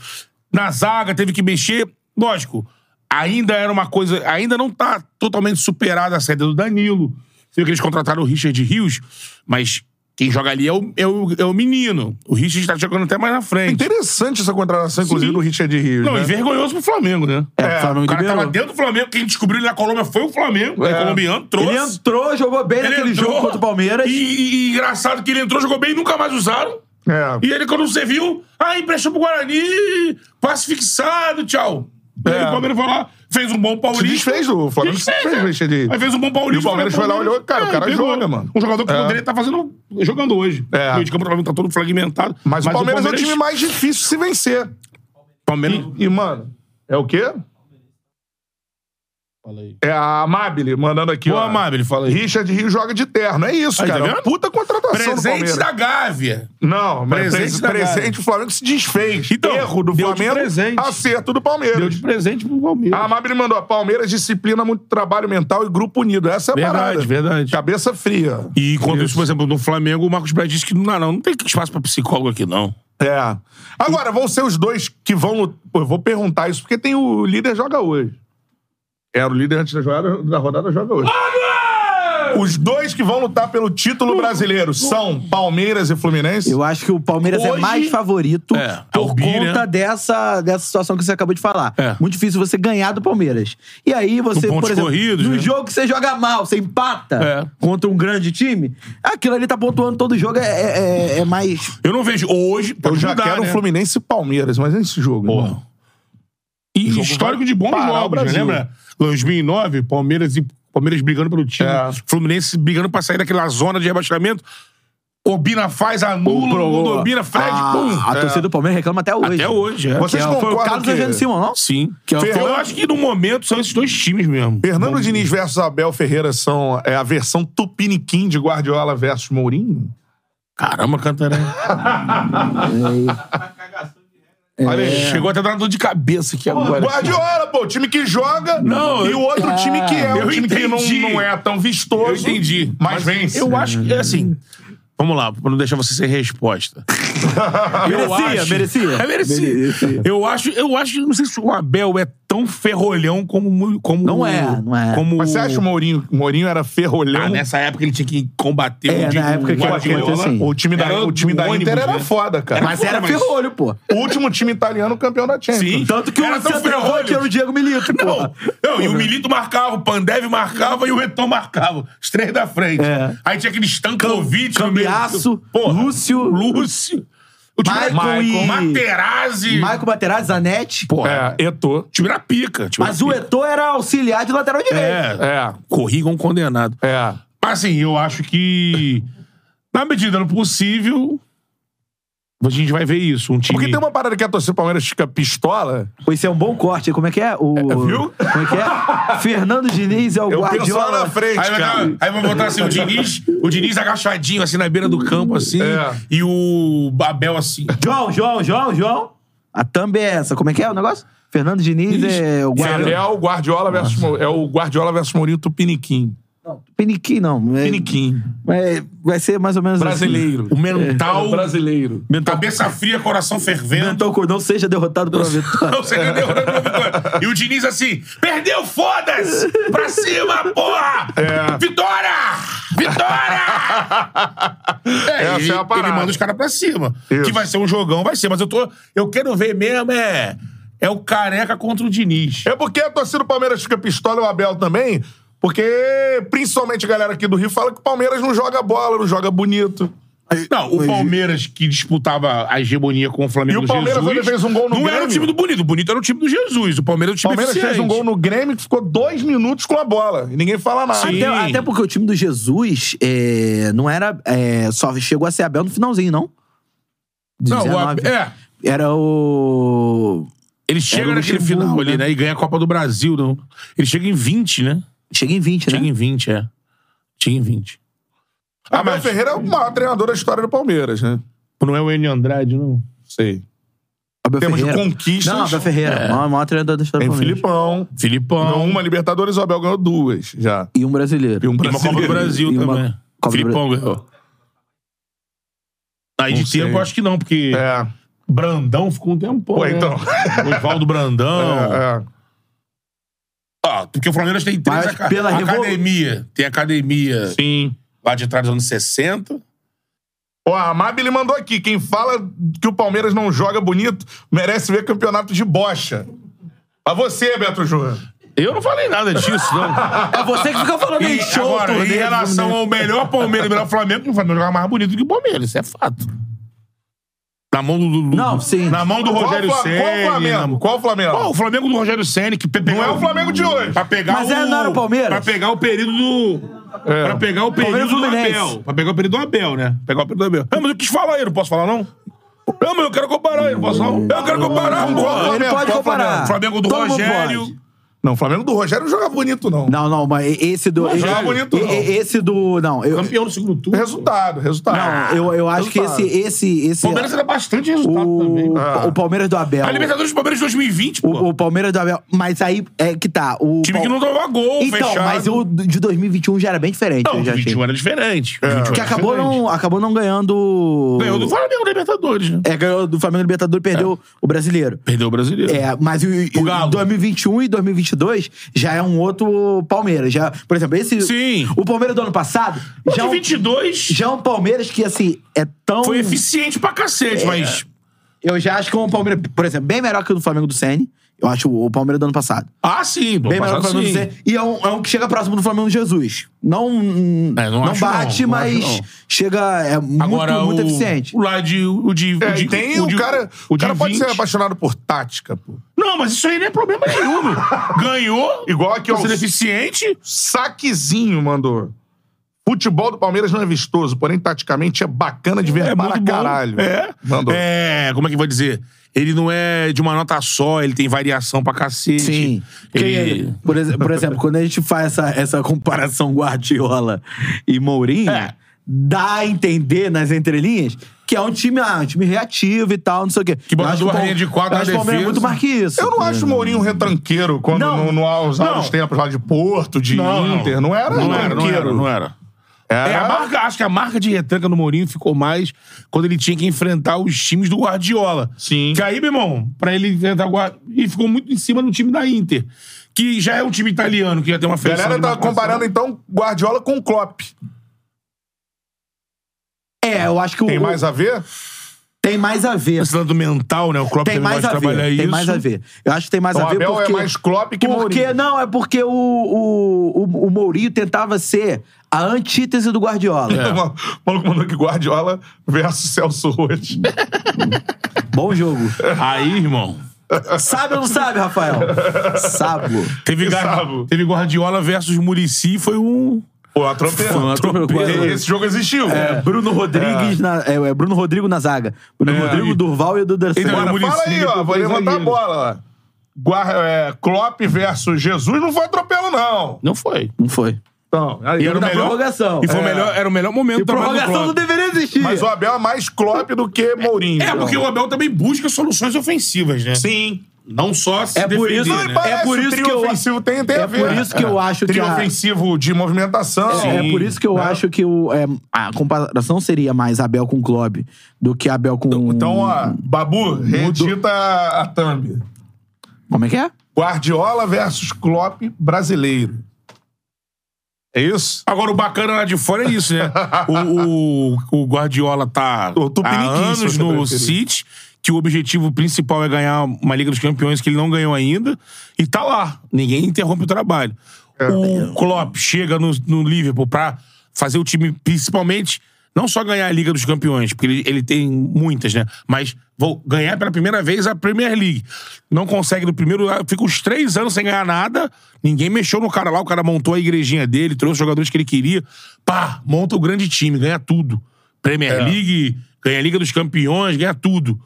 [SPEAKER 5] na zaga, teve que mexer. Lógico, ainda era uma coisa. Ainda não tá totalmente superada a saída do Danilo. Você viu que eles contrataram o Richard Rios, mas Quem joga ali é o, é o, é o menino. O Richard tá jogando até mais na frente.
[SPEAKER 1] Interessante essa contratação, inclusive,
[SPEAKER 5] Sim.
[SPEAKER 1] do Richard Rios.
[SPEAKER 5] Não,
[SPEAKER 1] né?
[SPEAKER 5] e vergonhoso pro Flamengo, né?
[SPEAKER 1] É,
[SPEAKER 5] O cara tava
[SPEAKER 3] liberou.
[SPEAKER 5] dentro do Flamengo, quem descobriu ele na Colômbia foi o Flamengo.
[SPEAKER 1] É.
[SPEAKER 5] É. colombiano, trouxe.
[SPEAKER 3] Ele entrou, jogou bem naquele
[SPEAKER 5] entrou,
[SPEAKER 3] jogo contra o Palmeiras.
[SPEAKER 5] E, e- e engraçado que ele entrou, jogou bem e nunca mais usaram.
[SPEAKER 1] É.
[SPEAKER 5] E ele, quando você viu, ah, emprestou pro Guarani, passe fixado, tchau.
[SPEAKER 1] É.
[SPEAKER 5] Aí o Palmeiras foi lá, fez um bom
[SPEAKER 1] Se
[SPEAKER 5] paulista.
[SPEAKER 1] desfez o Flamengo. Se
[SPEAKER 5] Desfez,
[SPEAKER 1] desfez o
[SPEAKER 5] é.
[SPEAKER 1] Richard Rios.
[SPEAKER 5] Aí fez um bom paulista. é,
[SPEAKER 1] E o Palmeiras foi lá, olhou, cara, o cara joga, mano.
[SPEAKER 5] Um jogador que
[SPEAKER 1] É.
[SPEAKER 5] poderia estar fazendo, jogando hoje.
[SPEAKER 1] É.
[SPEAKER 5] O meio de campo do Flamengo tá todo fragmentado.
[SPEAKER 1] Mas, o Palmeiras é o time mais difícil de se vencer.
[SPEAKER 5] Palmeiras...
[SPEAKER 1] E, mano, é o quê? É a Amabile mandando aqui,
[SPEAKER 5] Pô,
[SPEAKER 1] ó.
[SPEAKER 5] Amabile, fala aí.
[SPEAKER 1] Richard Rio joga de terno. É isso,
[SPEAKER 5] Aí, tá
[SPEAKER 1] cara.
[SPEAKER 5] vendo?
[SPEAKER 1] Puta contratação do
[SPEAKER 5] Presente
[SPEAKER 1] Palmeiras.
[SPEAKER 5] da Gávea.
[SPEAKER 1] Não, mas
[SPEAKER 5] Presente
[SPEAKER 1] presente,
[SPEAKER 5] da
[SPEAKER 1] presente
[SPEAKER 5] Gávea.
[SPEAKER 1] o Flamengo se desfez.
[SPEAKER 5] Então,
[SPEAKER 1] Erro do
[SPEAKER 5] deu de
[SPEAKER 1] Flamengo,
[SPEAKER 5] presente.
[SPEAKER 1] acerto do Palmeiras.
[SPEAKER 5] Deu de presente pro Palmeiras.
[SPEAKER 1] Ah, A Amabile mandou, ó, Palmeiras disciplina muito trabalho mental e grupo unido. Essa é a parada.
[SPEAKER 5] verdade, verdade.
[SPEAKER 1] Cabeça fria.
[SPEAKER 5] E quando isso, por exemplo, no Flamengo, o Marcos Braz disse que não, não, não tem espaço pra psicólogo aqui, não.
[SPEAKER 1] É. Agora, vão ser os dois que vão. lut- Pô, eu vou perguntar isso, porque tem o líder joga hoje. Era o líder antes da jogada, da rodada joga hoje. Os dois que vão lutar pelo título brasileiro são Palmeiras e Fluminense.
[SPEAKER 3] Eu acho que o Palmeiras é
[SPEAKER 5] Hoje-
[SPEAKER 3] mais favorito
[SPEAKER 5] É,
[SPEAKER 3] por
[SPEAKER 5] ao Bi,
[SPEAKER 3] conta
[SPEAKER 5] né?
[SPEAKER 3] dessa, dessa situação que você acabou de falar.
[SPEAKER 5] É.
[SPEAKER 3] Muito difícil você ganhar do Palmeiras. E aí você,
[SPEAKER 5] No
[SPEAKER 3] por
[SPEAKER 5] pontos
[SPEAKER 3] exemplo,
[SPEAKER 5] corridos,
[SPEAKER 3] no
[SPEAKER 5] né?
[SPEAKER 3] jogo que você joga mal, você empata
[SPEAKER 5] É.
[SPEAKER 3] contra um grande time, aquilo ali tá pontuando todo jogo é, é- é- é mais...
[SPEAKER 5] Eu não vejo hoje.
[SPEAKER 1] Eu
[SPEAKER 5] pode
[SPEAKER 1] já
[SPEAKER 5] mudar,
[SPEAKER 1] quero
[SPEAKER 5] né?
[SPEAKER 1] Fluminense e Palmeiras, mas é esse jogo. irmão.
[SPEAKER 5] Porra. E
[SPEAKER 1] jogo
[SPEAKER 5] histórico
[SPEAKER 1] vai
[SPEAKER 5] de bons
[SPEAKER 1] parar o
[SPEAKER 5] jogos, né?
[SPEAKER 1] Brasil.
[SPEAKER 5] lembra? 2009, Palmeiras e Palmeiras brigando pelo time,
[SPEAKER 1] É.
[SPEAKER 5] Fluminense brigando pra sair daquela zona de rebaixamento. Obina faz, anula, não domina, Fred,
[SPEAKER 3] a,
[SPEAKER 5] pum.
[SPEAKER 3] Ah, a torcida do Palmeiras reclama até hoje.
[SPEAKER 5] Até hoje, é.
[SPEAKER 1] Vocês
[SPEAKER 3] Que é- foi o
[SPEAKER 1] concordam
[SPEAKER 3] Carlos
[SPEAKER 1] que-
[SPEAKER 3] Eugênio Simão, não?
[SPEAKER 5] Sim.
[SPEAKER 3] Que é o-
[SPEAKER 5] Eu acho que no momento são esses dois times mesmo.
[SPEAKER 1] Fernando Diniz versus Abel Ferreira são é a versão tupiniquim de Guardiola versus Mourinho?
[SPEAKER 5] Caramba, Cantaré.
[SPEAKER 3] É.
[SPEAKER 1] Olha aí.
[SPEAKER 5] Chegou até a dar dor de cabeça aqui agora.
[SPEAKER 1] Guardiola, pô, o time que joga
[SPEAKER 5] Não,
[SPEAKER 1] e o outro
[SPEAKER 3] eu-
[SPEAKER 1] time que é.
[SPEAKER 5] Eu
[SPEAKER 1] o time que
[SPEAKER 5] entendi.
[SPEAKER 1] não, não é tão vistoso.
[SPEAKER 5] Eu entendi.
[SPEAKER 1] Mas vence.
[SPEAKER 5] Eu acho que é assim. Vamos lá, pra não deixar você sem resposta. Eu
[SPEAKER 3] Merecia,
[SPEAKER 5] acho-
[SPEAKER 3] merecia.
[SPEAKER 5] É, merecia.
[SPEAKER 3] Merecia.
[SPEAKER 5] Eu acho, eu acho, não sei se o Abel é tão ferrolhão como. mu- como
[SPEAKER 3] Não é, não é.
[SPEAKER 5] Como,
[SPEAKER 1] Mas você acha o Mourinho, o Mourinho era ferrolhão?
[SPEAKER 5] Ah, nessa época ele tinha que combater
[SPEAKER 3] É,
[SPEAKER 5] o time
[SPEAKER 3] na época que
[SPEAKER 1] Pô,
[SPEAKER 3] eu
[SPEAKER 1] aquele-
[SPEAKER 3] acho que aconteceu assim.
[SPEAKER 1] O time da,
[SPEAKER 5] Era
[SPEAKER 1] o time
[SPEAKER 5] do
[SPEAKER 1] da
[SPEAKER 5] ônibus,
[SPEAKER 1] Inter era
[SPEAKER 5] né?
[SPEAKER 1] foda, cara.
[SPEAKER 3] Mas era
[SPEAKER 5] mas-
[SPEAKER 3] ferrolho, pô.
[SPEAKER 1] O último time italiano campeão da Champions.
[SPEAKER 5] Sim.
[SPEAKER 3] Tanto que
[SPEAKER 5] Era
[SPEAKER 3] o
[SPEAKER 5] tão
[SPEAKER 3] centroavante
[SPEAKER 5] ferrolho.
[SPEAKER 3] era o Diego Milito, pô.
[SPEAKER 5] Não, não, e o Milito marcava, o Pandev marcava e o Retom marcava. Os três da frente.
[SPEAKER 3] É.
[SPEAKER 5] Aí tinha aquele Stankovic no meio.
[SPEAKER 3] Cambiaço,
[SPEAKER 5] Porra,
[SPEAKER 3] Lúcio.
[SPEAKER 5] Lúcio. O time era-
[SPEAKER 3] Maicon e-
[SPEAKER 5] Materazzi.
[SPEAKER 3] Michael Materazzi, Zanetti.
[SPEAKER 5] Porra.
[SPEAKER 1] É, Eto.
[SPEAKER 5] O time era pica. o time
[SPEAKER 3] Mas
[SPEAKER 5] era
[SPEAKER 3] o
[SPEAKER 5] pica.
[SPEAKER 3] Eto'o era auxiliar de lateral direito.
[SPEAKER 5] É.
[SPEAKER 1] É.
[SPEAKER 5] Corri igual um condenado.
[SPEAKER 1] É.
[SPEAKER 5] Mas assim, eu acho que, na medida do possível, a gente vai ver isso. Um time.
[SPEAKER 1] Porque tem uma parada que a torcida do Palmeiras fica pistola.
[SPEAKER 3] Pô, Isso é um bom corte. Como é que é? O...
[SPEAKER 1] viu?
[SPEAKER 3] Como é que é? Fernando Diniz é o
[SPEAKER 1] Eu penso lá
[SPEAKER 3] Guardiola.
[SPEAKER 1] na frente,
[SPEAKER 5] Aí vai,
[SPEAKER 1] cara.
[SPEAKER 5] dar- aí vai botar assim, o Diniz, o Diniz agachadinho, assim, na beira do campo, assim,
[SPEAKER 1] É.
[SPEAKER 5] e o Babel assim.
[SPEAKER 3] João, João, João, João. A thumb é essa. Como é que é o negócio? Fernando Diniz é o
[SPEAKER 1] É
[SPEAKER 3] Guardiola.
[SPEAKER 1] o Guardiola versus Mou- é o Guardiola versus Mourinho Tupiniquim.
[SPEAKER 3] Não, Piniquim, não. É,
[SPEAKER 1] Tupiniquim. Tá
[SPEAKER 3] é- vai ser mais ou menos assim.
[SPEAKER 1] Brasileiro.
[SPEAKER 5] O
[SPEAKER 3] Tá
[SPEAKER 5] mental.
[SPEAKER 1] brasileiro.
[SPEAKER 5] Cabeça fria, coração
[SPEAKER 3] assim.
[SPEAKER 5] fervendo.
[SPEAKER 3] Mental não seja derrotado pela vitória.
[SPEAKER 5] Não sei quem deu pra vitória. E o Diniz assim, perdeu, foda-se! Pra cima, porra!
[SPEAKER 1] É.
[SPEAKER 5] Vitória! Vitória! É,
[SPEAKER 1] Essa
[SPEAKER 5] ele,
[SPEAKER 1] é a parada.
[SPEAKER 5] Ele manda os caras pra cima.
[SPEAKER 1] Isso.
[SPEAKER 5] Que vai ser um jogão, vai ser. Mas eu tô... Eu quero ver mesmo, é... É o careca contra o Diniz.
[SPEAKER 1] É porque a torcida do Palmeiras fica pistola e o Abel também, porque principalmente a galera aqui do Rio fala que o Palmeiras não joga bola, não joga bonito.
[SPEAKER 5] Não, o Palmeiras que disputava a hegemonia com o Flamengo
[SPEAKER 1] E o
[SPEAKER 5] do
[SPEAKER 1] Palmeiras,
[SPEAKER 5] Jesus,
[SPEAKER 1] ele fez um gol no
[SPEAKER 5] Não era o
[SPEAKER 1] Grêmio.
[SPEAKER 5] time do Bonito. O Bonito era o time do Jesus. O Palmeiras é o
[SPEAKER 1] O
[SPEAKER 5] time
[SPEAKER 1] Palmeiras fez um
[SPEAKER 5] eficiente.
[SPEAKER 1] gol no Grêmio que ficou dois minutos com a bola e ninguém fala nada.
[SPEAKER 5] Sim.
[SPEAKER 3] Até, até porque o time do Jesus é, não era. é, só chegou a ser Abel no finalzinho, não? De
[SPEAKER 5] Não, o Ab-
[SPEAKER 3] 19.
[SPEAKER 5] é.
[SPEAKER 3] Era o.
[SPEAKER 5] Ele chega
[SPEAKER 3] Era o
[SPEAKER 5] naquele
[SPEAKER 3] Luxemburgo,
[SPEAKER 5] final ali,
[SPEAKER 3] né?
[SPEAKER 5] né? E ganha a Copa do Brasil. Não. Ele chega em 20, né?
[SPEAKER 3] Chega em 20,
[SPEAKER 5] Chega
[SPEAKER 3] né?
[SPEAKER 5] em 20, é. Chega em 20.
[SPEAKER 1] Ah, Abel Ferreira é o maior treinador da história do Palmeiras, né?
[SPEAKER 5] Não é o Enio Andrade, não.
[SPEAKER 1] Sei.
[SPEAKER 3] Abel
[SPEAKER 1] Temos de
[SPEAKER 3] Ferreira.
[SPEAKER 1] conquistas.
[SPEAKER 3] Não, Abel Ferreira.
[SPEAKER 5] É.
[SPEAKER 3] O maior, maior treinador da história
[SPEAKER 1] Tem
[SPEAKER 3] do Palmeiras.
[SPEAKER 1] Filipão.
[SPEAKER 5] Filipão.
[SPEAKER 1] Ganhou uma Libertadores, o Abel ganhou duas já.
[SPEAKER 3] E um brasileiro.
[SPEAKER 1] E um
[SPEAKER 5] E uma Copa do
[SPEAKER 1] brasileiro.
[SPEAKER 5] Brasil
[SPEAKER 3] E uma
[SPEAKER 5] também.
[SPEAKER 3] Copa do
[SPEAKER 5] Filipão ganhou. Aí
[SPEAKER 1] Não
[SPEAKER 5] de tempo,
[SPEAKER 1] sei.
[SPEAKER 5] eu acho que não, porque
[SPEAKER 1] É.
[SPEAKER 5] Brandão ficou um tempão.
[SPEAKER 1] Pô,
[SPEAKER 5] né?
[SPEAKER 1] então.
[SPEAKER 5] O Oswaldo Brandão.
[SPEAKER 1] É, é.
[SPEAKER 5] Ah, porque o Flamengo tem três
[SPEAKER 3] Mas
[SPEAKER 5] aca-
[SPEAKER 3] pela revol-
[SPEAKER 5] academia. Tem academia
[SPEAKER 1] Sim.
[SPEAKER 5] lá de trás dos anos 60.
[SPEAKER 1] Ó, a Mabili mandou aqui. Quem fala que o Palmeiras não joga bonito merece ver campeonato de bocha. Pra você, Beto Júnior.
[SPEAKER 5] Eu não falei nada disso, não.
[SPEAKER 3] É você que fica falando em
[SPEAKER 5] E
[SPEAKER 3] show,
[SPEAKER 5] agora, em
[SPEAKER 3] turnê,
[SPEAKER 5] relação
[SPEAKER 3] né?
[SPEAKER 5] ao melhor Palmeiras e melhor Flamengo, o Flamengo joga mais bonito que o Palmeiras, isso é fato. Na mão do Dudu.
[SPEAKER 3] Não, sim.
[SPEAKER 5] Na mão do
[SPEAKER 1] Qual o
[SPEAKER 5] Rogério
[SPEAKER 1] Fla-
[SPEAKER 5] Ceni.
[SPEAKER 1] Qual o
[SPEAKER 5] na
[SPEAKER 1] Flamengo?
[SPEAKER 5] mão-
[SPEAKER 1] Qual o Flamengo?
[SPEAKER 5] Pô, o Flamengo do Rogério Ceni, que pe- pegar
[SPEAKER 1] Não é o Flamengo de hoje.
[SPEAKER 5] Pra pegar
[SPEAKER 3] Mas
[SPEAKER 5] o,
[SPEAKER 3] é, não era o Palmeiras?
[SPEAKER 5] Pra pegar o período do...
[SPEAKER 1] É.
[SPEAKER 5] Pra pegar o período
[SPEAKER 3] Palmeiras e
[SPEAKER 5] do
[SPEAKER 3] Fluminense.
[SPEAKER 5] Abel. Pra pegar o período do Abel, né? Pegar o período do Abel. Ah, mas eu quis falar aí, não posso falar, não? Não, mas eu quero comparar aí, não posso falar? Eu quero comparar,
[SPEAKER 1] Não,
[SPEAKER 5] porra.
[SPEAKER 1] não,
[SPEAKER 3] Ele
[SPEAKER 1] Flamengo,
[SPEAKER 3] pode
[SPEAKER 1] qual o
[SPEAKER 3] comparar.
[SPEAKER 5] O Flamengo do
[SPEAKER 3] Todo mundo
[SPEAKER 5] Rogério.
[SPEAKER 3] pode.
[SPEAKER 1] Não, o Flamengo do Rogério não joga bonito, não.
[SPEAKER 3] Não, não, mas esse do.
[SPEAKER 1] Não
[SPEAKER 3] esse,
[SPEAKER 1] joga bonito,
[SPEAKER 3] e-
[SPEAKER 1] não.
[SPEAKER 3] e- Esse do. Não, eu,
[SPEAKER 5] Campeão do segundo turno.
[SPEAKER 1] Resultado, resultado.
[SPEAKER 3] não, eu, eu acho que esse. esse,
[SPEAKER 5] O
[SPEAKER 3] esse
[SPEAKER 5] Palmeiras era bastante resultado também.
[SPEAKER 3] o,
[SPEAKER 1] Ah.
[SPEAKER 3] o Palmeiras do Abel.
[SPEAKER 5] A Libertadores do Palmeiras de 2020, pô.
[SPEAKER 3] O, o Palmeiras do Abel. Mas aí é que tá. O
[SPEAKER 5] time que
[SPEAKER 3] Pal-
[SPEAKER 5] não tomava gol,
[SPEAKER 3] Então,
[SPEAKER 5] fechado.
[SPEAKER 3] mas o de 2021 já era bem diferente.
[SPEAKER 5] Não,
[SPEAKER 3] eu
[SPEAKER 5] o
[SPEAKER 3] já achei. É.
[SPEAKER 5] 21 era diferente. O 21
[SPEAKER 3] Que
[SPEAKER 5] era
[SPEAKER 3] acabou
[SPEAKER 5] diferente.
[SPEAKER 3] não, acabou não ganhando.
[SPEAKER 5] Ganhou do É. Flamengo da Libertadores, né?
[SPEAKER 3] É, ganhou do Flamengo Libertador e perdeu o brasileiro.
[SPEAKER 5] Perdeu o brasileiro.
[SPEAKER 3] É, mas o,
[SPEAKER 5] O Galo.
[SPEAKER 3] o 2021 e 2022 já é um outro Palmeiras. Já, por exemplo, esse.
[SPEAKER 5] Sim.
[SPEAKER 3] O Palmeiras do ano passado
[SPEAKER 5] O
[SPEAKER 3] já, é
[SPEAKER 5] de
[SPEAKER 3] um-
[SPEAKER 5] 22
[SPEAKER 3] já é um Palmeiras que, assim, é tão.
[SPEAKER 5] foi eficiente pra
[SPEAKER 3] É.
[SPEAKER 5] cacete, mas...
[SPEAKER 3] Eu já acho que é um Palmeiras, por exemplo, bem melhor que o do Flamengo do Sene. Eu acho o o Palmeiras do ano passado.
[SPEAKER 5] Ah, sim. pô,
[SPEAKER 3] Bem melhor que o
[SPEAKER 5] passado,
[SPEAKER 3] Flamengo do
[SPEAKER 5] sim.
[SPEAKER 3] Sene. E é um, é um que chega próximo do Flamengo do Jesus. Não, hum,
[SPEAKER 5] É, não
[SPEAKER 3] não
[SPEAKER 5] acho
[SPEAKER 3] bate,
[SPEAKER 5] não, não
[SPEAKER 3] mas
[SPEAKER 5] acho não.
[SPEAKER 3] chega. É muito,
[SPEAKER 5] Agora,
[SPEAKER 3] muito
[SPEAKER 5] o,
[SPEAKER 3] eficiente.
[SPEAKER 5] O lá de... O de,
[SPEAKER 1] É,
[SPEAKER 5] o de
[SPEAKER 1] e tem o,
[SPEAKER 5] de-
[SPEAKER 1] cara. O,
[SPEAKER 5] o de
[SPEAKER 1] cara pode
[SPEAKER 5] 20.
[SPEAKER 1] ser apaixonado por tática, pô.
[SPEAKER 5] Não, mas isso aí não é problema nenhum. meu. Ganhou.
[SPEAKER 1] Igual aqui,
[SPEAKER 5] Tá
[SPEAKER 1] ó.
[SPEAKER 5] sendo
[SPEAKER 1] o
[SPEAKER 5] eficiente.
[SPEAKER 1] Saquezinho mandou. Futebol do Palmeiras não é vistoso, porém, taticamente, é bacana de ver
[SPEAKER 5] É
[SPEAKER 1] para
[SPEAKER 5] muito bom.
[SPEAKER 1] caralho.
[SPEAKER 5] É.
[SPEAKER 1] Mandou.
[SPEAKER 5] É, como é que eu vou dizer? Ele não é de uma nota só, ele tem variação pra cacete.
[SPEAKER 3] Sim. é?
[SPEAKER 5] Ele...
[SPEAKER 3] Por, ex- por exemplo, quando a gente faz essa, essa comparação Guardiola e Mourinho,
[SPEAKER 5] É.
[SPEAKER 3] dá a entender nas entrelinhas que é um time, ah, um time reativo e tal, não sei o quê. Que
[SPEAKER 5] bota duas linhas de quatro na
[SPEAKER 3] Mas o Palmeiras é
[SPEAKER 5] defesa.
[SPEAKER 3] muito mais que isso.
[SPEAKER 1] Eu não acho o Mourinho um retranqueiro quando
[SPEAKER 3] Não.
[SPEAKER 1] não, não, há os
[SPEAKER 5] Não.
[SPEAKER 1] os tempos lá de Porto, de Inter. Não, era um
[SPEAKER 5] não era, não
[SPEAKER 1] retranqueiro.
[SPEAKER 5] era, não era. É, a marca, acho que a marca de retranca no Mourinho ficou mais quando ele tinha que enfrentar os times do Guardiola.
[SPEAKER 1] Sim.
[SPEAKER 5] Que aí, meu irmão, pra ele enfrentar o Guardiola. E ficou muito em cima do time da Inter. Que já é um time italiano, que já tem uma
[SPEAKER 1] A
[SPEAKER 5] feição.
[SPEAKER 1] galera
[SPEAKER 5] de
[SPEAKER 1] tá
[SPEAKER 5] marcação.
[SPEAKER 1] comparando, então, Guardiola com Klopp.
[SPEAKER 3] É, eu acho que o,
[SPEAKER 1] Tem mais a ver?
[SPEAKER 3] tem mais a ver.
[SPEAKER 5] Esse lado mental, né? O Klopp
[SPEAKER 3] Tem
[SPEAKER 5] não gosta
[SPEAKER 3] mais
[SPEAKER 5] de
[SPEAKER 3] a ver.
[SPEAKER 5] trabalhar
[SPEAKER 3] Tem
[SPEAKER 5] isso.
[SPEAKER 3] mais a ver. Eu acho que tem mais
[SPEAKER 1] Então,
[SPEAKER 3] a ver
[SPEAKER 1] Abel
[SPEAKER 3] porque.
[SPEAKER 1] é mais Klopp que
[SPEAKER 3] porque
[SPEAKER 1] Mourinho.
[SPEAKER 3] não, é porque o, o, o, o Mourinho tentava ser a antítese do Guardiola.
[SPEAKER 5] É.
[SPEAKER 1] O maluco mandou que Guardiola versus Celso Roth.
[SPEAKER 5] É.
[SPEAKER 3] Bom jogo.
[SPEAKER 5] Aí, irmão.
[SPEAKER 3] Sabe ou não sabe, Rafael? Sabo.
[SPEAKER 5] Teve,
[SPEAKER 1] Que
[SPEAKER 5] Gar-
[SPEAKER 1] sabo.
[SPEAKER 5] teve Guardiola versus Murici, foi um.
[SPEAKER 1] Pô, atropelou.
[SPEAKER 5] Foi um atropelo.
[SPEAKER 1] Atropelou. Esse jogo existiu.
[SPEAKER 3] É, Bruno Rodrigues na, é, é Bruno Rodrigo na zaga. Bruno
[SPEAKER 5] É,
[SPEAKER 3] Rodrigo,
[SPEAKER 5] e-
[SPEAKER 3] Durval e o Duderson.
[SPEAKER 5] Então,
[SPEAKER 1] Agora,
[SPEAKER 5] o Muricy
[SPEAKER 1] fala aí, ó.
[SPEAKER 5] meteu
[SPEAKER 1] Vou
[SPEAKER 5] três
[SPEAKER 1] levantar a
[SPEAKER 5] zagueiros.
[SPEAKER 1] bola, ó. Guar- é, Klopp versus Jesus não foi atropelo, não.
[SPEAKER 5] Não foi.
[SPEAKER 3] Não foi.
[SPEAKER 1] Então, aí,
[SPEAKER 5] E era o
[SPEAKER 3] da
[SPEAKER 5] melhor.
[SPEAKER 3] prorrogação.
[SPEAKER 5] E foi
[SPEAKER 1] É.
[SPEAKER 5] o melhor, era o melhor momento
[SPEAKER 3] E
[SPEAKER 5] do trabalho do
[SPEAKER 3] prorrogação não
[SPEAKER 5] Klopp.
[SPEAKER 3] deveria existir.
[SPEAKER 1] Mas o Abel é mais Klopp do que Mourinho.
[SPEAKER 5] É, porque
[SPEAKER 1] então.
[SPEAKER 5] o Abel também busca soluções ofensivas, né?
[SPEAKER 1] Sim.
[SPEAKER 5] Não só se
[SPEAKER 3] É por
[SPEAKER 5] defender,
[SPEAKER 3] isso-
[SPEAKER 5] né?
[SPEAKER 3] Não, é por
[SPEAKER 1] o
[SPEAKER 3] isso
[SPEAKER 1] trio
[SPEAKER 3] que eu-
[SPEAKER 1] ofensivo tem, tem
[SPEAKER 3] é
[SPEAKER 1] a ver.
[SPEAKER 3] por isso que eu acho que
[SPEAKER 1] trio
[SPEAKER 3] a-
[SPEAKER 1] ofensivo de movimentação.
[SPEAKER 3] É, é por isso que eu
[SPEAKER 1] né?
[SPEAKER 3] acho que o, é, a comparação seria mais Abel com Klopp do que Abel com...
[SPEAKER 1] Então, ó, Babu, redita a thumb.
[SPEAKER 3] Como é que é?
[SPEAKER 1] Guardiola versus Klopp brasileiro. É isso?
[SPEAKER 5] Agora, o bacana lá de fora é isso, né? o, o, o Guardiola tá
[SPEAKER 1] O Tupiniquim,
[SPEAKER 5] há
[SPEAKER 1] se
[SPEAKER 5] anos
[SPEAKER 1] você
[SPEAKER 5] no
[SPEAKER 1] preferir.
[SPEAKER 5] City, que o objetivo principal é ganhar uma Liga dos Campeões que ele não ganhou ainda, e tá lá. Ninguém interrompe o trabalho.
[SPEAKER 1] É.
[SPEAKER 5] O Klopp chega no, no Liverpool pra fazer o time, principalmente, não só ganhar a Liga dos Campeões, porque ele, ele tem muitas, né? Mas vou ganhar pela primeira vez a Premier League. Não consegue no primeiro, fica uns três anos sem ganhar nada, ninguém mexeu no cara lá, o cara montou a igrejinha dele, trouxe os jogadores que ele queria, pá, monta o grande time, ganha tudo. Premier League, ganha a Liga dos Campeões, ganha tudo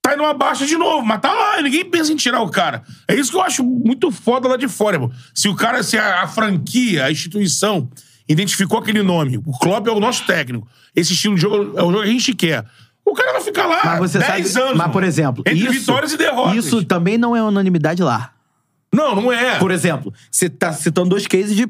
[SPEAKER 5] tá indo abaixo de novo, mas tá lá, ninguém pensa em tirar o cara. É isso que eu acho muito foda lá de fora, irmão. Se o cara, se a, a franquia, a instituição identificou aquele nome, o Klopp é o nosso técnico, esse estilo de jogo é o jogo que a gente quer. O cara vai ficar lá
[SPEAKER 3] Mas você
[SPEAKER 5] 10
[SPEAKER 3] sabe...
[SPEAKER 5] anos.
[SPEAKER 3] mas, por
[SPEAKER 5] irmão.
[SPEAKER 3] exemplo...
[SPEAKER 5] Entre
[SPEAKER 3] isso,
[SPEAKER 5] vitórias e derrotas.
[SPEAKER 3] Isso também não é unanimidade lá.
[SPEAKER 5] Não, não é.
[SPEAKER 3] Por exemplo, você tá citando dois cases de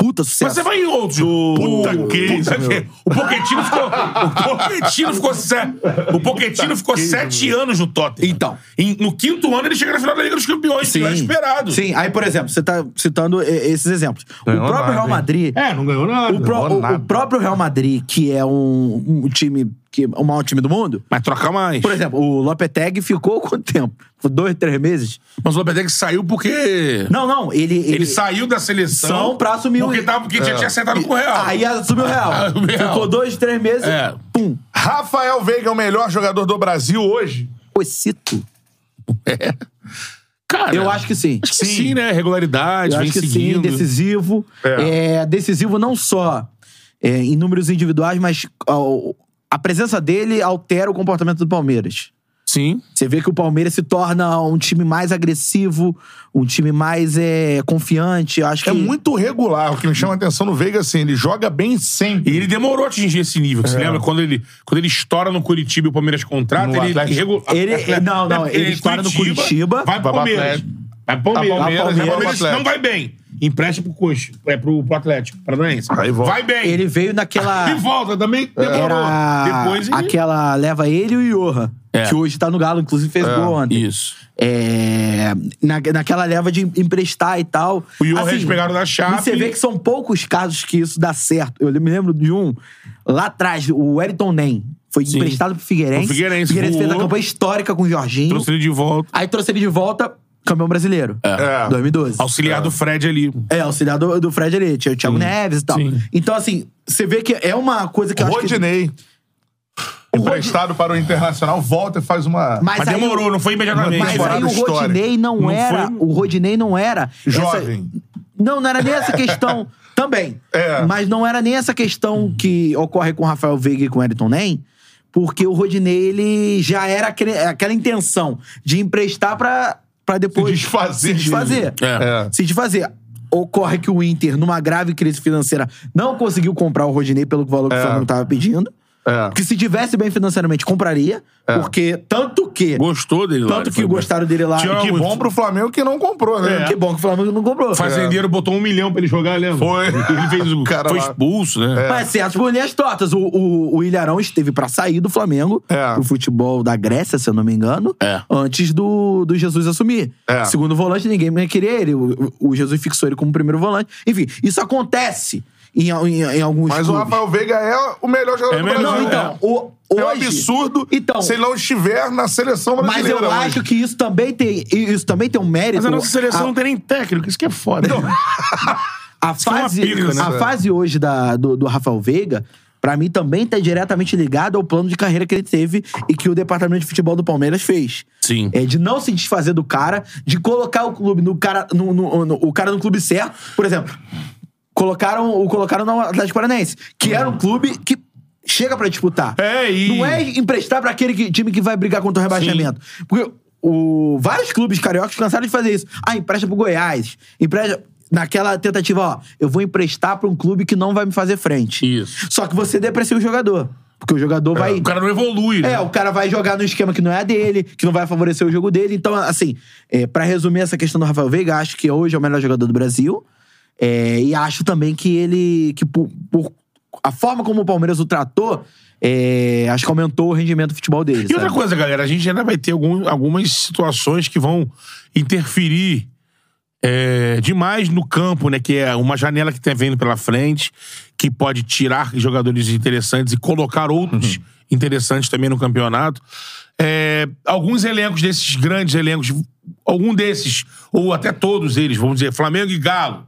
[SPEAKER 3] puta sucesso.
[SPEAKER 5] Mas você vai em outros. O...
[SPEAKER 1] Puta que
[SPEAKER 5] Puta
[SPEAKER 1] isso,
[SPEAKER 5] que- O Poquetino ficou. O Poquetino ficou, se- o Pochettino ficou sete anos no Tottenham.
[SPEAKER 3] Então.
[SPEAKER 5] Em- no quinto ano ele chega na final da Liga dos Campeões, que não é esperado.
[SPEAKER 3] Sim, aí, por exemplo, você tá citando eh, esses exemplos.
[SPEAKER 1] Ganhou
[SPEAKER 3] o próprio
[SPEAKER 1] nada,
[SPEAKER 3] Real
[SPEAKER 1] hein?
[SPEAKER 3] Madrid.
[SPEAKER 1] É, não ganhou nada.
[SPEAKER 3] O,
[SPEAKER 1] Não
[SPEAKER 3] pró-
[SPEAKER 1] ganhou
[SPEAKER 3] o- o
[SPEAKER 1] nada.
[SPEAKER 3] próprio Real Madrid, que é um, um time, que, é o maior time do mundo.
[SPEAKER 5] Mas trocar mais.
[SPEAKER 3] Por exemplo, o Lopetegui ficou quanto tempo? Foi Dois, três meses?
[SPEAKER 5] Mas o Lopetegui saiu porque.
[SPEAKER 3] Não, não, ele.
[SPEAKER 5] Ele, saiu da seleção
[SPEAKER 3] São pra assumir o-
[SPEAKER 5] porque, tava, porque já tinha acertado com o Real.
[SPEAKER 3] Aí assumiu o Real.
[SPEAKER 5] O Real.
[SPEAKER 3] Ficou dois, três meses.
[SPEAKER 5] É.
[SPEAKER 3] Pum.
[SPEAKER 1] Rafael Veiga é o melhor jogador do Brasil hoje.
[SPEAKER 3] Coecito.
[SPEAKER 5] Cara,
[SPEAKER 3] Eu acho que sim.
[SPEAKER 5] É. acho que sim, né? Regularidade,
[SPEAKER 3] Eu
[SPEAKER 5] vem
[SPEAKER 3] acho que sim,
[SPEAKER 5] seguindo.
[SPEAKER 3] decisivo.
[SPEAKER 1] É.
[SPEAKER 3] É, decisivo não só é, em números individuais, mas ó, a presença dele altera o comportamento do Palmeiras.
[SPEAKER 5] Sim.
[SPEAKER 3] Você vê que o Palmeiras se torna um time mais agressivo, um time mais é, confiante. Eu acho que
[SPEAKER 1] É muito regular. O que me chama a atenção no Veiga, assim, ele joga bem sempre.
[SPEAKER 5] E ele demorou a atingir esse nível. que Você lembra? Quando ele, quando ele estoura no Curitiba e o Palmeiras contrata,
[SPEAKER 1] No
[SPEAKER 5] ele,
[SPEAKER 1] Atlético.
[SPEAKER 5] regu-
[SPEAKER 3] Ele- é, não, não, ele estoura no Curitiba,
[SPEAKER 5] Vai pro
[SPEAKER 1] vai pro
[SPEAKER 5] Palmeiras.
[SPEAKER 1] Atlético.
[SPEAKER 5] Vai pro Palmeiras.
[SPEAKER 1] Tá
[SPEAKER 5] Aí
[SPEAKER 1] Palmeiras,
[SPEAKER 5] o
[SPEAKER 1] vai pro
[SPEAKER 5] Palmeiras
[SPEAKER 1] Atlético.
[SPEAKER 5] não vai bem. Empresta pro Coxa. É pro, pro Atlético. Paranaense.
[SPEAKER 1] Aí volta.
[SPEAKER 5] Vai bem.
[SPEAKER 3] Ele veio
[SPEAKER 5] E
[SPEAKER 3] naquela.
[SPEAKER 5] volta também. Demorou.
[SPEAKER 3] Era
[SPEAKER 5] né, Depois ele...
[SPEAKER 3] aquela leva ele e o Iorra,
[SPEAKER 5] É.
[SPEAKER 3] que hoje tá no Galo, inclusive fez gol ontem.
[SPEAKER 5] Isso.
[SPEAKER 3] É, na, naquela leva de emprestar e tal. Assim,
[SPEAKER 5] O Johan eles pegaram da Chape.
[SPEAKER 3] E você vê que são poucos casos que isso dá certo. Eu me lembro de um lá atrás, o Wellington Nem. Foi
[SPEAKER 5] Sim.
[SPEAKER 3] emprestado pro Figueirense.
[SPEAKER 5] O Figueirense
[SPEAKER 3] fez uma
[SPEAKER 5] voou.
[SPEAKER 3] campanha histórica com o Jorginho.
[SPEAKER 5] Trouxe ele de volta.
[SPEAKER 3] Aí trouxe ele de volta, campeão brasileiro.
[SPEAKER 1] É.
[SPEAKER 3] 2012.
[SPEAKER 5] Auxiliar do Fred ali.
[SPEAKER 3] É, auxiliar do, do Fred ali, tinha o Thiago Neves e tal.
[SPEAKER 5] Sim.
[SPEAKER 3] Então, assim, você vê que é uma coisa que eu acho que...
[SPEAKER 1] Rodinei. Emprestado para o Internacional, volta e faz uma.
[SPEAKER 5] Mas,
[SPEAKER 3] aí o-
[SPEAKER 5] demorou, não foi imediatamente.
[SPEAKER 3] Mas aí
[SPEAKER 1] temporada
[SPEAKER 3] o
[SPEAKER 1] histórica.
[SPEAKER 3] Rodinei não,
[SPEAKER 5] Não
[SPEAKER 3] era.
[SPEAKER 5] foi-
[SPEAKER 3] O Rodinei não era. essa-
[SPEAKER 1] Jovem.
[SPEAKER 3] Não, não era nem essa questão. Também.
[SPEAKER 1] É.
[SPEAKER 3] Mas não era nem essa questão que ocorre com o Rafael Veiga e com o Elton Nem. Porque o Rodinei, ele já era aquele- aquela intenção de emprestar pra, pra depois.
[SPEAKER 1] desfazer
[SPEAKER 3] Se desfazer.
[SPEAKER 5] dele. É.
[SPEAKER 1] É.
[SPEAKER 3] Se desfazer. Ocorre que o Inter, numa grave crise financeira, não conseguiu comprar o Rodinei pelo valor que o Flamengo estava pedindo.
[SPEAKER 1] É.
[SPEAKER 3] Porque se tivesse bem financeiramente, compraria. Porque tanto que.
[SPEAKER 5] Gostou dele lá.
[SPEAKER 3] Tanto
[SPEAKER 5] ele
[SPEAKER 3] que
[SPEAKER 5] foi bem.
[SPEAKER 3] gostaram dele lá.
[SPEAKER 5] Tinha
[SPEAKER 3] E que,
[SPEAKER 1] Que bom pro Flamengo que não comprou, né?
[SPEAKER 3] que bom que o Flamengo não comprou. tá
[SPEAKER 5] O fazendeiro botou um milhão pra ele jogar, lembra?
[SPEAKER 1] Foi.
[SPEAKER 5] Ele fez o...
[SPEAKER 1] O cara
[SPEAKER 5] foi
[SPEAKER 1] lá.
[SPEAKER 5] expulso, né?
[SPEAKER 1] é.
[SPEAKER 3] Mas certas bolinhas tortas. O, o, o Ilharão esteve pra sair do Flamengo,
[SPEAKER 1] É.
[SPEAKER 3] pro futebol da Grécia, se eu não me engano,
[SPEAKER 5] É.
[SPEAKER 3] antes do, do Jesus assumir.
[SPEAKER 1] É.
[SPEAKER 3] Segundo volante, ninguém mais queria ele. O, o- o Jesus fixou ele como primeiro volante. Enfim, isso acontece em, em, em alguns
[SPEAKER 1] Mas o
[SPEAKER 3] clubes.
[SPEAKER 1] Rafael Veiga é o melhor jogador
[SPEAKER 5] É
[SPEAKER 1] do
[SPEAKER 5] melhor,
[SPEAKER 1] Brasil.
[SPEAKER 3] Não,
[SPEAKER 5] Brasil,
[SPEAKER 3] então, o-
[SPEAKER 1] É um
[SPEAKER 3] hoje-
[SPEAKER 1] absurdo
[SPEAKER 3] Então,
[SPEAKER 1] se ele não estiver na seleção
[SPEAKER 3] mas
[SPEAKER 1] brasileira.
[SPEAKER 3] eu acho
[SPEAKER 1] é hoje.
[SPEAKER 3] que isso também tem, isso também tem um mérito.
[SPEAKER 5] Mas a nossa seleção não tem nem técnico, isso que é foda.
[SPEAKER 3] A
[SPEAKER 5] que é uma
[SPEAKER 3] fase,
[SPEAKER 5] pica, né,
[SPEAKER 3] a
[SPEAKER 1] velho?
[SPEAKER 3] fase hoje da, do, do Rafael Veiga, pra mim, também tá diretamente ligada ao plano de carreira que ele teve e que o departamento de futebol do Palmeiras fez.
[SPEAKER 5] Sim.
[SPEAKER 3] É de não se desfazer do cara, de colocar o clube no cara no, no- no- o cara no clube certo. Por exemplo, colocaram o colocaram no Atlético Paranaense, que era um clube que chega pra disputar.
[SPEAKER 5] É, e-
[SPEAKER 3] Não é emprestar pra aquele que- time que vai brigar contra o rebaixamento. Porque o, vários clubes cariocas cansaram de fazer isso. Ah, empresta pro Goiás. Empresta naquela tentativa, ó, eu vou emprestar pra um clube que não vai me fazer frente.
[SPEAKER 5] Isso.
[SPEAKER 3] Só que você deprecia o jogador, porque o jogador vai
[SPEAKER 5] O cara não evolui, né?
[SPEAKER 3] é, o cara vai jogar no esquema que não é a dele, que não vai favorecer o jogo dele. Então, assim, é, para resumir essa questão do Rafael Veiga, acho que hoje é o melhor jogador do Brasil. É, e acho também que ele. que por, por a forma como o Palmeiras o tratou, é, acho que aumentou o rendimento do futebol dele.
[SPEAKER 5] E outra
[SPEAKER 3] sabe?
[SPEAKER 5] coisa, galera, a gente ainda vai ter algum- algumas situações que vão interferir é, demais no campo, né? Que é uma janela que tem vindo pela frente, que pode tirar jogadores interessantes e colocar outros
[SPEAKER 3] Uhum.
[SPEAKER 5] interessantes também no campeonato. É, alguns elencos desses grandes elencos, algum desses, ou até todos eles, vamos dizer, Flamengo e Galo,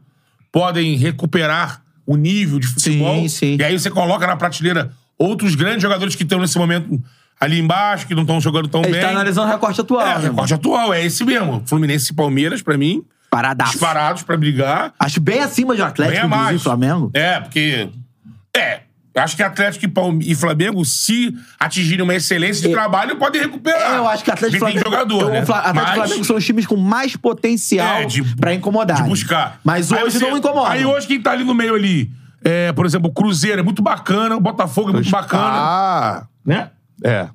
[SPEAKER 5] podem recuperar o nível de futebol.
[SPEAKER 3] Sim, sim.
[SPEAKER 5] E aí você coloca na prateleira outros grandes jogadores que estão nesse momento ali embaixo, que não estão jogando tão
[SPEAKER 3] Ele
[SPEAKER 5] bem.
[SPEAKER 3] tá analisando o recorte atual.
[SPEAKER 5] É,
[SPEAKER 3] né,
[SPEAKER 5] o
[SPEAKER 3] mano?
[SPEAKER 5] recorde atual, é esse mesmo. Fluminense e Palmeiras, pra mim,
[SPEAKER 3] Paradaço.
[SPEAKER 5] disparados pra brigar.
[SPEAKER 3] Acho bem acima de um
[SPEAKER 5] Bem
[SPEAKER 3] Tá. Atlético,
[SPEAKER 5] a
[SPEAKER 3] inclusive,
[SPEAKER 5] mais.
[SPEAKER 3] Flamengo.
[SPEAKER 5] É, porque. É. eu Acho que Atlético e, Palme- e Flamengo, se atingirem uma excelência de
[SPEAKER 3] É.
[SPEAKER 5] trabalho, podem recuperar.
[SPEAKER 3] É, eu acho que Atlético e
[SPEAKER 5] Porque
[SPEAKER 3] Flamengo.
[SPEAKER 5] Tem jogador,
[SPEAKER 3] eu-
[SPEAKER 5] né?
[SPEAKER 3] Fla- Atlético e
[SPEAKER 5] Mas-
[SPEAKER 3] Flamengo são os times com mais potencial
[SPEAKER 5] É, de-
[SPEAKER 3] pra incomodar. né?
[SPEAKER 5] de buscar.
[SPEAKER 3] Mas
[SPEAKER 5] Aí
[SPEAKER 3] hoje
[SPEAKER 5] você-
[SPEAKER 3] não incomoda.
[SPEAKER 5] Aí hoje quem tá ali no meio ali, é, por exemplo, o Cruzeiro é muito bacana, o Botafogo é muito bacana,
[SPEAKER 1] Ah,
[SPEAKER 5] né?
[SPEAKER 1] é.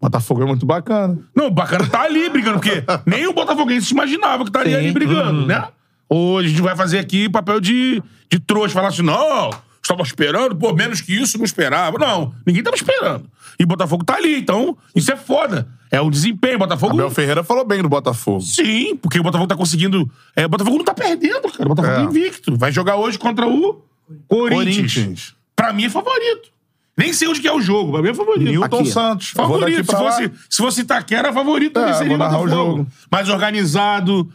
[SPEAKER 1] Botafogo é muito bacana.
[SPEAKER 5] Não, o bacana tá ali brigando, porque nem o Botafoguense se imaginava que estaria
[SPEAKER 3] Sim.
[SPEAKER 5] ali brigando, né? Ou a gente vai fazer aqui papel de, de trouxa, falar assim, não, estava esperando, pô, menos que isso não esperava. Não, ninguém estava esperando. E Botafogo tá ali, então isso é foda. É um desempenho, Botafogo...
[SPEAKER 1] Abel Ferreira falou bem do Botafogo.
[SPEAKER 5] Sim, porque o Botafogo tá conseguindo... É, o Botafogo não tá perdendo, cara. O Botafogo
[SPEAKER 1] É.
[SPEAKER 5] é invicto. Vai jogar hoje contra o Corinthians.
[SPEAKER 1] Corinthians.
[SPEAKER 5] Pra mim é favorito. Nem sei onde que é o jogo, pra mim é favorito.
[SPEAKER 1] Newton
[SPEAKER 3] Aqui.
[SPEAKER 1] Santos. Vou daqui
[SPEAKER 5] Favorito. Se
[SPEAKER 1] pra lá.
[SPEAKER 5] fosse, se fosse Itaquera, favorito também
[SPEAKER 1] É, vou
[SPEAKER 5] seria o
[SPEAKER 1] narrar o
[SPEAKER 5] Botafogo.
[SPEAKER 1] jogo.
[SPEAKER 5] Mais organizado,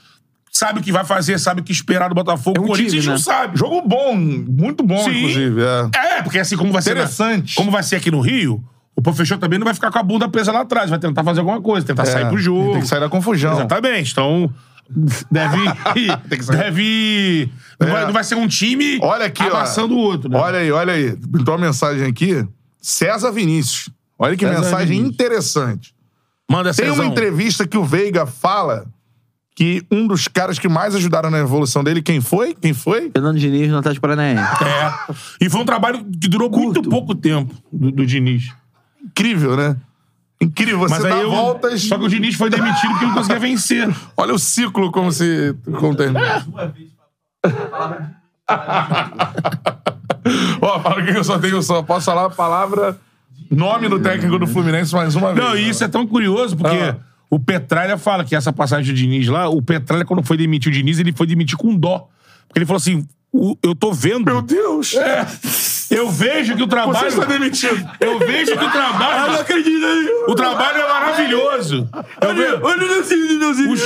[SPEAKER 5] sabe o que vai fazer, sabe o que esperar do Botafogo.
[SPEAKER 3] É um
[SPEAKER 5] o Corinthians
[SPEAKER 3] time, né?
[SPEAKER 5] não sabe.
[SPEAKER 1] Jogo bom, muito bom,
[SPEAKER 5] Sim.
[SPEAKER 1] inclusive. É.
[SPEAKER 5] É, porque assim como vai ser. na-
[SPEAKER 1] Interessante.
[SPEAKER 5] como vai ser aqui no Rio, o professor também não vai ficar com a bunda presa lá atrás, vai tentar fazer alguma coisa, tentar sair pro jogo.
[SPEAKER 1] É, Tem que sair da confusão.
[SPEAKER 5] Exatamente. Então. Deve.
[SPEAKER 1] Tem que sair.
[SPEAKER 5] deve. Não,
[SPEAKER 1] É.
[SPEAKER 5] vai, não vai ser um time
[SPEAKER 1] Olha aqui, ó.
[SPEAKER 5] amassando o outro, né?
[SPEAKER 1] Olha aí, olha aí. Então uma mensagem aqui. César Vinícius. Olha que
[SPEAKER 5] César
[SPEAKER 1] mensagem
[SPEAKER 5] Vinícius.
[SPEAKER 1] interessante.
[SPEAKER 5] Manda essa
[SPEAKER 1] Tem uma entrevista que o Veiga fala que um dos caras que mais ajudaram na evolução dele, quem foi? Quem foi?
[SPEAKER 3] Fernando Diniz no Atlético Paranaense.
[SPEAKER 5] É. E foi um trabalho que durou muito pouco tempo do, do Diniz.
[SPEAKER 1] Incrível, né? Incrível. Você
[SPEAKER 5] Mas
[SPEAKER 1] dá
[SPEAKER 5] aí eu,
[SPEAKER 1] voltas.
[SPEAKER 5] Só que o Diniz foi demitido porque não conseguia vencer.
[SPEAKER 1] Olha o ciclo como se. Como termina. Ó, fala que eu só tenho, eu só posso falar a palavra, nome do técnico do Fluminense mais uma vez.
[SPEAKER 5] Não, e isso é tão curioso, porque
[SPEAKER 1] Ah.
[SPEAKER 5] o Petralha fala que essa passagem do Diniz lá, o Petralha, quando foi demitir o Diniz, ele foi demitir com dó. Porque ele falou assim: "O- eu tô vendo.
[SPEAKER 1] Meu Deus!
[SPEAKER 5] É. Eu vejo que o
[SPEAKER 1] Você
[SPEAKER 5] trabalho.
[SPEAKER 1] está demitido.
[SPEAKER 5] Eu vejo que o trabalho.
[SPEAKER 1] Eu não acredito.
[SPEAKER 5] O trabalho é maravilhoso. Tá Eu vejo.
[SPEAKER 1] Olha o Lineuzinho, Lineuzinho.
[SPEAKER 5] Os...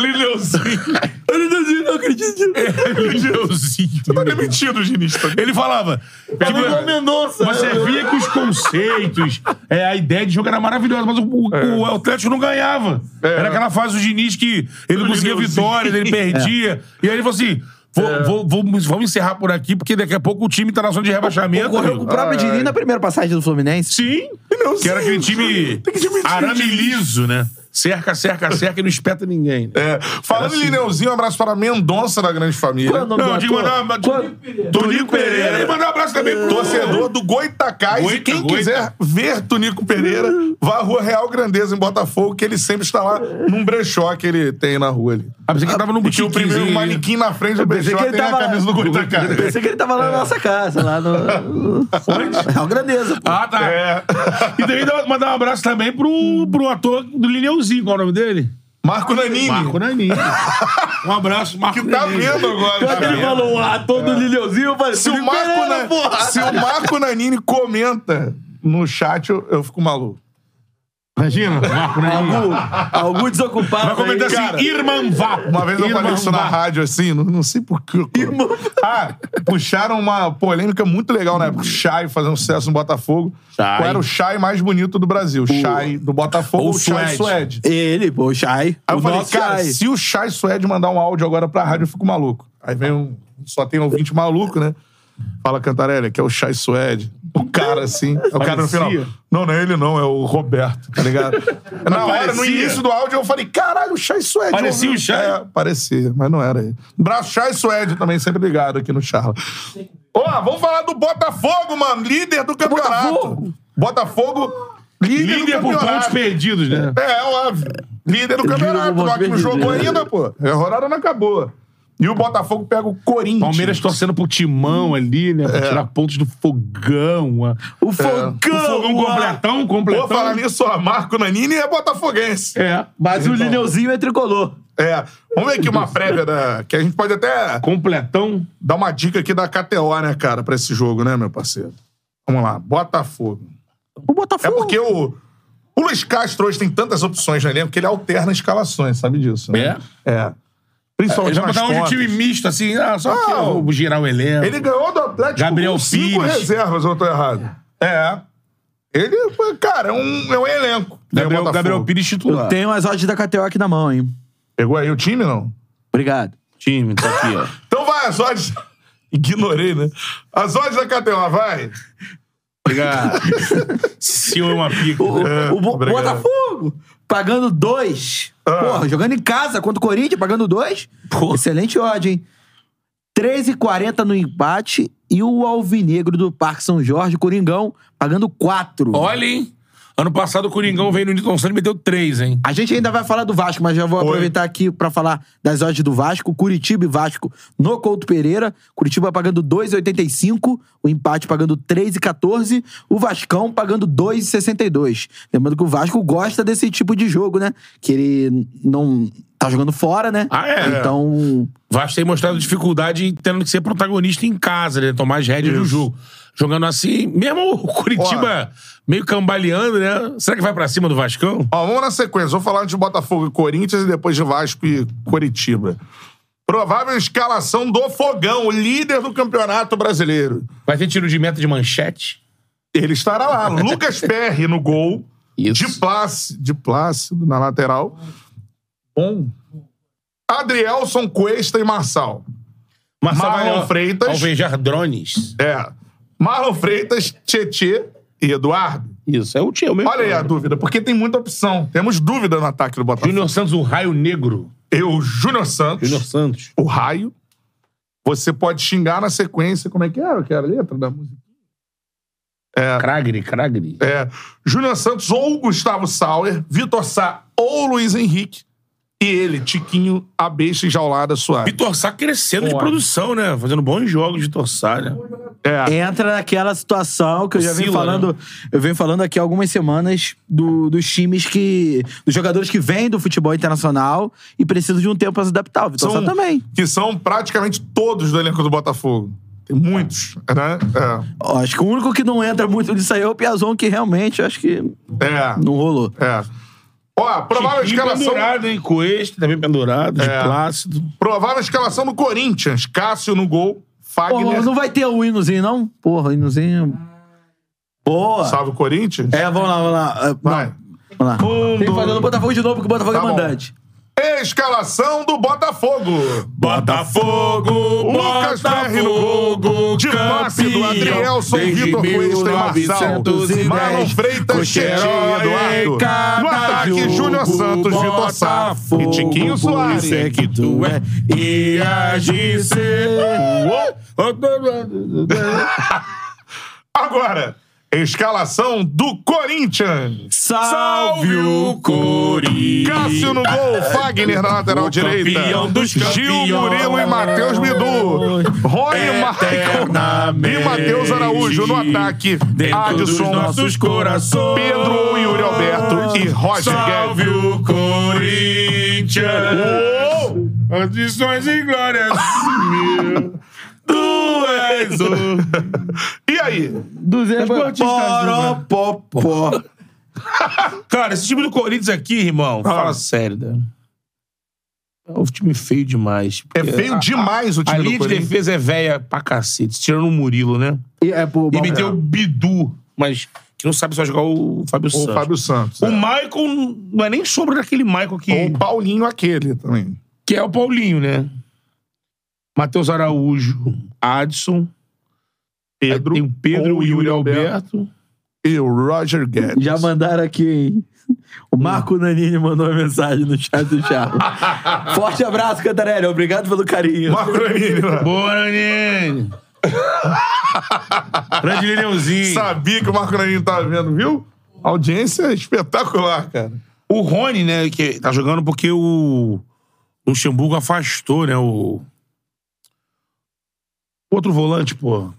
[SPEAKER 5] Lineuzinho. É,
[SPEAKER 1] Olha o Lineuzinho, não acredito.
[SPEAKER 5] Lineuzinho.
[SPEAKER 1] Tá demitido, Diniz. Tá
[SPEAKER 5] Ele falava. tipo,
[SPEAKER 1] Mendonça.
[SPEAKER 5] Você via que os conceitos, é, a ideia de jogo era maravilhosa, mas o, o- o Atlético não ganhava.
[SPEAKER 1] É.
[SPEAKER 5] Era aquela fase do Diniz que ele não conseguia
[SPEAKER 1] Dinizinho.
[SPEAKER 5] vitórias, ele perdia. E aí ele falou assim: vou,
[SPEAKER 1] É.
[SPEAKER 5] vou- vou- vamos encerrar por aqui, porque daqui a pouco o time tá na zona de rebaixamento.
[SPEAKER 3] Correu com o próprio
[SPEAKER 1] Ai, ai.
[SPEAKER 3] Diniz na primeira passagem do Fluminense.
[SPEAKER 5] Sim.
[SPEAKER 1] Não,
[SPEAKER 5] Que era
[SPEAKER 1] sim.
[SPEAKER 5] aquele time
[SPEAKER 1] Tem que demitir,
[SPEAKER 5] arame
[SPEAKER 1] Diniz.
[SPEAKER 5] liso, né? Cerca, cerca, cerca e não espeta ninguém. né?
[SPEAKER 1] É, falando em Lineuzinho, um abraço para Mendonça da Grande Família. Ah,
[SPEAKER 3] Qual é o nome
[SPEAKER 5] Não,
[SPEAKER 3] do
[SPEAKER 5] eu digo
[SPEAKER 3] ator?
[SPEAKER 5] mandar. mandar-
[SPEAKER 3] Qual-
[SPEAKER 5] Tonico Pereira. E mandar um abraço também pro
[SPEAKER 1] é Torcedor do Goitacás. E
[SPEAKER 5] Goita,
[SPEAKER 1] quem
[SPEAKER 5] Goita.
[SPEAKER 1] quiser ver Tunico Pereira, vá à Rua Real Grandeza, em Botafogo, que ele sempre está lá num brechó que ele tem na rua ali.
[SPEAKER 5] Ah, pensei que ele tava num né?
[SPEAKER 1] E que o primeiro
[SPEAKER 5] botiquinzinho.
[SPEAKER 1] manequim na frente do brechó tem a camisa do
[SPEAKER 3] Eu
[SPEAKER 1] Goitacás.
[SPEAKER 3] pensei que ele tava lá na nossa casa, lá no. É uma grandeza, pô.
[SPEAKER 5] Ah, tá.
[SPEAKER 1] É.
[SPEAKER 5] E também dá- mandar um abraço também pro, pro ator do Lineuzinho, qual é o nome dele?
[SPEAKER 1] Marco Nanini.
[SPEAKER 5] Marco Nanini. Um abraço, Marco
[SPEAKER 1] que tá
[SPEAKER 5] Nanini.
[SPEAKER 1] vendo agora. tá vendo?
[SPEAKER 3] falou lá, todo
[SPEAKER 1] É.
[SPEAKER 3] Lileuzinho, eu falei,
[SPEAKER 1] Se o, Marco é- Na- Se o Marco Nanini comenta no chat, eu, eu fico maluco.
[SPEAKER 5] Imagina, Marco Nanini.
[SPEAKER 3] Algum desocupado.
[SPEAKER 5] Vai comentar assim,
[SPEAKER 1] Cara,
[SPEAKER 5] Irmã Vá.
[SPEAKER 1] Uma vez eu
[SPEAKER 5] Irmã
[SPEAKER 1] falei isso na
[SPEAKER 5] Vá.
[SPEAKER 1] rádio, assim, não, não sei porquê. Ah, puxaram uma polêmica muito legal na época. O Chay fazendo sucesso no Botafogo.
[SPEAKER 5] Chay.
[SPEAKER 1] Qual era o Chay mais bonito do Brasil? O Chay do Botafogo
[SPEAKER 5] Ou
[SPEAKER 1] ou o Chay
[SPEAKER 5] Suede.
[SPEAKER 1] Suede?
[SPEAKER 3] Ele, pô, o Shai.
[SPEAKER 1] Aí
[SPEAKER 3] o
[SPEAKER 1] eu falei,
[SPEAKER 3] nosso é
[SPEAKER 1] cara,
[SPEAKER 3] Shai.
[SPEAKER 1] se o Chay Suede mandar um áudio agora pra rádio, eu fico maluco. Aí vem um. Só tem ouvinte maluco, né? Fala, Cantarelli, que é o Chay Suede. O cara, assim. É o cara no final.
[SPEAKER 5] Parecia.
[SPEAKER 1] Não, não é ele, não, é o Roberto, tá ligado? Na hora, no
[SPEAKER 5] Parecia.
[SPEAKER 1] início do áudio, eu falei, caralho, o Chay Suede.
[SPEAKER 5] Parecia
[SPEAKER 1] ouviu?
[SPEAKER 5] o Chay?
[SPEAKER 1] É, parecia, mas não era ele. Braço Chay Suede também, sempre ligado aqui no Charla. Ó, vamos falar do Botafogo, mano, líder do campeonato. Botafogo,
[SPEAKER 3] Botafogo?
[SPEAKER 1] líder, do
[SPEAKER 5] Líder por
[SPEAKER 1] campeonato.
[SPEAKER 5] pontos perdidos, né?
[SPEAKER 1] É, óbvio. Líder do
[SPEAKER 3] Líder
[SPEAKER 1] campeonato,
[SPEAKER 3] do
[SPEAKER 1] lá que não
[SPEAKER 3] Botafogo.
[SPEAKER 1] jogou ainda, pô. É, A rodada não acabou. E o Botafogo pega o Corinthians.
[SPEAKER 5] Palmeiras torcendo pro Timão ali, né? Pra tirar pontos do fogão. a-
[SPEAKER 3] É. O Fogão.
[SPEAKER 5] O fogão
[SPEAKER 3] uau.
[SPEAKER 5] completão, completão.
[SPEAKER 1] Vou falar nisso, ó. Marco Nanini é botafoguense.
[SPEAKER 5] É,
[SPEAKER 3] Mas o Lineuzinho é tricolor.
[SPEAKER 1] É. Vamos ver aqui uma prévia da... Que a gente pode até
[SPEAKER 5] completão.
[SPEAKER 1] dar uma dica aqui da KTO, né, cara, pra esse jogo, né, meu parceiro? Vamos lá. Botafogo.
[SPEAKER 3] O
[SPEAKER 1] É
[SPEAKER 3] Botafogo.
[SPEAKER 1] porque o... O Luiz Castro hoje tem tantas opções no elenco que ele alterna escalações, sabe disso, né? É? Principalmente
[SPEAKER 5] Já
[SPEAKER 3] é
[SPEAKER 1] nas
[SPEAKER 5] botar hoje um
[SPEAKER 1] pontas.
[SPEAKER 5] time misto, assim, ah, só que
[SPEAKER 1] Ah,
[SPEAKER 5] eu vou girar o elenco.
[SPEAKER 1] Ele ganhou do Atlético
[SPEAKER 5] Gabriel
[SPEAKER 1] com cinco
[SPEAKER 5] Pires.
[SPEAKER 1] reservas, ou eu tô errado. É. Ele, foi, cara, é um, é um elenco. Ganhou o
[SPEAKER 5] Gabriel,
[SPEAKER 1] Botafogo.
[SPEAKER 5] Gabriel É Pires titular.
[SPEAKER 3] Tenho as odds da KTO aqui na mão, hein?
[SPEAKER 1] Pegou aí o time, não?
[SPEAKER 3] Obrigado.
[SPEAKER 5] Time, tá aqui, ó.
[SPEAKER 1] Então vai, as odds... Ignorei, né? As odds da KTO, vai.
[SPEAKER 5] Obrigado. Senhor é uma pica.
[SPEAKER 3] O, o Bo-
[SPEAKER 1] obrigado.
[SPEAKER 3] Botafogo pagando dois.
[SPEAKER 1] Ah.
[SPEAKER 3] Porra, jogando em casa contra o Corinthians, pagando dois. Excelente odd, hein? 13,40 no empate e o Alvinegro do Parque São Jorge, Coringão, pagando 4.
[SPEAKER 5] Olha, hein? Ano passado o Coringão veio no Newton Santos e meteu três, hein?
[SPEAKER 3] A gente ainda vai falar do Vasco, mas já vou
[SPEAKER 1] Oi.
[SPEAKER 3] aproveitar aqui pra falar das odds do Vasco. Curitiba e Vasco no Couto Pereira. Curitiba pagando 2,85. O empate pagando 3,14. O Vascão pagando 2,62. Lembrando que o Vasco gosta desse tipo de jogo, né? Que ele não tá jogando fora, né?
[SPEAKER 5] Ah, é?
[SPEAKER 3] Então,
[SPEAKER 5] O Vasco tem mostrado dificuldade em tendo que ser protagonista em casa, né? Tomar as rédeas do jogo. Jogando assim, mesmo o Curitiba meio cambaleando, né? Será que vai pra cima do Vascão?
[SPEAKER 1] Ó, vamos na sequência. Vou falar de Botafogo e Corinthians e depois de Vasco e Coritiba. Provável escalação do Fogão, o líder do Campeonato Brasileiro.
[SPEAKER 5] Vai ter tiro de meta de manchete?
[SPEAKER 1] Ele estará lá. Lucas Perry no gol.
[SPEAKER 5] Isso.
[SPEAKER 1] De Plácido, de Plácido na lateral.
[SPEAKER 5] Um.
[SPEAKER 1] Bom. Adrielson, Cuesta e Marçal.
[SPEAKER 5] Marcelo
[SPEAKER 1] Marlon
[SPEAKER 5] vai
[SPEAKER 1] Freitas.
[SPEAKER 5] Alvejar drones.
[SPEAKER 1] É. Marlon Freitas, Tietê e Eduardo.
[SPEAKER 5] Isso, é o time. mesmo.
[SPEAKER 1] Olha aí a dúvida, porque tem muita opção. Temos dúvida no ataque do Botafogo.
[SPEAKER 5] Júnior Santos, o raio negro.
[SPEAKER 1] Eu, Júnior Santos.
[SPEAKER 5] Júnior Santos.
[SPEAKER 1] o raio. Você pode xingar na sequência. Como é que era? Que era a letra da música?
[SPEAKER 3] É.
[SPEAKER 5] Cragre, Cragre.
[SPEAKER 1] É, Júnior Santos ou Gustavo Sauer, Vitor Sá ou Luiz Henrique. E ele, Tiquinho, a besta enjaulada Soares.
[SPEAKER 5] Vitor Sá crescendo de
[SPEAKER 3] Boa.
[SPEAKER 5] produção, né? Fazendo bons jogos de Vitor Sá, né?
[SPEAKER 1] É,
[SPEAKER 3] entra naquela situação que eu já venho
[SPEAKER 5] Oscila,
[SPEAKER 3] falando. Eu venho falando aqui há algumas semanas do- dos times que. dos jogadores que vêm do futebol internacional e precisam de um tempo pra se adaptar. O Vitor
[SPEAKER 1] São-
[SPEAKER 3] Sá também.
[SPEAKER 1] que são praticamente todos do elenco do Botafogo. Tem muitos, né?
[SPEAKER 3] Ó, Acho que o único que não entra muito nisso aí é o Piazon, que realmente acho que
[SPEAKER 1] É, é,
[SPEAKER 3] não rolou.
[SPEAKER 1] é. Ó, provável
[SPEAKER 5] Chiquinho
[SPEAKER 1] escalação,
[SPEAKER 5] pendurado, hein? Coeste também pendurado, de
[SPEAKER 1] É.
[SPEAKER 5] Plácido.
[SPEAKER 1] provável escalação do Corinthians. Cássio no gol,
[SPEAKER 3] Porra,
[SPEAKER 1] Fagner...
[SPEAKER 3] não vai ter o hinozinho, não? Porra, o hinozinho. Boa!
[SPEAKER 1] Salve o Corinthians.
[SPEAKER 3] É, vamos lá, vamos lá. É,
[SPEAKER 1] Vai.
[SPEAKER 3] não, Vamos lá. Tem que fazer no Botafogo de novo, porque o Botafogo
[SPEAKER 1] Tá
[SPEAKER 3] é
[SPEAKER 1] bom.
[SPEAKER 3] mandante.
[SPEAKER 1] Escalação do Botafogo.
[SPEAKER 5] Botafogo,
[SPEAKER 1] Lucas Perry no gol. De passe do Adrielson, Vitor Cuesta e Marçal. Marlon Freitas, Tietchan e Eduardo. No ataque, Júnior Santos, Vitor Sá e Tiquinho Soares.
[SPEAKER 5] é e agisse.
[SPEAKER 1] Agora, escalação do Corinthians.
[SPEAKER 3] Salve o
[SPEAKER 5] Corinthians.
[SPEAKER 1] Cássio no gol, Fagner na lateral direita.
[SPEAKER 5] campeão dos
[SPEAKER 1] Gil
[SPEAKER 5] campeões. É,
[SPEAKER 1] Murilo e Matheus Bidu. Roy e Maicon
[SPEAKER 5] Eternamente.
[SPEAKER 1] e Matheus Araújo no ataque.
[SPEAKER 5] Dentro
[SPEAKER 1] Adson,
[SPEAKER 5] dos nossos corações.
[SPEAKER 1] Pedro, Yuri Alberto e Roger
[SPEAKER 5] Salve o Corinthians. Oh, Adições e glórias. mil. tu és o...
[SPEAKER 1] E aí?
[SPEAKER 5] Poró, pó, pó. Cara, esse time do Corinthians aqui, irmão, fala sério, né? É um time feio demais.
[SPEAKER 1] É
[SPEAKER 5] porque
[SPEAKER 1] feio
[SPEAKER 5] a-
[SPEAKER 1] demais o
[SPEAKER 5] A
[SPEAKER 1] time do
[SPEAKER 5] linha de
[SPEAKER 1] Corinthians.
[SPEAKER 5] defesa é velha pra cacete, tirando o Murilo, né?
[SPEAKER 3] E, é, pô,
[SPEAKER 5] E meteu o Bidu, mas que não sabe só jogar o Fábio
[SPEAKER 1] Ou
[SPEAKER 5] Santos.
[SPEAKER 1] o Fábio Santos.
[SPEAKER 5] O Michael não é nem sombra daquele Michael que,
[SPEAKER 1] Ou o Paulinho aquele também.
[SPEAKER 5] que é o Paulinho, né? Matheus Araújo, Adson,
[SPEAKER 1] Pedro,
[SPEAKER 5] tem o Pedro,
[SPEAKER 1] ou
[SPEAKER 5] o Yuri Alberto.
[SPEAKER 1] E o Roger Guedes.
[SPEAKER 3] Já mandaram aqui, hein? O Marco Nanini mandou uma mensagem no chat do Thiago. Forte abraço, Cantarelli. Obrigado pelo carinho.
[SPEAKER 1] Marco Danilo.
[SPEAKER 5] Boa, Nanine! Grande Lineuzinho.
[SPEAKER 1] Sabia que o Marco Danilo tava vendo, viu? Audiência espetacular, cara.
[SPEAKER 5] O Rony, né, que tá jogando porque o Luxemburgo afastou, né, o outro volante, pô.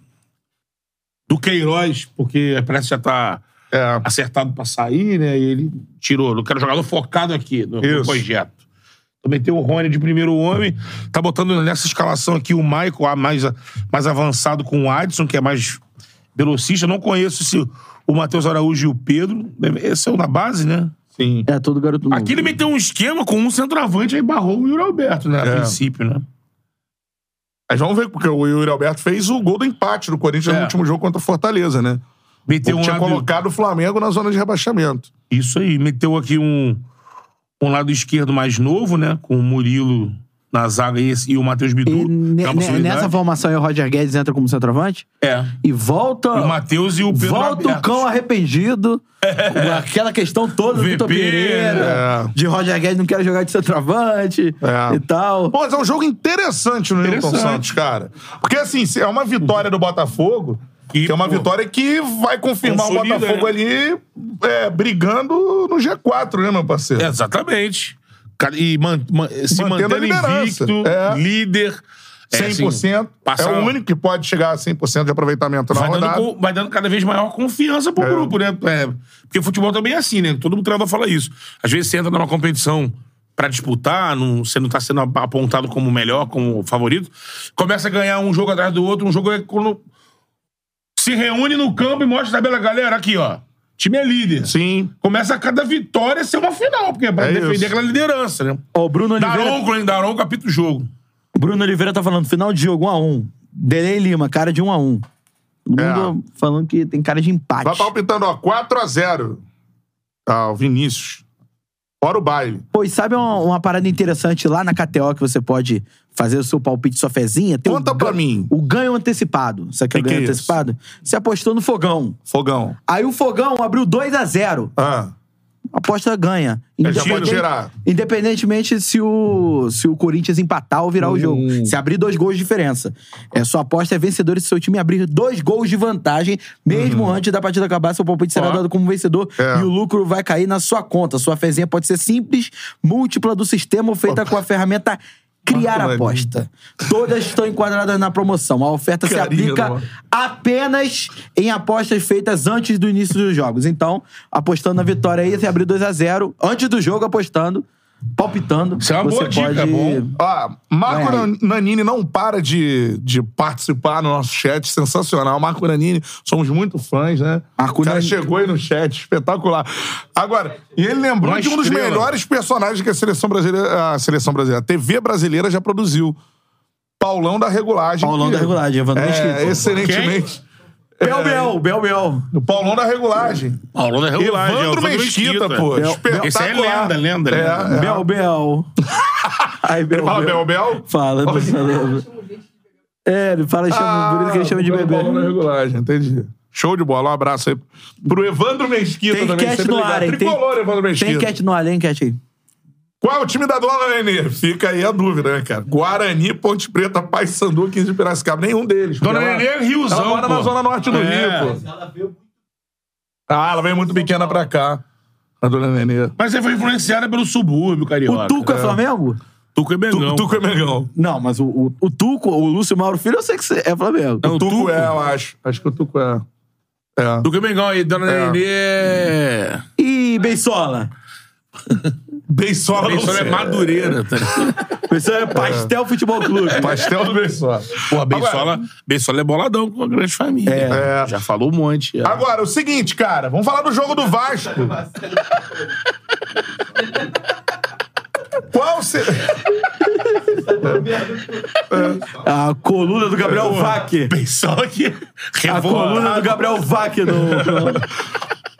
[SPEAKER 5] Do Queiroz, porque parece que já tá
[SPEAKER 1] É.
[SPEAKER 5] acertado pra sair, né, e ele tirou. Não quero jogador focado aqui no, no
[SPEAKER 1] Isso.
[SPEAKER 5] projeto. Então meteu o Rony de primeiro homem, tá botando nessa escalação aqui o Michael, ah, mais, mais avançado com o Adson, que é mais velocista. Não conheço se o Matheus Araújo e o Pedro. Deve- Esse é o da base, né?
[SPEAKER 1] Sim.
[SPEAKER 3] É, todo garoto novo.
[SPEAKER 5] Aqui ele meteu um esquema com um centroavante, aí barrou o Yuri Alberto, né? A
[SPEAKER 1] É.
[SPEAKER 5] princípio, né?
[SPEAKER 1] Mas vamos ver, porque o Yuri Alberto fez o gol do empate do Corinthians
[SPEAKER 5] É.
[SPEAKER 1] no último jogo contra o Fortaleza, né?
[SPEAKER 5] Meteu
[SPEAKER 1] Ele
[SPEAKER 5] um
[SPEAKER 1] tinha
[SPEAKER 5] lado...
[SPEAKER 1] colocado o Flamengo na zona de rebaixamento.
[SPEAKER 5] Isso aí, meteu aqui um, um lado esquerdo mais novo, né? Com o Murilo na zaga e, esse- e o Matheus Bidu.
[SPEAKER 3] E ne-
[SPEAKER 5] que é
[SPEAKER 3] ne-
[SPEAKER 5] uma possibilidade.
[SPEAKER 3] nessa formação aí, o Roger Guedes entra como centroavante
[SPEAKER 5] É.
[SPEAKER 3] e volta.
[SPEAKER 5] O Matheus e o Pedro
[SPEAKER 3] Volta o
[SPEAKER 5] Alberto.
[SPEAKER 3] cão arrependido. com aquela questão toda do
[SPEAKER 5] VP,
[SPEAKER 3] Vitor Pereira.
[SPEAKER 1] é.
[SPEAKER 3] De Roger Guedes não quer jogar de centroavante
[SPEAKER 1] É.
[SPEAKER 3] e tal.
[SPEAKER 1] Pô, mas é um jogo interessante no Newton
[SPEAKER 5] Interessante.
[SPEAKER 1] Santos, cara. Porque, assim, é uma vitória do Botafogo Que é uma
[SPEAKER 5] pô,
[SPEAKER 1] vitória que vai confirmar
[SPEAKER 5] Consolida,
[SPEAKER 1] o Botafogo
[SPEAKER 5] né?
[SPEAKER 1] ali é, brigando no G4, né, meu parceiro?
[SPEAKER 5] É, Exatamente. Cara, E man- man-
[SPEAKER 1] Mantendo
[SPEAKER 5] se
[SPEAKER 1] a
[SPEAKER 5] mantendo
[SPEAKER 1] liderança.
[SPEAKER 5] invicto,
[SPEAKER 1] É.
[SPEAKER 5] líder. É, assim,
[SPEAKER 1] 100%.
[SPEAKER 5] passar-
[SPEAKER 1] É o único que pode chegar a 100% de aproveitamento na
[SPEAKER 5] vai, dando,
[SPEAKER 1] rodada.
[SPEAKER 5] co- vai dando cada vez maior confiança pro
[SPEAKER 1] É.
[SPEAKER 5] grupo, né? É, porque futebol também é assim, né? Todo mundo treinador fala isso. Às vezes você entra numa competição pra disputar, não, você não tá sendo ap- apontado como o melhor, como o favorito. Começa a ganhar um jogo atrás do outro, um jogo é quando se reúne no campo e mostra a tabela, galera, aqui, ó. Time é líder.
[SPEAKER 1] Sim.
[SPEAKER 5] Começa a cada vitória ser uma final, porque é pra
[SPEAKER 1] É
[SPEAKER 5] defender
[SPEAKER 1] isso.
[SPEAKER 5] aquela liderança, né?
[SPEAKER 3] Ó, o Bruno Oliveira,
[SPEAKER 5] Daronco, hein? Daronco apita o jogo.
[SPEAKER 3] Bruno Oliveira tá falando, final de jogo, 1x1. Delei Lima, cara de 1x1. Todo
[SPEAKER 1] É.
[SPEAKER 3] mundo falando que tem cara de empate.
[SPEAKER 1] Vai palpitando, ó, 4x0. Ah, o Vinícius. Fora o baile.
[SPEAKER 3] Pô, e sabe uma, uma parada interessante lá na KTO que você pode fazer o seu palpite, sua fezinha?
[SPEAKER 5] um
[SPEAKER 3] Tem o
[SPEAKER 1] Conta pra
[SPEAKER 3] gan-
[SPEAKER 1] mim.
[SPEAKER 3] O ganho antecipado. Sabe o que é
[SPEAKER 1] Que que
[SPEAKER 3] o ganho
[SPEAKER 1] é isso?
[SPEAKER 3] antecipado? Você apostou no fogão.
[SPEAKER 1] Fogão.
[SPEAKER 3] Aí o fogão abriu 2 a 0
[SPEAKER 1] Ah,
[SPEAKER 3] Aposta ganha.
[SPEAKER 1] é, já pode
[SPEAKER 5] Independente-
[SPEAKER 1] gerar.
[SPEAKER 3] Independentemente se o, se o Corinthians empatar ou virar o
[SPEAKER 1] Hum.
[SPEAKER 3] jogo. Se abrir dois gols de diferença. É, sua aposta é vencedor se seu time abrir dois gols de vantagem, mesmo antes da partida acabar, seu palpite será
[SPEAKER 5] Ó.
[SPEAKER 3] dado como vencedor
[SPEAKER 1] Uhum. É.
[SPEAKER 3] e o lucro vai cair na sua conta. Sua fezinha pode ser simples, múltipla do sistema ou feita com a ferramenta Criar
[SPEAKER 1] Quanto
[SPEAKER 3] Aposta. Todas estão enquadradas na promoção. A oferta se
[SPEAKER 1] Carinha
[SPEAKER 3] aplica
[SPEAKER 1] do-
[SPEAKER 3] apenas em apostas feitas antes do início dos jogos. Então, apostando na vitória aí, você abriu 2x0, antes do jogo apostando, palpitando.
[SPEAKER 5] Isso é uma
[SPEAKER 3] você
[SPEAKER 5] boa dica, é bom.
[SPEAKER 1] Ó, Marco
[SPEAKER 3] Vai aí.
[SPEAKER 1] Nan- Nanini não para de, de participar no nosso chat, sensacional. Marco Nanini, somos muito fãs, né?
[SPEAKER 3] Marco
[SPEAKER 1] o cara
[SPEAKER 3] Nanini.
[SPEAKER 1] chegou aí no chat, espetacular. Agora, e ele lembrou
[SPEAKER 5] Uma
[SPEAKER 1] de um dos
[SPEAKER 5] estrela.
[SPEAKER 1] melhores personagens que a seleção brasileira, a seleção brasileira, a TV brasileira já produziu. Paulão da regulagem.
[SPEAKER 3] Paulão
[SPEAKER 1] que-
[SPEAKER 3] da regulagem, Evandro Mesquita.
[SPEAKER 1] é, excelentemente.
[SPEAKER 3] Bel, Bel, Bel, Bel.
[SPEAKER 1] O Paulão da regulagem.
[SPEAKER 5] Paulo da regulagem.
[SPEAKER 1] é
[SPEAKER 5] é
[SPEAKER 1] Evandro Mesquita, pô.
[SPEAKER 3] Bel-
[SPEAKER 1] Espetacular.
[SPEAKER 5] Esse aí é lenda, lenda, lenda.
[SPEAKER 1] É, é.
[SPEAKER 3] Bel, Bel. Aí, Bel,
[SPEAKER 1] Fala, Bel,
[SPEAKER 3] Bel.
[SPEAKER 1] Bel. assim.
[SPEAKER 3] Fala, Bel. É, ele fala, chama, por isso que ele chama de
[SPEAKER 1] o
[SPEAKER 3] bebê.
[SPEAKER 1] Paulo na regulagem, entendi. Show de bola, um abraço aí pro Evandro Mesquita
[SPEAKER 3] Tem
[SPEAKER 1] também.
[SPEAKER 3] enquete
[SPEAKER 1] sempre
[SPEAKER 3] no
[SPEAKER 1] ligado.
[SPEAKER 3] ar, hein? Tem-
[SPEAKER 1] Tricolor, Evandro Mesquita.
[SPEAKER 3] Tem enquete no ar, hein, enquete aí.
[SPEAKER 1] Qual é o time da dona, Nenê? Fica aí a dúvida, né, cara? Guarani, Ponte Preta, Paysandu, 15 de Piracicaba. Nenhum deles.
[SPEAKER 5] Dona
[SPEAKER 1] porque ela-
[SPEAKER 5] Nenê é Riozão,
[SPEAKER 1] Ela mora
[SPEAKER 5] pô.
[SPEAKER 1] na zona norte do
[SPEAKER 5] É.
[SPEAKER 1] Rio, pô. Ah, ela veio muito pequena pra cá. A dona Nenê.
[SPEAKER 5] Mas você foi influenciada pelo subúrbio, carioca.
[SPEAKER 3] O Tuco é Flamengo?
[SPEAKER 5] Tuco é Mengão.
[SPEAKER 1] Tuco é Megão.
[SPEAKER 3] Não, mas o, o, o Tuco, o Lúcio Mauro Filho, eu sei que cê é Flamengo.
[SPEAKER 5] Não,
[SPEAKER 1] O Tuco é, eu acho. Acho que o Tuco é. É.
[SPEAKER 5] Tuco é Mengão aí, dona
[SPEAKER 1] É.
[SPEAKER 5] Nenê é.
[SPEAKER 3] E Beisola?
[SPEAKER 1] Beisola, não
[SPEAKER 5] Isso é
[SPEAKER 1] sei.
[SPEAKER 5] madureira. Tá?
[SPEAKER 3] Beisola é Pastel Futebol Clube.
[SPEAKER 1] Pastel do Beisola.
[SPEAKER 5] Pô, a Bensola, Bensola é boladão com a grande família.
[SPEAKER 1] É.
[SPEAKER 5] Já falou um monte. é.
[SPEAKER 1] Agora, o seguinte, cara, vamos falar do jogo do Vasco. Qual se... É.
[SPEAKER 3] A coluna do Gabriel Vac.
[SPEAKER 5] Bensola que.
[SPEAKER 3] A coluna do Gabriel Vac no...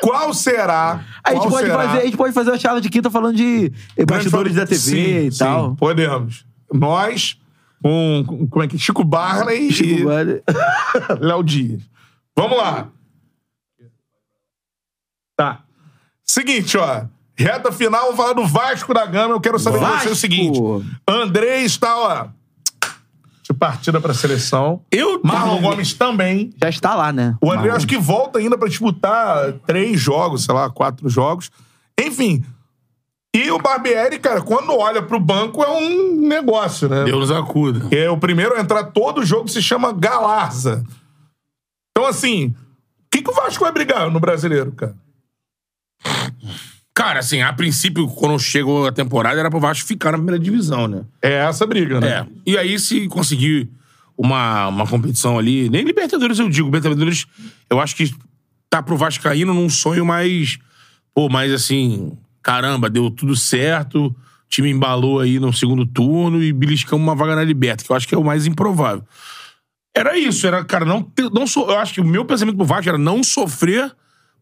[SPEAKER 1] Qual será?
[SPEAKER 3] A gente,
[SPEAKER 1] qual
[SPEAKER 3] pode
[SPEAKER 1] será-
[SPEAKER 3] fazer, a gente pode fazer uma charla de quinta falando de bastidores da TV
[SPEAKER 1] Sim,
[SPEAKER 3] e
[SPEAKER 1] sim,
[SPEAKER 3] tal.
[SPEAKER 1] podemos. Nós, um, com- como é que Chico Barney
[SPEAKER 3] Chico
[SPEAKER 1] e
[SPEAKER 3] Buarque.
[SPEAKER 1] Léo Dias. Vamos lá. Tá. Seguinte, ó. Reta final, vamos falar do Vasco da Gama. Eu quero saber de você o
[SPEAKER 3] Vasco!
[SPEAKER 1] seguinte. Andrei está, ó, de partida pra seleção.
[SPEAKER 5] Eu.
[SPEAKER 1] Marlon Gomes também.
[SPEAKER 3] Já está lá, né?
[SPEAKER 1] O André acho que volta ainda pra disputar três jogos, sei lá, quatro jogos. Enfim. E o Barbieri, cara, quando olha pro banco é um negócio, né?
[SPEAKER 5] Deus nos acuda.
[SPEAKER 1] Que é o primeiro a entrar todo jogo se chama Galarza. Então, assim, o que, que o Vasco vai brigar no brasileiro, cara?
[SPEAKER 5] Cara, assim, a princípio, quando chegou a temporada, era pro Vasco ficar na primeira divisão, né?
[SPEAKER 1] É essa a briga, né?
[SPEAKER 5] É. E aí, se conseguir uma, uma competição ali, nem Libertadores eu digo, Libertadores, eu acho que tá pro Vascaíno num sonho mais. Pô, mais assim, caramba, deu tudo certo, o time embalou aí no segundo turno e beliscamos uma vaga na Liberta, que eu acho que é o mais improvável. Era isso, era, cara, não, ter- não so, eu acho que o meu pensamento pro Vasco era não sofrer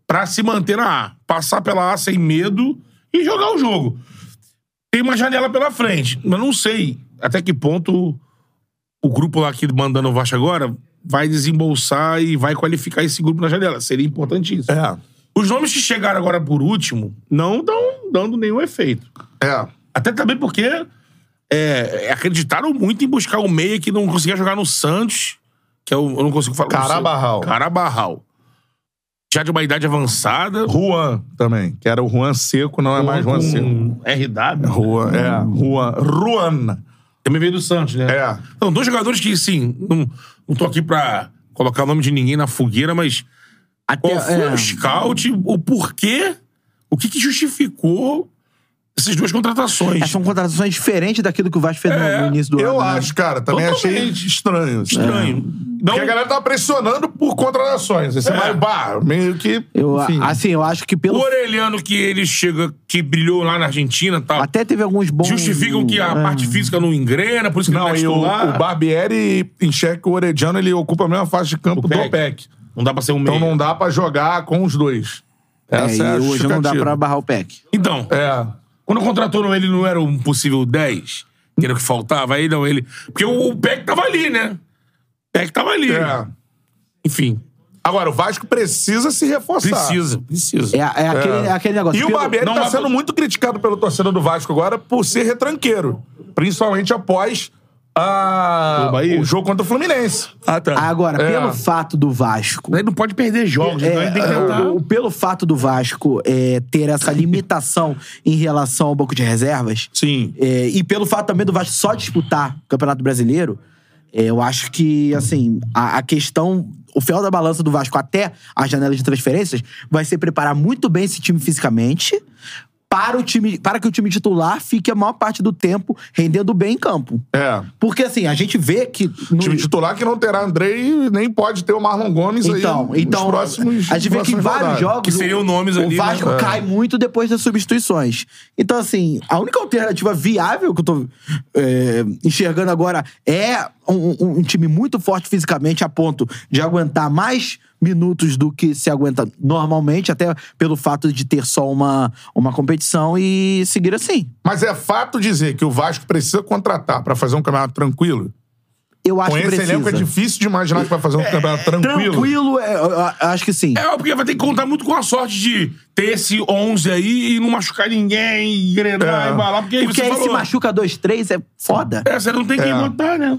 [SPEAKER 5] pra se manter na A. Passar pela A sem medo e jogar o jogo. Tem uma janela pela frente, mas não sei até que ponto o grupo lá que mandando o Vasco agora vai desembolsar e vai qualificar esse grupo na janela. Seria importantíssimo.
[SPEAKER 1] É.
[SPEAKER 5] Os nomes que chegaram agora por último não estão dando nenhum efeito.
[SPEAKER 1] É.
[SPEAKER 5] Até também porque é, acreditaram muito em buscar um meia que não conseguia jogar no Santos que é o, eu não consigo falar.
[SPEAKER 1] Carabarral.
[SPEAKER 5] Carabarral. Já de uma idade avançada.
[SPEAKER 1] Juan também, que era o Juan Seco, não é mais Juan Seco.
[SPEAKER 5] com RW.
[SPEAKER 1] Juan, é, Juan. Ruan.
[SPEAKER 5] Também veio do Santos, né?
[SPEAKER 1] É.
[SPEAKER 5] Então, dois jogadores que, sim, não, não tô aqui pra colocar o nome de ninguém na fogueira, mas qual foi
[SPEAKER 3] é.
[SPEAKER 5] o scout, o porquê, o que, que justificou essas duas contratações?
[SPEAKER 3] É, São contratações diferentes daquilo que o Vasco fez no-
[SPEAKER 5] É,
[SPEAKER 3] no início do ano.
[SPEAKER 1] Eu
[SPEAKER 3] né?
[SPEAKER 1] acho, cara, também achei
[SPEAKER 5] Totalmente.
[SPEAKER 1] estranho. assim.
[SPEAKER 5] Estranho. Não,
[SPEAKER 1] Porque a galera tá pressionando por contratações. Esse
[SPEAKER 5] É.
[SPEAKER 1] Mário Barro, meio que.
[SPEAKER 3] Eu,
[SPEAKER 1] enfim.
[SPEAKER 3] assim, eu acho que
[SPEAKER 5] o
[SPEAKER 3] pelo.
[SPEAKER 5] Orelhano que ele chega, que brilhou lá na Argentina e tal,
[SPEAKER 3] Até teve alguns bons.
[SPEAKER 5] justificam que a
[SPEAKER 3] É.
[SPEAKER 5] parte física não engrena, por isso que
[SPEAKER 1] Não,
[SPEAKER 5] ele
[SPEAKER 1] e o,
[SPEAKER 5] não lá.
[SPEAKER 1] o Barbieri enxerga que o Orediano ele ocupa a mesma faixa de campo
[SPEAKER 5] O
[SPEAKER 1] do
[SPEAKER 5] PEC.
[SPEAKER 1] OPEC.
[SPEAKER 5] Não dá pra ser um meio.
[SPEAKER 1] Então não dá pra jogar com os dois.
[SPEAKER 3] É,
[SPEAKER 1] Essa é, a
[SPEAKER 3] e hoje não dá
[SPEAKER 1] justificativa.
[SPEAKER 3] pra barrar o PEC.
[SPEAKER 5] Então,
[SPEAKER 1] É.
[SPEAKER 5] Quando contratou ele, não era um possível 10? Que era o que faltava? Aí não, ele. Porque o, o Peck tava ali, né? O Peck tava ali.
[SPEAKER 1] é.
[SPEAKER 5] Enfim,
[SPEAKER 1] Agora, o Vasco precisa se reforçar.
[SPEAKER 5] precisa, precisa.
[SPEAKER 3] É, é aquele, é aquele negócio.
[SPEAKER 1] E o
[SPEAKER 3] pelo-
[SPEAKER 1] Barbieri
[SPEAKER 5] não
[SPEAKER 1] tá
[SPEAKER 5] dá
[SPEAKER 1] sendo
[SPEAKER 5] pra-
[SPEAKER 1] muito criticado pelo torcedor do Vasco agora por ser retranqueiro. Principalmente após a-
[SPEAKER 5] Do Bahia?
[SPEAKER 1] o jogo contra o Fluminense.
[SPEAKER 5] Ah, tá.
[SPEAKER 3] Agora,
[SPEAKER 1] É.
[SPEAKER 3] pelo fato do Vasco.
[SPEAKER 5] Ele não pode perder jogos, então
[SPEAKER 3] É,
[SPEAKER 5] ele tem que tentar.
[SPEAKER 3] o- o- pelo fato do Vasco é, ter essa limitação em relação ao banco de reservas,
[SPEAKER 5] Sim.
[SPEAKER 3] é, e pelo fato também do Vasco só disputar o Campeonato Brasileiro, é, eu acho que, assim, a, a questão. O fiel da balança do Vasco até a janela de transferências vai ser preparar muito bem esse time fisicamente para, o time, para que o time titular fique a maior parte do tempo rendendo bem em campo.
[SPEAKER 1] É.
[SPEAKER 3] Porque, assim, a gente vê que. no-
[SPEAKER 1] Time titular que não terá Andrei e nem pode ter o Marlon Gomes
[SPEAKER 3] Então,
[SPEAKER 1] aí
[SPEAKER 3] então
[SPEAKER 1] nos próximos.
[SPEAKER 3] a gente vê que em
[SPEAKER 1] próximas
[SPEAKER 3] vários
[SPEAKER 1] rodadas. É.
[SPEAKER 3] jogos
[SPEAKER 5] Que seriam nomes
[SPEAKER 3] o,
[SPEAKER 5] ali,
[SPEAKER 3] o Vasco
[SPEAKER 5] né?
[SPEAKER 3] cai muito depois das substituições. Então, assim, a única alternativa viável que eu tô é, enxergando agora é um, um- um time muito forte fisicamente a ponto de aguentar mais minutos do que se aguenta normalmente, até pelo fato de ter só uma, uma competição e seguir assim.
[SPEAKER 1] Mas é fato dizer que o Vasco precisa contratar pra fazer um campeonato tranquilo.
[SPEAKER 3] Eu acho
[SPEAKER 1] Com
[SPEAKER 3] que
[SPEAKER 1] esse
[SPEAKER 3] precisa.
[SPEAKER 1] elenco é difícil de imaginar que vai fazer um campeonato tranquilo.
[SPEAKER 3] Tranquilo, é, eu- eu acho que sim.
[SPEAKER 5] É, porque vai ter que contar muito com a sorte de ter esse 11 aí e não machucar ninguém, engrenar
[SPEAKER 1] É.
[SPEAKER 5] e balar, porque, aí
[SPEAKER 3] Porque
[SPEAKER 5] você
[SPEAKER 3] aí se
[SPEAKER 5] falou.
[SPEAKER 3] machuca 2-3 é foda.
[SPEAKER 5] É, você não tem quem
[SPEAKER 1] É.
[SPEAKER 5] botar, né?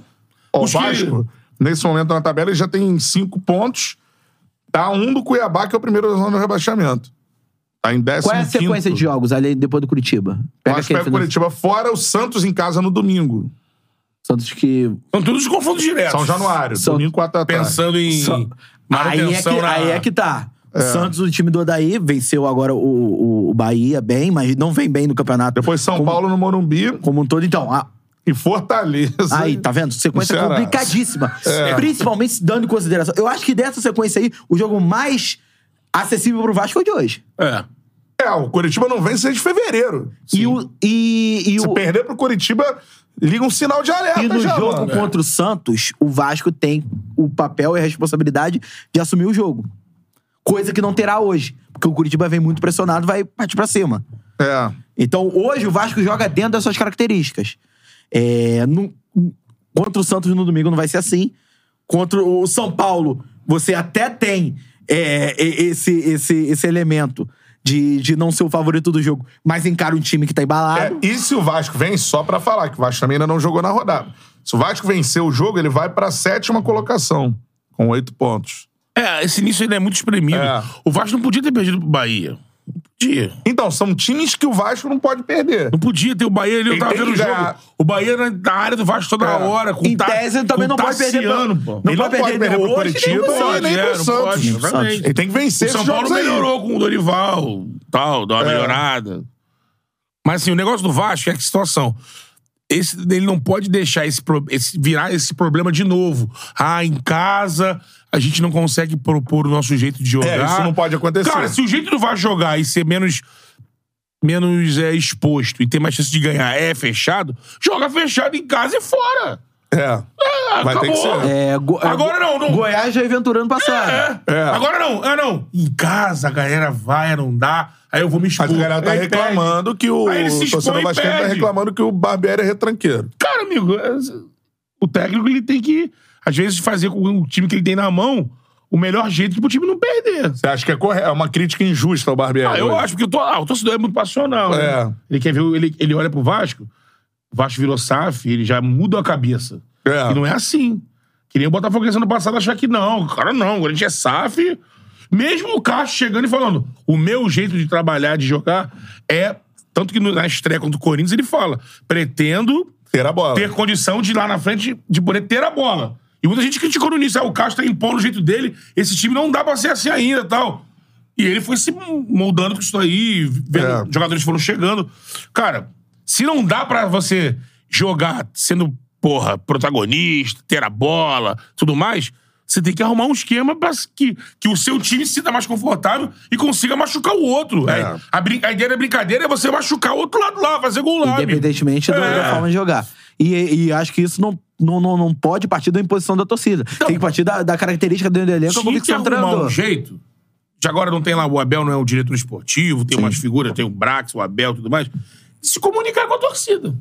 [SPEAKER 1] O
[SPEAKER 5] Os que-
[SPEAKER 1] Vasco, nesse momento na tabela, ele já tem cinco pontos. Tá um do Cuiabá, que é o primeiro da zona do rebaixamento. Tá em décimo
[SPEAKER 3] Qual é a sequência de jogos ali depois do Curitiba?
[SPEAKER 1] O Vasco pega
[SPEAKER 3] aquele
[SPEAKER 1] o
[SPEAKER 3] final-
[SPEAKER 1] Curitiba fora, o Santos em casa no domingo.
[SPEAKER 3] Santos que.
[SPEAKER 5] São todos confrontos diretos.
[SPEAKER 1] São Januário,
[SPEAKER 3] São-
[SPEAKER 1] domingo 4 da tarde.
[SPEAKER 5] É. Pensando em
[SPEAKER 3] São- Aí é, que,
[SPEAKER 5] manutenção na...
[SPEAKER 3] aí é que tá. O Santos, o time do Odaí, venceu agora o, o, o Bahia bem, mas não vem bem no campeonato.
[SPEAKER 1] Depois São
[SPEAKER 3] como,
[SPEAKER 1] Paulo no Morumbi
[SPEAKER 3] Como um todo, então. a-
[SPEAKER 1] e Fortaleza.
[SPEAKER 3] aí, tá vendo? Sequência
[SPEAKER 1] No Ceará.
[SPEAKER 3] complicadíssima. Principalmente dando em consideração. Eu acho que dessa sequência aí, o jogo mais acessível pro Vasco é o de hoje.
[SPEAKER 5] É.
[SPEAKER 1] É, o Curitiba não vence desde fevereiro.
[SPEAKER 3] E o. E, e
[SPEAKER 1] Se
[SPEAKER 3] o
[SPEAKER 1] perder pro Curitiba, liga um sinal de alerta
[SPEAKER 3] E no
[SPEAKER 1] já,
[SPEAKER 3] jogo
[SPEAKER 1] mano.
[SPEAKER 3] contra o Santos, o Vasco tem o papel e a responsabilidade de assumir o jogo. Coisa que não terá hoje. Porque o Curitiba vem muito pressionado, vai partir pra cima.
[SPEAKER 1] É.
[SPEAKER 3] Então, hoje o Vasco joga dentro das suas características. É, no- contra o Santos no domingo não vai ser assim. Contra o São Paulo, você até tem é, e- esse, esse, esse elemento de, de não ser o favorito do jogo, mas encara um time que tá
[SPEAKER 1] É,
[SPEAKER 3] embalado.
[SPEAKER 1] e se o Vasco vem, só pra falar, que o Vasco também ainda não jogou na rodada. Se o Vasco vencer o jogo, ele vai pra sétima colocação, com oito pontos.
[SPEAKER 5] É, esse início ele é muito espremido.
[SPEAKER 1] É.
[SPEAKER 5] O Vasco não podia ter perdido pro Bahia. Não podia.
[SPEAKER 1] Então, são times que o Vasco não pode perder.
[SPEAKER 5] Não podia ter o Bahia ali, eu
[SPEAKER 1] Ele
[SPEAKER 5] tava
[SPEAKER 1] tem
[SPEAKER 5] vendo o
[SPEAKER 1] que ganhar.
[SPEAKER 5] jogo. O Bahia na, na área do Vasco toda
[SPEAKER 1] É.
[SPEAKER 5] hora, com
[SPEAKER 3] Em
[SPEAKER 5] ta-
[SPEAKER 3] tese, ele também
[SPEAKER 5] com
[SPEAKER 3] não pode perder pra-
[SPEAKER 5] Tassiano, pô.
[SPEAKER 3] Não
[SPEAKER 1] ele
[SPEAKER 3] pode perder
[SPEAKER 1] pro
[SPEAKER 3] hoje, nem
[SPEAKER 1] Curitiba
[SPEAKER 3] pro Santos.
[SPEAKER 1] nem
[SPEAKER 5] É,
[SPEAKER 1] pro
[SPEAKER 5] não
[SPEAKER 1] Santos.
[SPEAKER 5] pode, exatamente.
[SPEAKER 1] Ele tem que vencer
[SPEAKER 5] O São
[SPEAKER 1] esses
[SPEAKER 5] Paulo
[SPEAKER 1] jogos aí.
[SPEAKER 5] melhorou com o Dorival, tal, deu uma
[SPEAKER 1] É.
[SPEAKER 5] melhorada. Mas assim, o negócio do Vasco é que situação. Esse, ele não pode deixar esse, pro- esse- virar esse problema de novo. Ah, em casa a gente não consegue propor o nosso jeito de jogar.
[SPEAKER 1] É, isso não pode acontecer.
[SPEAKER 5] Tá. Cara, se o jeito do Vasco jogar e ser menos menos é, exposto e ter mais chance de ganhar é fechado, joga fechado em casa e fora.
[SPEAKER 1] É.
[SPEAKER 5] É,
[SPEAKER 1] Vai ter que
[SPEAKER 5] acabou.
[SPEAKER 1] ser.
[SPEAKER 3] É, Go- é,
[SPEAKER 5] Agora não, não.
[SPEAKER 3] Goiás já aventurando passado.
[SPEAKER 5] É.
[SPEAKER 1] É.
[SPEAKER 5] Agora não, é não. Em casa a galera vai, não dá. Aí eu vou me expor.
[SPEAKER 1] Mas a galera tá
[SPEAKER 5] Aí
[SPEAKER 1] reclamando que o
[SPEAKER 5] Aí ele se
[SPEAKER 1] torcedor
[SPEAKER 5] expõe e
[SPEAKER 1] vascaíno tá
[SPEAKER 5] perde.
[SPEAKER 1] reclamando que o Barbieri é retranqueiro.
[SPEAKER 5] perde. Cara, amigo, é- o técnico ele tem que, às vezes, fazer com o time que ele tem na mão o melhor jeito pro time não perder.
[SPEAKER 1] Você acha que é correto? É uma crítica injusta ao Barbieri.
[SPEAKER 5] Ah, eu
[SPEAKER 1] É, hoje.
[SPEAKER 5] acho, porque eu tô- ah, o torcedor é muito passional.
[SPEAKER 1] É.
[SPEAKER 5] Né? Ele quer ver, o- ele, ele olha pro Vasco, o Vasco virou SAF, ele já muda a cabeça.
[SPEAKER 1] É.
[SPEAKER 5] E não é assim. Que nem o Botafogo esse ano passado achar que não. Cara, não. O Corinthians é SAF. Mesmo o Castro chegando e falando: o meu jeito de trabalhar, de jogar, é. Tanto que no- na estreia contra o Corinthians ele fala: pretendo
[SPEAKER 1] Ter a bola.
[SPEAKER 5] ter condição de ir lá na frente de poder ter a bola. E muita gente criticou no início, ah, o Castro tá impondo o jeito dele, esse time não dá pra ser assim ainda tal. E ele foi se moldando com isso aí, vendo
[SPEAKER 1] É.
[SPEAKER 5] jogadores foram chegando. Cara, se não dá pra você jogar sendo, porra, protagonista, ter a bola, tudo mais, você tem que arrumar um esquema pra que, que o seu time se sinta mais confortável e consiga machucar o outro.
[SPEAKER 1] É.
[SPEAKER 5] Aí, a, brin- a ideia da brincadeira é você machucar o outro lado lá, fazer gol lá. amigo.
[SPEAKER 2] Independentemente do-
[SPEAKER 5] É.
[SPEAKER 2] da forma de jogar. E, e acho que isso não, não, não, não pode partir da imposição da torcida. Tem que partir da, da característica do elenco e a
[SPEAKER 5] tinha que
[SPEAKER 2] convicção do
[SPEAKER 5] Então- arrumar um
[SPEAKER 2] treinador.
[SPEAKER 5] jeito. De agora não tem lá, o Abel não é o diretor esportivo, tem umas figuras, tem o Brax, o Abel e tudo mais. Se comunicar com a torcida.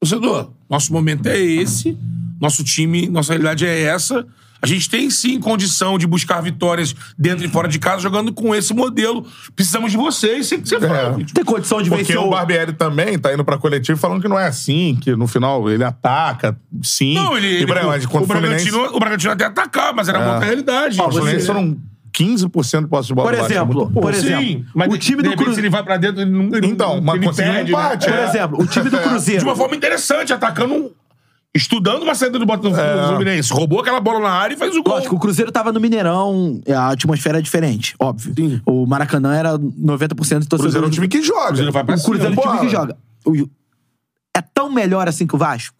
[SPEAKER 5] Torcedor, nosso momento é esse, nosso time, nossa realidade é essa. A gente tem sim condição de buscar vitórias dentro e fora de casa jogando com esse modelo. Precisamos de vocês,
[SPEAKER 1] É.
[SPEAKER 5] sempre que você fala. gente.
[SPEAKER 2] Tem condição de
[SPEAKER 1] Porque
[SPEAKER 2] vencer
[SPEAKER 1] o
[SPEAKER 2] o...
[SPEAKER 1] Barbieri também tá indo pra coletivo falando que não é assim, que no final ele ataca, sim.
[SPEAKER 5] Não, ele,
[SPEAKER 1] E,
[SPEAKER 5] ele-
[SPEAKER 1] Brian, mas
[SPEAKER 5] o,
[SPEAKER 1] contra o Fluminense,
[SPEAKER 5] Bragantino, é o Bragantino até atacar, mas era contra a realidade.
[SPEAKER 1] os Fluminense foram 15% de posse de bola
[SPEAKER 2] Por
[SPEAKER 1] do Vasco,
[SPEAKER 2] exemplo,
[SPEAKER 1] muito pouco.
[SPEAKER 2] por exemplo,
[SPEAKER 5] é Sim, mas
[SPEAKER 2] o time do
[SPEAKER 5] Cruzeiro.
[SPEAKER 2] Cruzeiro-
[SPEAKER 5] Se ele vai pra dentro, ele não. ele
[SPEAKER 1] Então,
[SPEAKER 5] não-
[SPEAKER 1] mas
[SPEAKER 5] ele
[SPEAKER 1] conseguiu um
[SPEAKER 5] perde, né?
[SPEAKER 1] empate,
[SPEAKER 5] É.
[SPEAKER 2] Por exemplo, o time do
[SPEAKER 5] de uma
[SPEAKER 2] Cruzeiro.
[SPEAKER 5] forma interessante, atacando um- Estudando uma saída do Botafogo
[SPEAKER 1] É.
[SPEAKER 5] do Fluminense. Roubou aquela bola na área e fez o gol.
[SPEAKER 2] Lógico, o Cruzeiro tava no Mineirão, a atmosfera é diferente, óbvio. O Maracanã era 90% de
[SPEAKER 1] O Cruzeiro é um
[SPEAKER 2] torcedores.
[SPEAKER 1] time que joga.
[SPEAKER 5] Cruzeiro vai pra
[SPEAKER 2] O Cruzeiro é o
[SPEAKER 1] Bola.
[SPEAKER 2] time que joga. O- É tão melhor assim que o Vasco?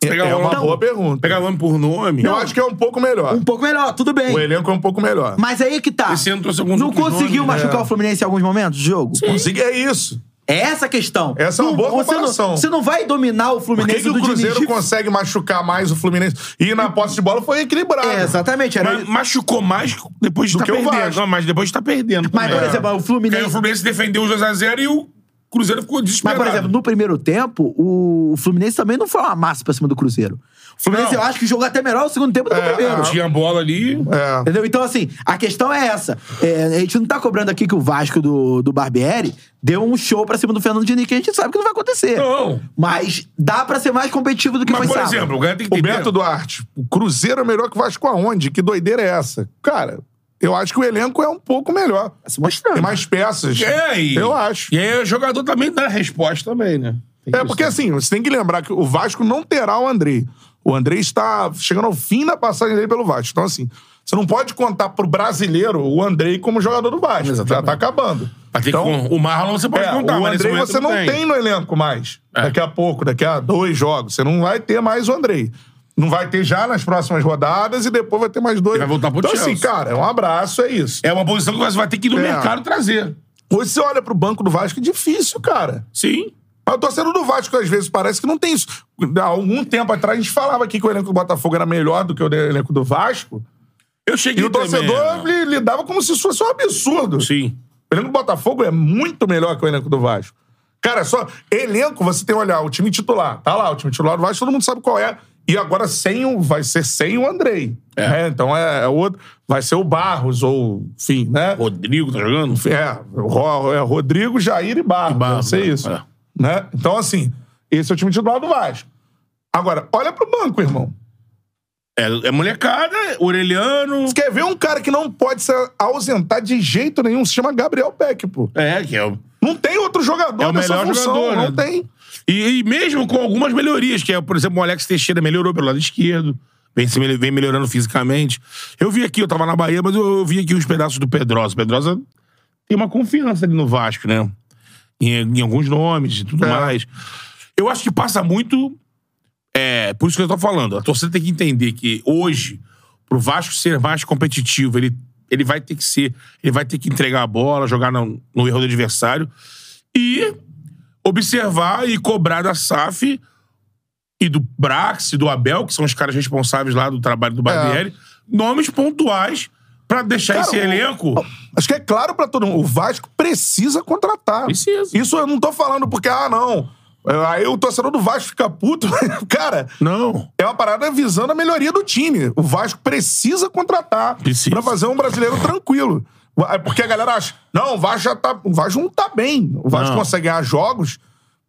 [SPEAKER 5] Pegar
[SPEAKER 1] É
[SPEAKER 5] o
[SPEAKER 1] uma
[SPEAKER 5] nome-
[SPEAKER 1] boa pergunta.
[SPEAKER 5] Pegar nome por nome.
[SPEAKER 1] Eu acho que é um pouco melhor.
[SPEAKER 2] Um pouco melhor, tudo bem.
[SPEAKER 1] O elenco é um pouco melhor.
[SPEAKER 2] Mas aí que tá.
[SPEAKER 5] Esse ano trouxe alguns
[SPEAKER 2] Não
[SPEAKER 5] outros
[SPEAKER 2] conseguiu
[SPEAKER 5] nomes,
[SPEAKER 2] machucar
[SPEAKER 1] é.
[SPEAKER 2] o Fluminense em alguns momentos do jogo?
[SPEAKER 1] Consegui, é isso.
[SPEAKER 2] É essa a questão.
[SPEAKER 1] Essa é uma
[SPEAKER 2] Não-
[SPEAKER 1] boa
[SPEAKER 2] você
[SPEAKER 1] comparação.
[SPEAKER 2] Não, você não vai dominar o
[SPEAKER 1] Por que,
[SPEAKER 2] Fluminense
[SPEAKER 1] que o
[SPEAKER 2] do
[SPEAKER 1] Cruzeiro
[SPEAKER 2] Diniz.
[SPEAKER 1] consegue machucar mais o Fluminense? E na posse de bola foi equilibrado.
[SPEAKER 2] É, exatamente. Era...
[SPEAKER 5] Mas machucou mais depois de
[SPEAKER 1] Do que
[SPEAKER 5] estar
[SPEAKER 1] o
[SPEAKER 5] perdendo.
[SPEAKER 1] Vasco.
[SPEAKER 5] Não, mas depois de estar perdendo.
[SPEAKER 2] Mas, por
[SPEAKER 1] É.
[SPEAKER 5] também.
[SPEAKER 2] exemplo, o
[SPEAKER 5] Porque aí
[SPEAKER 2] Fluminense.
[SPEAKER 5] o Fluminense defendeu os 2x0 e o Cruzeiro ficou
[SPEAKER 2] Mas,
[SPEAKER 1] é
[SPEAKER 5] desesperado.
[SPEAKER 2] por exemplo, no primeiro tempo, o o Fluminense também não foi uma massa pra cima do Cruzeiro. O Fluminense,
[SPEAKER 5] Não.
[SPEAKER 2] eu acho que jogou até melhor o segundo tempo do que o
[SPEAKER 1] É,
[SPEAKER 2] primeiro.
[SPEAKER 5] Tinha a bola ali.
[SPEAKER 1] É.
[SPEAKER 2] Entendeu? Então, assim, a questão é essa. É, a gente não tá cobrando aqui que o Vasco do, do Barbieri deu um show pra cima do Fernando Diniz, que a gente sabe que não vai
[SPEAKER 1] É.
[SPEAKER 2] acontecer.
[SPEAKER 5] Não.
[SPEAKER 2] Mas dá pra ser mais competitivo do que
[SPEAKER 5] Mas,
[SPEAKER 2] foi
[SPEAKER 5] por
[SPEAKER 2] sábado.
[SPEAKER 5] exemplo, o cara tem que
[SPEAKER 1] O
[SPEAKER 5] entender.
[SPEAKER 1] Beto Duarte, o Cruzeiro é melhor que o Vasco aonde? Que doideira é essa? Cara, eu acho que o elenco é um pouco melhor.
[SPEAKER 2] Tá se mostrando.
[SPEAKER 3] Hum.
[SPEAKER 1] Tem mais peças.
[SPEAKER 5] É, e...
[SPEAKER 1] Eu acho.
[SPEAKER 5] E aí o jogador também dá resposta também, né? Tem
[SPEAKER 1] É
[SPEAKER 5] que
[SPEAKER 1] porque assim, você tem que lembrar que o Vasco não terá o Andrei. O Andrei está chegando ao fim da passagem dele pelo Vasco. Então, assim, você não pode contar pro brasileiro o Andrei como jogador do Vasco. Já tá acabando.
[SPEAKER 5] Mas tem que
[SPEAKER 1] Então,
[SPEAKER 5] con- o Marlon você pode
[SPEAKER 1] é,
[SPEAKER 5] contar,
[SPEAKER 1] o
[SPEAKER 5] mas nesse
[SPEAKER 1] Andrei
[SPEAKER 5] momento É.
[SPEAKER 1] você não tem. no elenco mais. Daqui a pouco, daqui a dois jogos. Você não vai ter mais o Andrei. Não vai ter já nas próximas rodadas e depois vai ter mais dois.
[SPEAKER 5] Ele vai voltar pro
[SPEAKER 1] então,
[SPEAKER 5] Chelsea.
[SPEAKER 1] assim, cara, é um abraço, é isso.
[SPEAKER 5] É uma posição que você vai ter que ir no
[SPEAKER 1] É.
[SPEAKER 5] mercado trazer.
[SPEAKER 1] Hoje você olha pro banco do Vasco, é difícil, cara.
[SPEAKER 5] Sim.
[SPEAKER 1] Mas o torcedor do Vasco, às vezes, parece que não tem isso. Há algum tempo atrás, a gente falava aqui que o elenco do Botafogo era melhor do que o elenco do Vasco.
[SPEAKER 5] Eu
[SPEAKER 1] E
[SPEAKER 5] cheguei
[SPEAKER 1] o torcedor
[SPEAKER 5] também,
[SPEAKER 1] li- lidava como se isso fosse um absurdo.
[SPEAKER 5] Sim.
[SPEAKER 1] O elenco do Botafogo é muito melhor que o elenco do Vasco. Cara, só elenco, você tem que olhar o time titular. Tá lá, o time titular do Vasco, todo mundo sabe qual é. E agora sem o, vai ser sem o Andrei.
[SPEAKER 5] É.
[SPEAKER 1] né? então é, é outro. Vai ser o Barros, ou enfim, né?
[SPEAKER 5] Rodrigo tá jogando?
[SPEAKER 1] É, Ro- é Rodrigo, Jair e Barros.
[SPEAKER 5] E Barros,
[SPEAKER 1] deve ser
[SPEAKER 5] né?
[SPEAKER 1] isso.
[SPEAKER 5] É.
[SPEAKER 1] Né? Então, assim, esse é o time titular do Vasco. Agora, olha pro banco, irmão.
[SPEAKER 5] É, é molecada, Orelhano.
[SPEAKER 1] Você quer ver um cara que não pode se ausentar de jeito nenhum? Se chama Gabriel Peck, pô.
[SPEAKER 5] É, que é o.
[SPEAKER 1] Não tem outro jogador
[SPEAKER 5] É o
[SPEAKER 1] nessa
[SPEAKER 5] melhor
[SPEAKER 1] função.
[SPEAKER 5] jogador,
[SPEAKER 1] não
[SPEAKER 5] né?
[SPEAKER 1] tem.
[SPEAKER 5] E, e mesmo com algumas melhorias, que é, por exemplo, o Alex Teixeira melhorou pelo lado esquerdo, vem, se mel- vem melhorando fisicamente. Eu vi aqui, eu tava na Bahia, mas eu, eu vi aqui os pedaços do Pedrosa. O Pedrosa tem uma confiança ali no Vasco, né? Em, em alguns nomes e tudo
[SPEAKER 1] É.
[SPEAKER 5] mais. Eu acho que passa muito. É, por isso que eu tô falando. A torcida tem que entender que hoje, pro Vasco ser mais competitivo, ele, ele vai ter que ser. Ele vai ter que entregar a bola, jogar no, no erro do adversário. E observar e cobrar da SAF e do Brax e do Abel, que são os caras responsáveis lá do trabalho
[SPEAKER 1] É.
[SPEAKER 5] do Barbieri, nomes pontuais pra deixar
[SPEAKER 1] Cara,
[SPEAKER 5] esse
[SPEAKER 1] o-
[SPEAKER 5] elenco.
[SPEAKER 1] Acho que é claro pra todo mundo. O Vasco precisa contratar.
[SPEAKER 5] Precisa.
[SPEAKER 1] Isso eu não tô falando porque, ah, não. Aí o torcedor do Vasco fica puto. Cara,
[SPEAKER 5] Não.
[SPEAKER 1] É uma parada visando a melhoria do time. O Vasco precisa contratar
[SPEAKER 5] Precisa.
[SPEAKER 1] pra fazer um brasileiro tranquilo. É Porque a galera acha, não, o Vasco já tá, o Vasco não tá bem. O Vasco
[SPEAKER 5] Não.
[SPEAKER 1] consegue ganhar jogos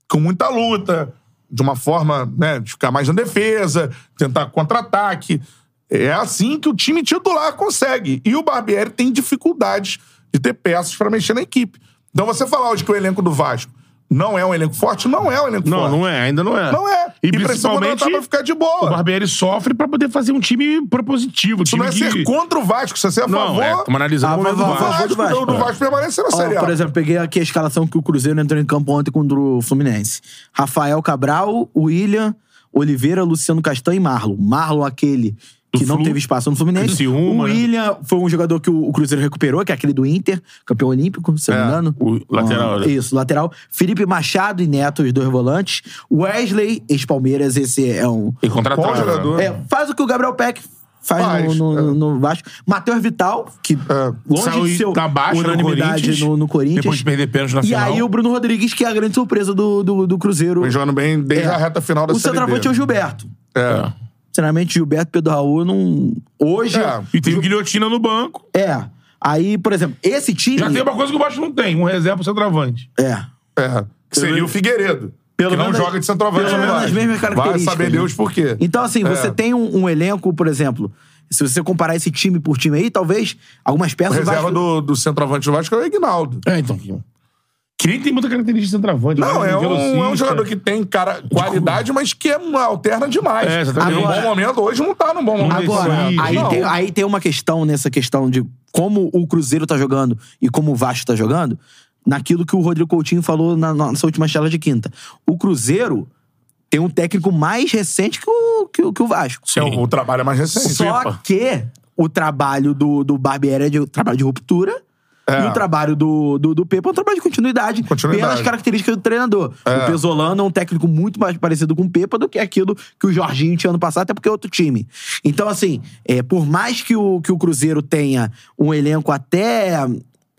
[SPEAKER 1] com muita luta, de uma forma, né, de ficar mais na defesa, tentar contra-ataque. É assim que o time titular consegue. E o Barbieri tem dificuldades de ter peças pra mexer na equipe. Então você falar hoje que o elenco do Vasco não é um elenco forte, não é um elenco
[SPEAKER 5] Não,
[SPEAKER 1] forte.
[SPEAKER 5] não é, ainda não é.
[SPEAKER 1] Não é. pra
[SPEAKER 5] E,
[SPEAKER 1] esse
[SPEAKER 5] principalmente,
[SPEAKER 1] contratar pra ficar de
[SPEAKER 5] O
[SPEAKER 1] boa.
[SPEAKER 5] Barbieri sofre pra poder fazer um time propositivo.
[SPEAKER 1] Isso
[SPEAKER 5] time
[SPEAKER 1] não é
[SPEAKER 5] que...
[SPEAKER 1] ser contra o Vasco, isso é ser a
[SPEAKER 5] Não,
[SPEAKER 1] favor.
[SPEAKER 5] é, estamos analisando
[SPEAKER 3] Ah,
[SPEAKER 5] o momento do
[SPEAKER 3] mas-
[SPEAKER 1] O
[SPEAKER 3] mas-
[SPEAKER 5] Vasco.
[SPEAKER 1] Vasco,
[SPEAKER 3] do Vasco,
[SPEAKER 1] o do
[SPEAKER 3] é.
[SPEAKER 1] Vasco permanece na
[SPEAKER 3] Ó,
[SPEAKER 1] Série A.
[SPEAKER 3] por exemplo, peguei aqui a escalação que o Cruzeiro entrou em campo ontem contra o Fluminense. Rafael Cabral, William, Oliveira, Luciano Castan e Marlon. Marlon, aquele que não
[SPEAKER 5] Flu.
[SPEAKER 3] teve espaço no Fluminense.
[SPEAKER 5] Criciúma,
[SPEAKER 3] o
[SPEAKER 5] né?
[SPEAKER 3] William foi um jogador que o o Cruzeiro recuperou, que é aquele do Inter, campeão olímpico, se eu não
[SPEAKER 1] É,
[SPEAKER 3] me engano.
[SPEAKER 5] o lateral, né?
[SPEAKER 3] Isso, lateral. Felipe Machado e Neto, os dois volantes. Wesley, ex-Palmeiras, esse é um...
[SPEAKER 5] E contratar.
[SPEAKER 1] Bom jogador.
[SPEAKER 5] Uhum.
[SPEAKER 3] É, faz o que o Gabriel Peck faz,
[SPEAKER 1] Faz,
[SPEAKER 3] no, no, no Vasco. Matheus Vital, que longe
[SPEAKER 5] É. Saiu
[SPEAKER 3] de seu
[SPEAKER 5] da baixa no Corinthians,
[SPEAKER 3] unanimidade no, no Corinthians.
[SPEAKER 5] depois de perder pênalti na
[SPEAKER 3] e
[SPEAKER 5] final.
[SPEAKER 3] aí o Bruno Rodrigues, que é a grande surpresa do, do, do Cruzeiro.
[SPEAKER 1] Vem jogando bem desde
[SPEAKER 3] É.
[SPEAKER 1] a reta final da
[SPEAKER 3] O
[SPEAKER 1] Série B.
[SPEAKER 3] centroavante é o Gilberto.
[SPEAKER 1] É.
[SPEAKER 3] Sinceramente, Gilberto Pedro Raul não. Hoje.
[SPEAKER 1] É.
[SPEAKER 5] E tem o Guilhotina no banco.
[SPEAKER 3] É. Aí, por exemplo, esse time.
[SPEAKER 5] Já tem uma coisa que o Vasco não tem, um reserva pro centroavante.
[SPEAKER 3] É.
[SPEAKER 1] É. Que seria o Figueiredo.
[SPEAKER 3] Pelo
[SPEAKER 1] que não
[SPEAKER 3] menos-
[SPEAKER 1] joga de centroavante
[SPEAKER 3] pelo
[SPEAKER 1] no
[SPEAKER 3] menos as
[SPEAKER 1] Vasco.
[SPEAKER 3] mesmas
[SPEAKER 1] Vai
[SPEAKER 3] características,
[SPEAKER 1] saber
[SPEAKER 3] né?
[SPEAKER 1] Deus por quê.
[SPEAKER 3] Então, assim,
[SPEAKER 1] É.
[SPEAKER 3] você tem um, um elenco, por exemplo. Se você comparar esse time por time aí, talvez algumas
[SPEAKER 1] O
[SPEAKER 3] peças.
[SPEAKER 1] reserva
[SPEAKER 3] Vasco-
[SPEAKER 1] do, do centroavante do Vasco é o Ignaldo.
[SPEAKER 5] É, então, Kim. Que nem tem muita característica de centroavante.
[SPEAKER 1] Não,
[SPEAKER 5] né?
[SPEAKER 1] é um, é um
[SPEAKER 5] velocista.
[SPEAKER 1] jogador que tem cara, qualidade, mas que é uma alterna demais.
[SPEAKER 5] É, exatamente.
[SPEAKER 1] Tem um bom
[SPEAKER 3] Agora-
[SPEAKER 1] momento, hoje não tá num bom momento.
[SPEAKER 3] Agora,
[SPEAKER 5] Sim,
[SPEAKER 3] aí
[SPEAKER 1] não.
[SPEAKER 3] tem, aí tem uma questão nessa questão de como o Cruzeiro tá jogando e como o Vasco tá jogando, naquilo que o Rodrigo Coutinho falou na nossa última charla de quinta. O Cruzeiro tem um técnico mais recente que o, que, o- que o Vasco.
[SPEAKER 1] Esse é o, o trabalho é mais recente.
[SPEAKER 3] Só que o trabalho do, do Barbieri é de, trabalho de ruptura.
[SPEAKER 1] É.
[SPEAKER 3] E o trabalho do, do, do Pepa é um trabalho de continuidade,
[SPEAKER 1] Continuidade.
[SPEAKER 3] pelas características do treinador. O Pesolano é um técnico muito mais parecido com o Pepa do que aquilo que o Jorginho tinha ano passado, até porque é outro time. Então, assim, é, por mais que o, que o Cruzeiro tenha um elenco até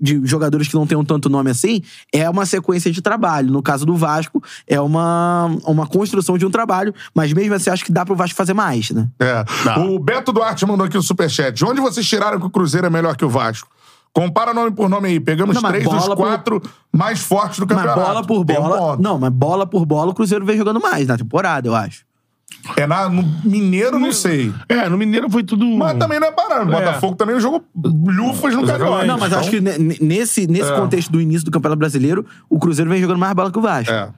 [SPEAKER 3] de jogadores que não tenham tanto nome assim, é uma sequência de trabalho. No caso do Vasco, é uma, uma construção de um trabalho, mas mesmo assim, acho que dá pro Vasco fazer mais, né?
[SPEAKER 1] É. O Beto Duarte mandou aqui o superchat. De onde vocês tiraram que o Cruzeiro é melhor que o Vasco? Compara nome por nome aí. Pegamos
[SPEAKER 3] Não, mas
[SPEAKER 1] três dos
[SPEAKER 3] bola por-
[SPEAKER 1] quatro mais fortes do
[SPEAKER 3] Mas
[SPEAKER 1] campeonato.
[SPEAKER 3] bola por
[SPEAKER 1] Tem um
[SPEAKER 3] bola.
[SPEAKER 1] ponto.
[SPEAKER 3] não, mas bola por bola o Cruzeiro vem jogando mais na temporada, eu acho.
[SPEAKER 1] É na, no Mineiro,
[SPEAKER 3] Hum.
[SPEAKER 1] não sei.
[SPEAKER 5] É, no Mineiro foi tudo.
[SPEAKER 1] Mas também não é parado. O
[SPEAKER 5] É.
[SPEAKER 1] Botafogo também jogou lufas no Carioca.
[SPEAKER 3] Não, mas
[SPEAKER 1] Então, É.
[SPEAKER 3] acho que ne- ne- nesse, nesse contexto do início do Campeonato Brasileiro, o Cruzeiro vem jogando mais bola que o Vasco.
[SPEAKER 1] É.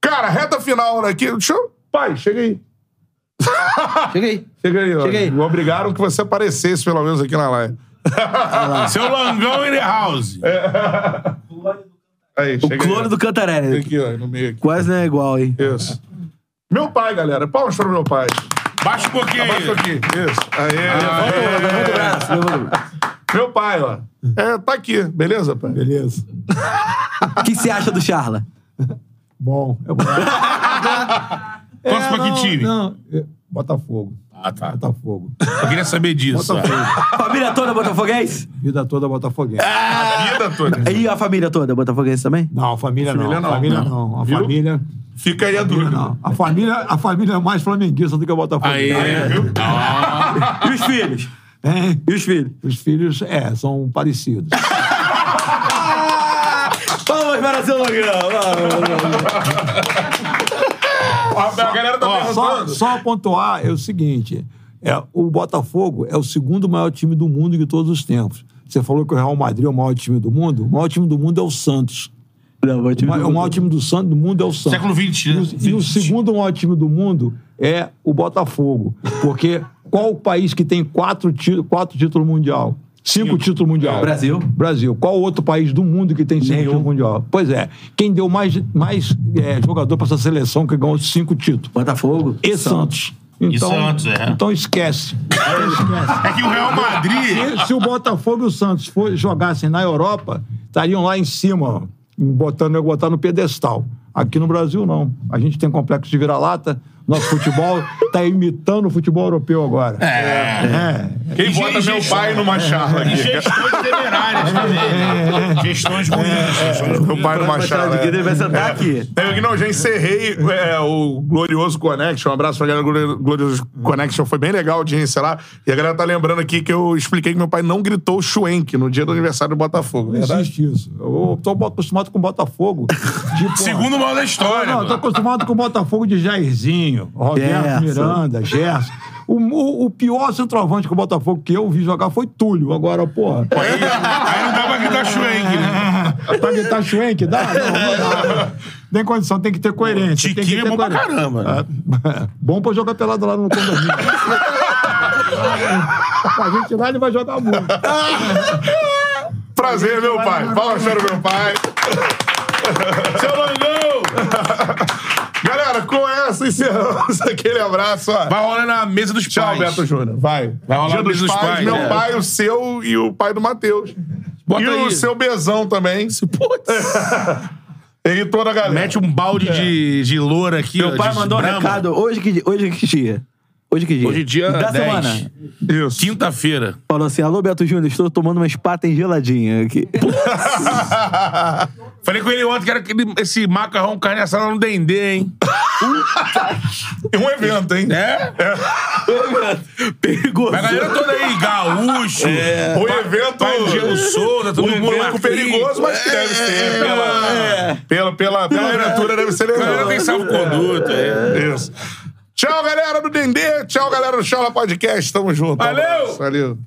[SPEAKER 1] Cara, reta final aqui. Deixa eu... Pai, chega aí. É.
[SPEAKER 3] Chega aí.
[SPEAKER 1] Chega aí, ó.
[SPEAKER 3] Chega aí.
[SPEAKER 1] Obrigaram que você aparecesse, pelo menos, aqui na live.
[SPEAKER 5] Ah. Seu Langão in the house.
[SPEAKER 1] É. Aí,
[SPEAKER 3] O
[SPEAKER 1] chega
[SPEAKER 3] clone
[SPEAKER 1] aí.
[SPEAKER 3] do Cantarelli.
[SPEAKER 1] Aqui, ó, no meio aqui.
[SPEAKER 3] Quase não é igual, hein?
[SPEAKER 1] Isso. Meu pai, galera. Palmas pro meu pai.
[SPEAKER 5] Baixa um pouquinho aí.
[SPEAKER 1] Abaixo aqui. Isso. Aê.
[SPEAKER 3] Ah, Levanta o braço, levanta o braço.
[SPEAKER 1] Meu pai, ó. É, tá aqui. Beleza, pai?
[SPEAKER 6] Beleza.
[SPEAKER 3] O que você acha do Charla?
[SPEAKER 6] Bom. Eu... Torce
[SPEAKER 1] É,
[SPEAKER 5] Torce pra que time?
[SPEAKER 6] Botafogo.
[SPEAKER 5] Ah, tá.
[SPEAKER 6] Botafogo.
[SPEAKER 5] Eu queria saber disso.
[SPEAKER 3] Família toda botafoguense?
[SPEAKER 6] Vida toda botafoguense.
[SPEAKER 5] A vida toda.
[SPEAKER 1] É.
[SPEAKER 3] E a família toda botafoguense também?
[SPEAKER 6] Não, a família não.
[SPEAKER 1] Família
[SPEAKER 6] A
[SPEAKER 1] não,
[SPEAKER 6] família
[SPEAKER 1] não.
[SPEAKER 6] não. A
[SPEAKER 1] Viu?
[SPEAKER 6] família.
[SPEAKER 1] Fica aí a dúvida.
[SPEAKER 6] Não. A família, a família é mais flamenguista do que a Botafogo.
[SPEAKER 5] Aí, né? viu?
[SPEAKER 3] E os filhos?
[SPEAKER 6] Hein?
[SPEAKER 3] E os filhos?
[SPEAKER 6] Os filhos, é, são parecidos.
[SPEAKER 3] Vamos para seu logão, vamos.
[SPEAKER 1] a galera tá
[SPEAKER 6] só,
[SPEAKER 1] perguntando.
[SPEAKER 6] só pontuar é o seguinte: é, o Botafogo é o segundo maior time do mundo de todos os tempos. Você falou que o Real Madrid é o maior time do mundo? O maior time do mundo é o Santos.
[SPEAKER 3] Não, vou te
[SPEAKER 6] O ma- o maior time do, Santos, do mundo é o Santos.
[SPEAKER 5] Século XX,
[SPEAKER 6] E
[SPEAKER 5] né?
[SPEAKER 6] o- E o segundo maior time do mundo é o Botafogo. Porque qual o país que tem quatro, ti- quatro títulos mundial? Cinco títulos mundial.
[SPEAKER 3] Brasil.
[SPEAKER 6] Brasil. Qual outro país do mundo que tem cinco títulos mundial? Pois é. Quem deu mais, mais é, jogador para essa seleção que ganhou cinco títulos?
[SPEAKER 3] Botafogo.
[SPEAKER 6] E Santos. Então,
[SPEAKER 5] Santos, é.
[SPEAKER 6] Então esquece.
[SPEAKER 5] É que o Real Madrid.
[SPEAKER 6] Se, se o Botafogo e o Santos for, jogassem na Europa, estariam lá em cima, ó, botando eu botar no pedestal. Aqui no Brasil, não. A gente tem complexo de vira-lata, nosso futebol está imitando o futebol europeu agora. É.
[SPEAKER 1] Quem bota meu pai numa charla
[SPEAKER 5] E
[SPEAKER 1] aqui?
[SPEAKER 5] gestões temerárias também. né? Gestões ruins. Gestões
[SPEAKER 1] É,
[SPEAKER 5] ruins.
[SPEAKER 1] Meu pai
[SPEAKER 3] tá
[SPEAKER 1] numa charla.
[SPEAKER 3] Ele
[SPEAKER 1] é.
[SPEAKER 3] vai sentar aqui.
[SPEAKER 1] Eu que não, já encerrei é, o Glorioso Connection. Um abraço pra galera do Glori- Glorioso Connection. Foi bem legal a audiência lá. E a galera tá lembrando aqui que eu expliquei que meu pai não gritou Schwenk no dia do aniversário do Botafogo.
[SPEAKER 6] Não
[SPEAKER 1] Verdade?
[SPEAKER 6] existe isso. Eu tô acostumado com o Botafogo. de, pô,
[SPEAKER 5] Segundo mal da história.
[SPEAKER 6] Não, eu tô
[SPEAKER 5] mano.
[SPEAKER 6] acostumado com o Botafogo de Jairzinho, Robinho, Roberto
[SPEAKER 2] Gerson.
[SPEAKER 6] Miranda, Gerson. O, o- o pior centroavante que o Botafogo que eu vi jogar foi Túlio. Agora, porra.
[SPEAKER 5] Pô, Aí, aí não dá pra gritar tá Schwenk, né?
[SPEAKER 6] Pra gritar Schwenk, dá? Não, não dá. Tem condição, tem que ter coerência. tem que
[SPEAKER 5] Tiquinho é
[SPEAKER 6] ter
[SPEAKER 5] bom pra
[SPEAKER 6] coerência.
[SPEAKER 5] caramba. né?
[SPEAKER 6] É, Bom pra jogar pelado lá no condomínio. A gente lá ele vai jogar muito.
[SPEAKER 1] Prazer, meu pai. Fala sério, meu pai.
[SPEAKER 5] Seu Langão!
[SPEAKER 1] Galera, com essa encerramos aquele abraço. Ó.
[SPEAKER 5] Vai rolar na mesa dos
[SPEAKER 1] Tchau,
[SPEAKER 5] pais.
[SPEAKER 1] Beto Júnior. Vai.
[SPEAKER 5] Vai rolar
[SPEAKER 1] Dia
[SPEAKER 5] o Beijo
[SPEAKER 1] dos
[SPEAKER 5] dos
[SPEAKER 1] pais, né?
[SPEAKER 5] Pais,
[SPEAKER 1] meu
[SPEAKER 5] é.
[SPEAKER 1] pai, o seu e o pai do Matheus.
[SPEAKER 5] Bota
[SPEAKER 1] E o
[SPEAKER 5] aí.
[SPEAKER 1] seu Bezão também.
[SPEAKER 5] Putz.
[SPEAKER 1] E toda a galera.
[SPEAKER 5] Mete um balde de, de loura aqui.
[SPEAKER 2] Meu
[SPEAKER 5] ó,
[SPEAKER 2] pai
[SPEAKER 5] de
[SPEAKER 2] mandou um
[SPEAKER 5] Brahma.
[SPEAKER 2] recado. Hoje que, di- hoje que dia? Hoje que dia?
[SPEAKER 5] Hoje é dia
[SPEAKER 2] Da
[SPEAKER 5] 10.
[SPEAKER 2] semana.
[SPEAKER 1] Isso.
[SPEAKER 5] Quinta-feira.
[SPEAKER 2] Falou assim, alô, Beto Júnior, estou tomando uma espata engeladinha aqui.
[SPEAKER 5] Falei com ele ontem que era aquele, esse macarrão carne assada no Dendê, hein?
[SPEAKER 1] É um evento, hein? É.
[SPEAKER 5] É?
[SPEAKER 2] Perigoso.
[SPEAKER 5] Mas a galera toda aí, gaúcho. É.
[SPEAKER 1] O evento.
[SPEAKER 5] Pai Diego Souza, todo
[SPEAKER 1] Um
[SPEAKER 5] mundo
[SPEAKER 1] pouco
[SPEAKER 5] Marquinhos.
[SPEAKER 1] perigoso, mas que
[SPEAKER 5] É.
[SPEAKER 1] deve ser. Pela, pela, pela, pela aventura deve ser
[SPEAKER 5] A galera
[SPEAKER 1] legal.
[SPEAKER 5] tem salvo-conduto. É.
[SPEAKER 1] Isso. Tchau, galera do Dendê. Tchau, galera do Chala Podcast. Tamo junto.
[SPEAKER 5] Valeu!
[SPEAKER 1] Abraço. Valeu.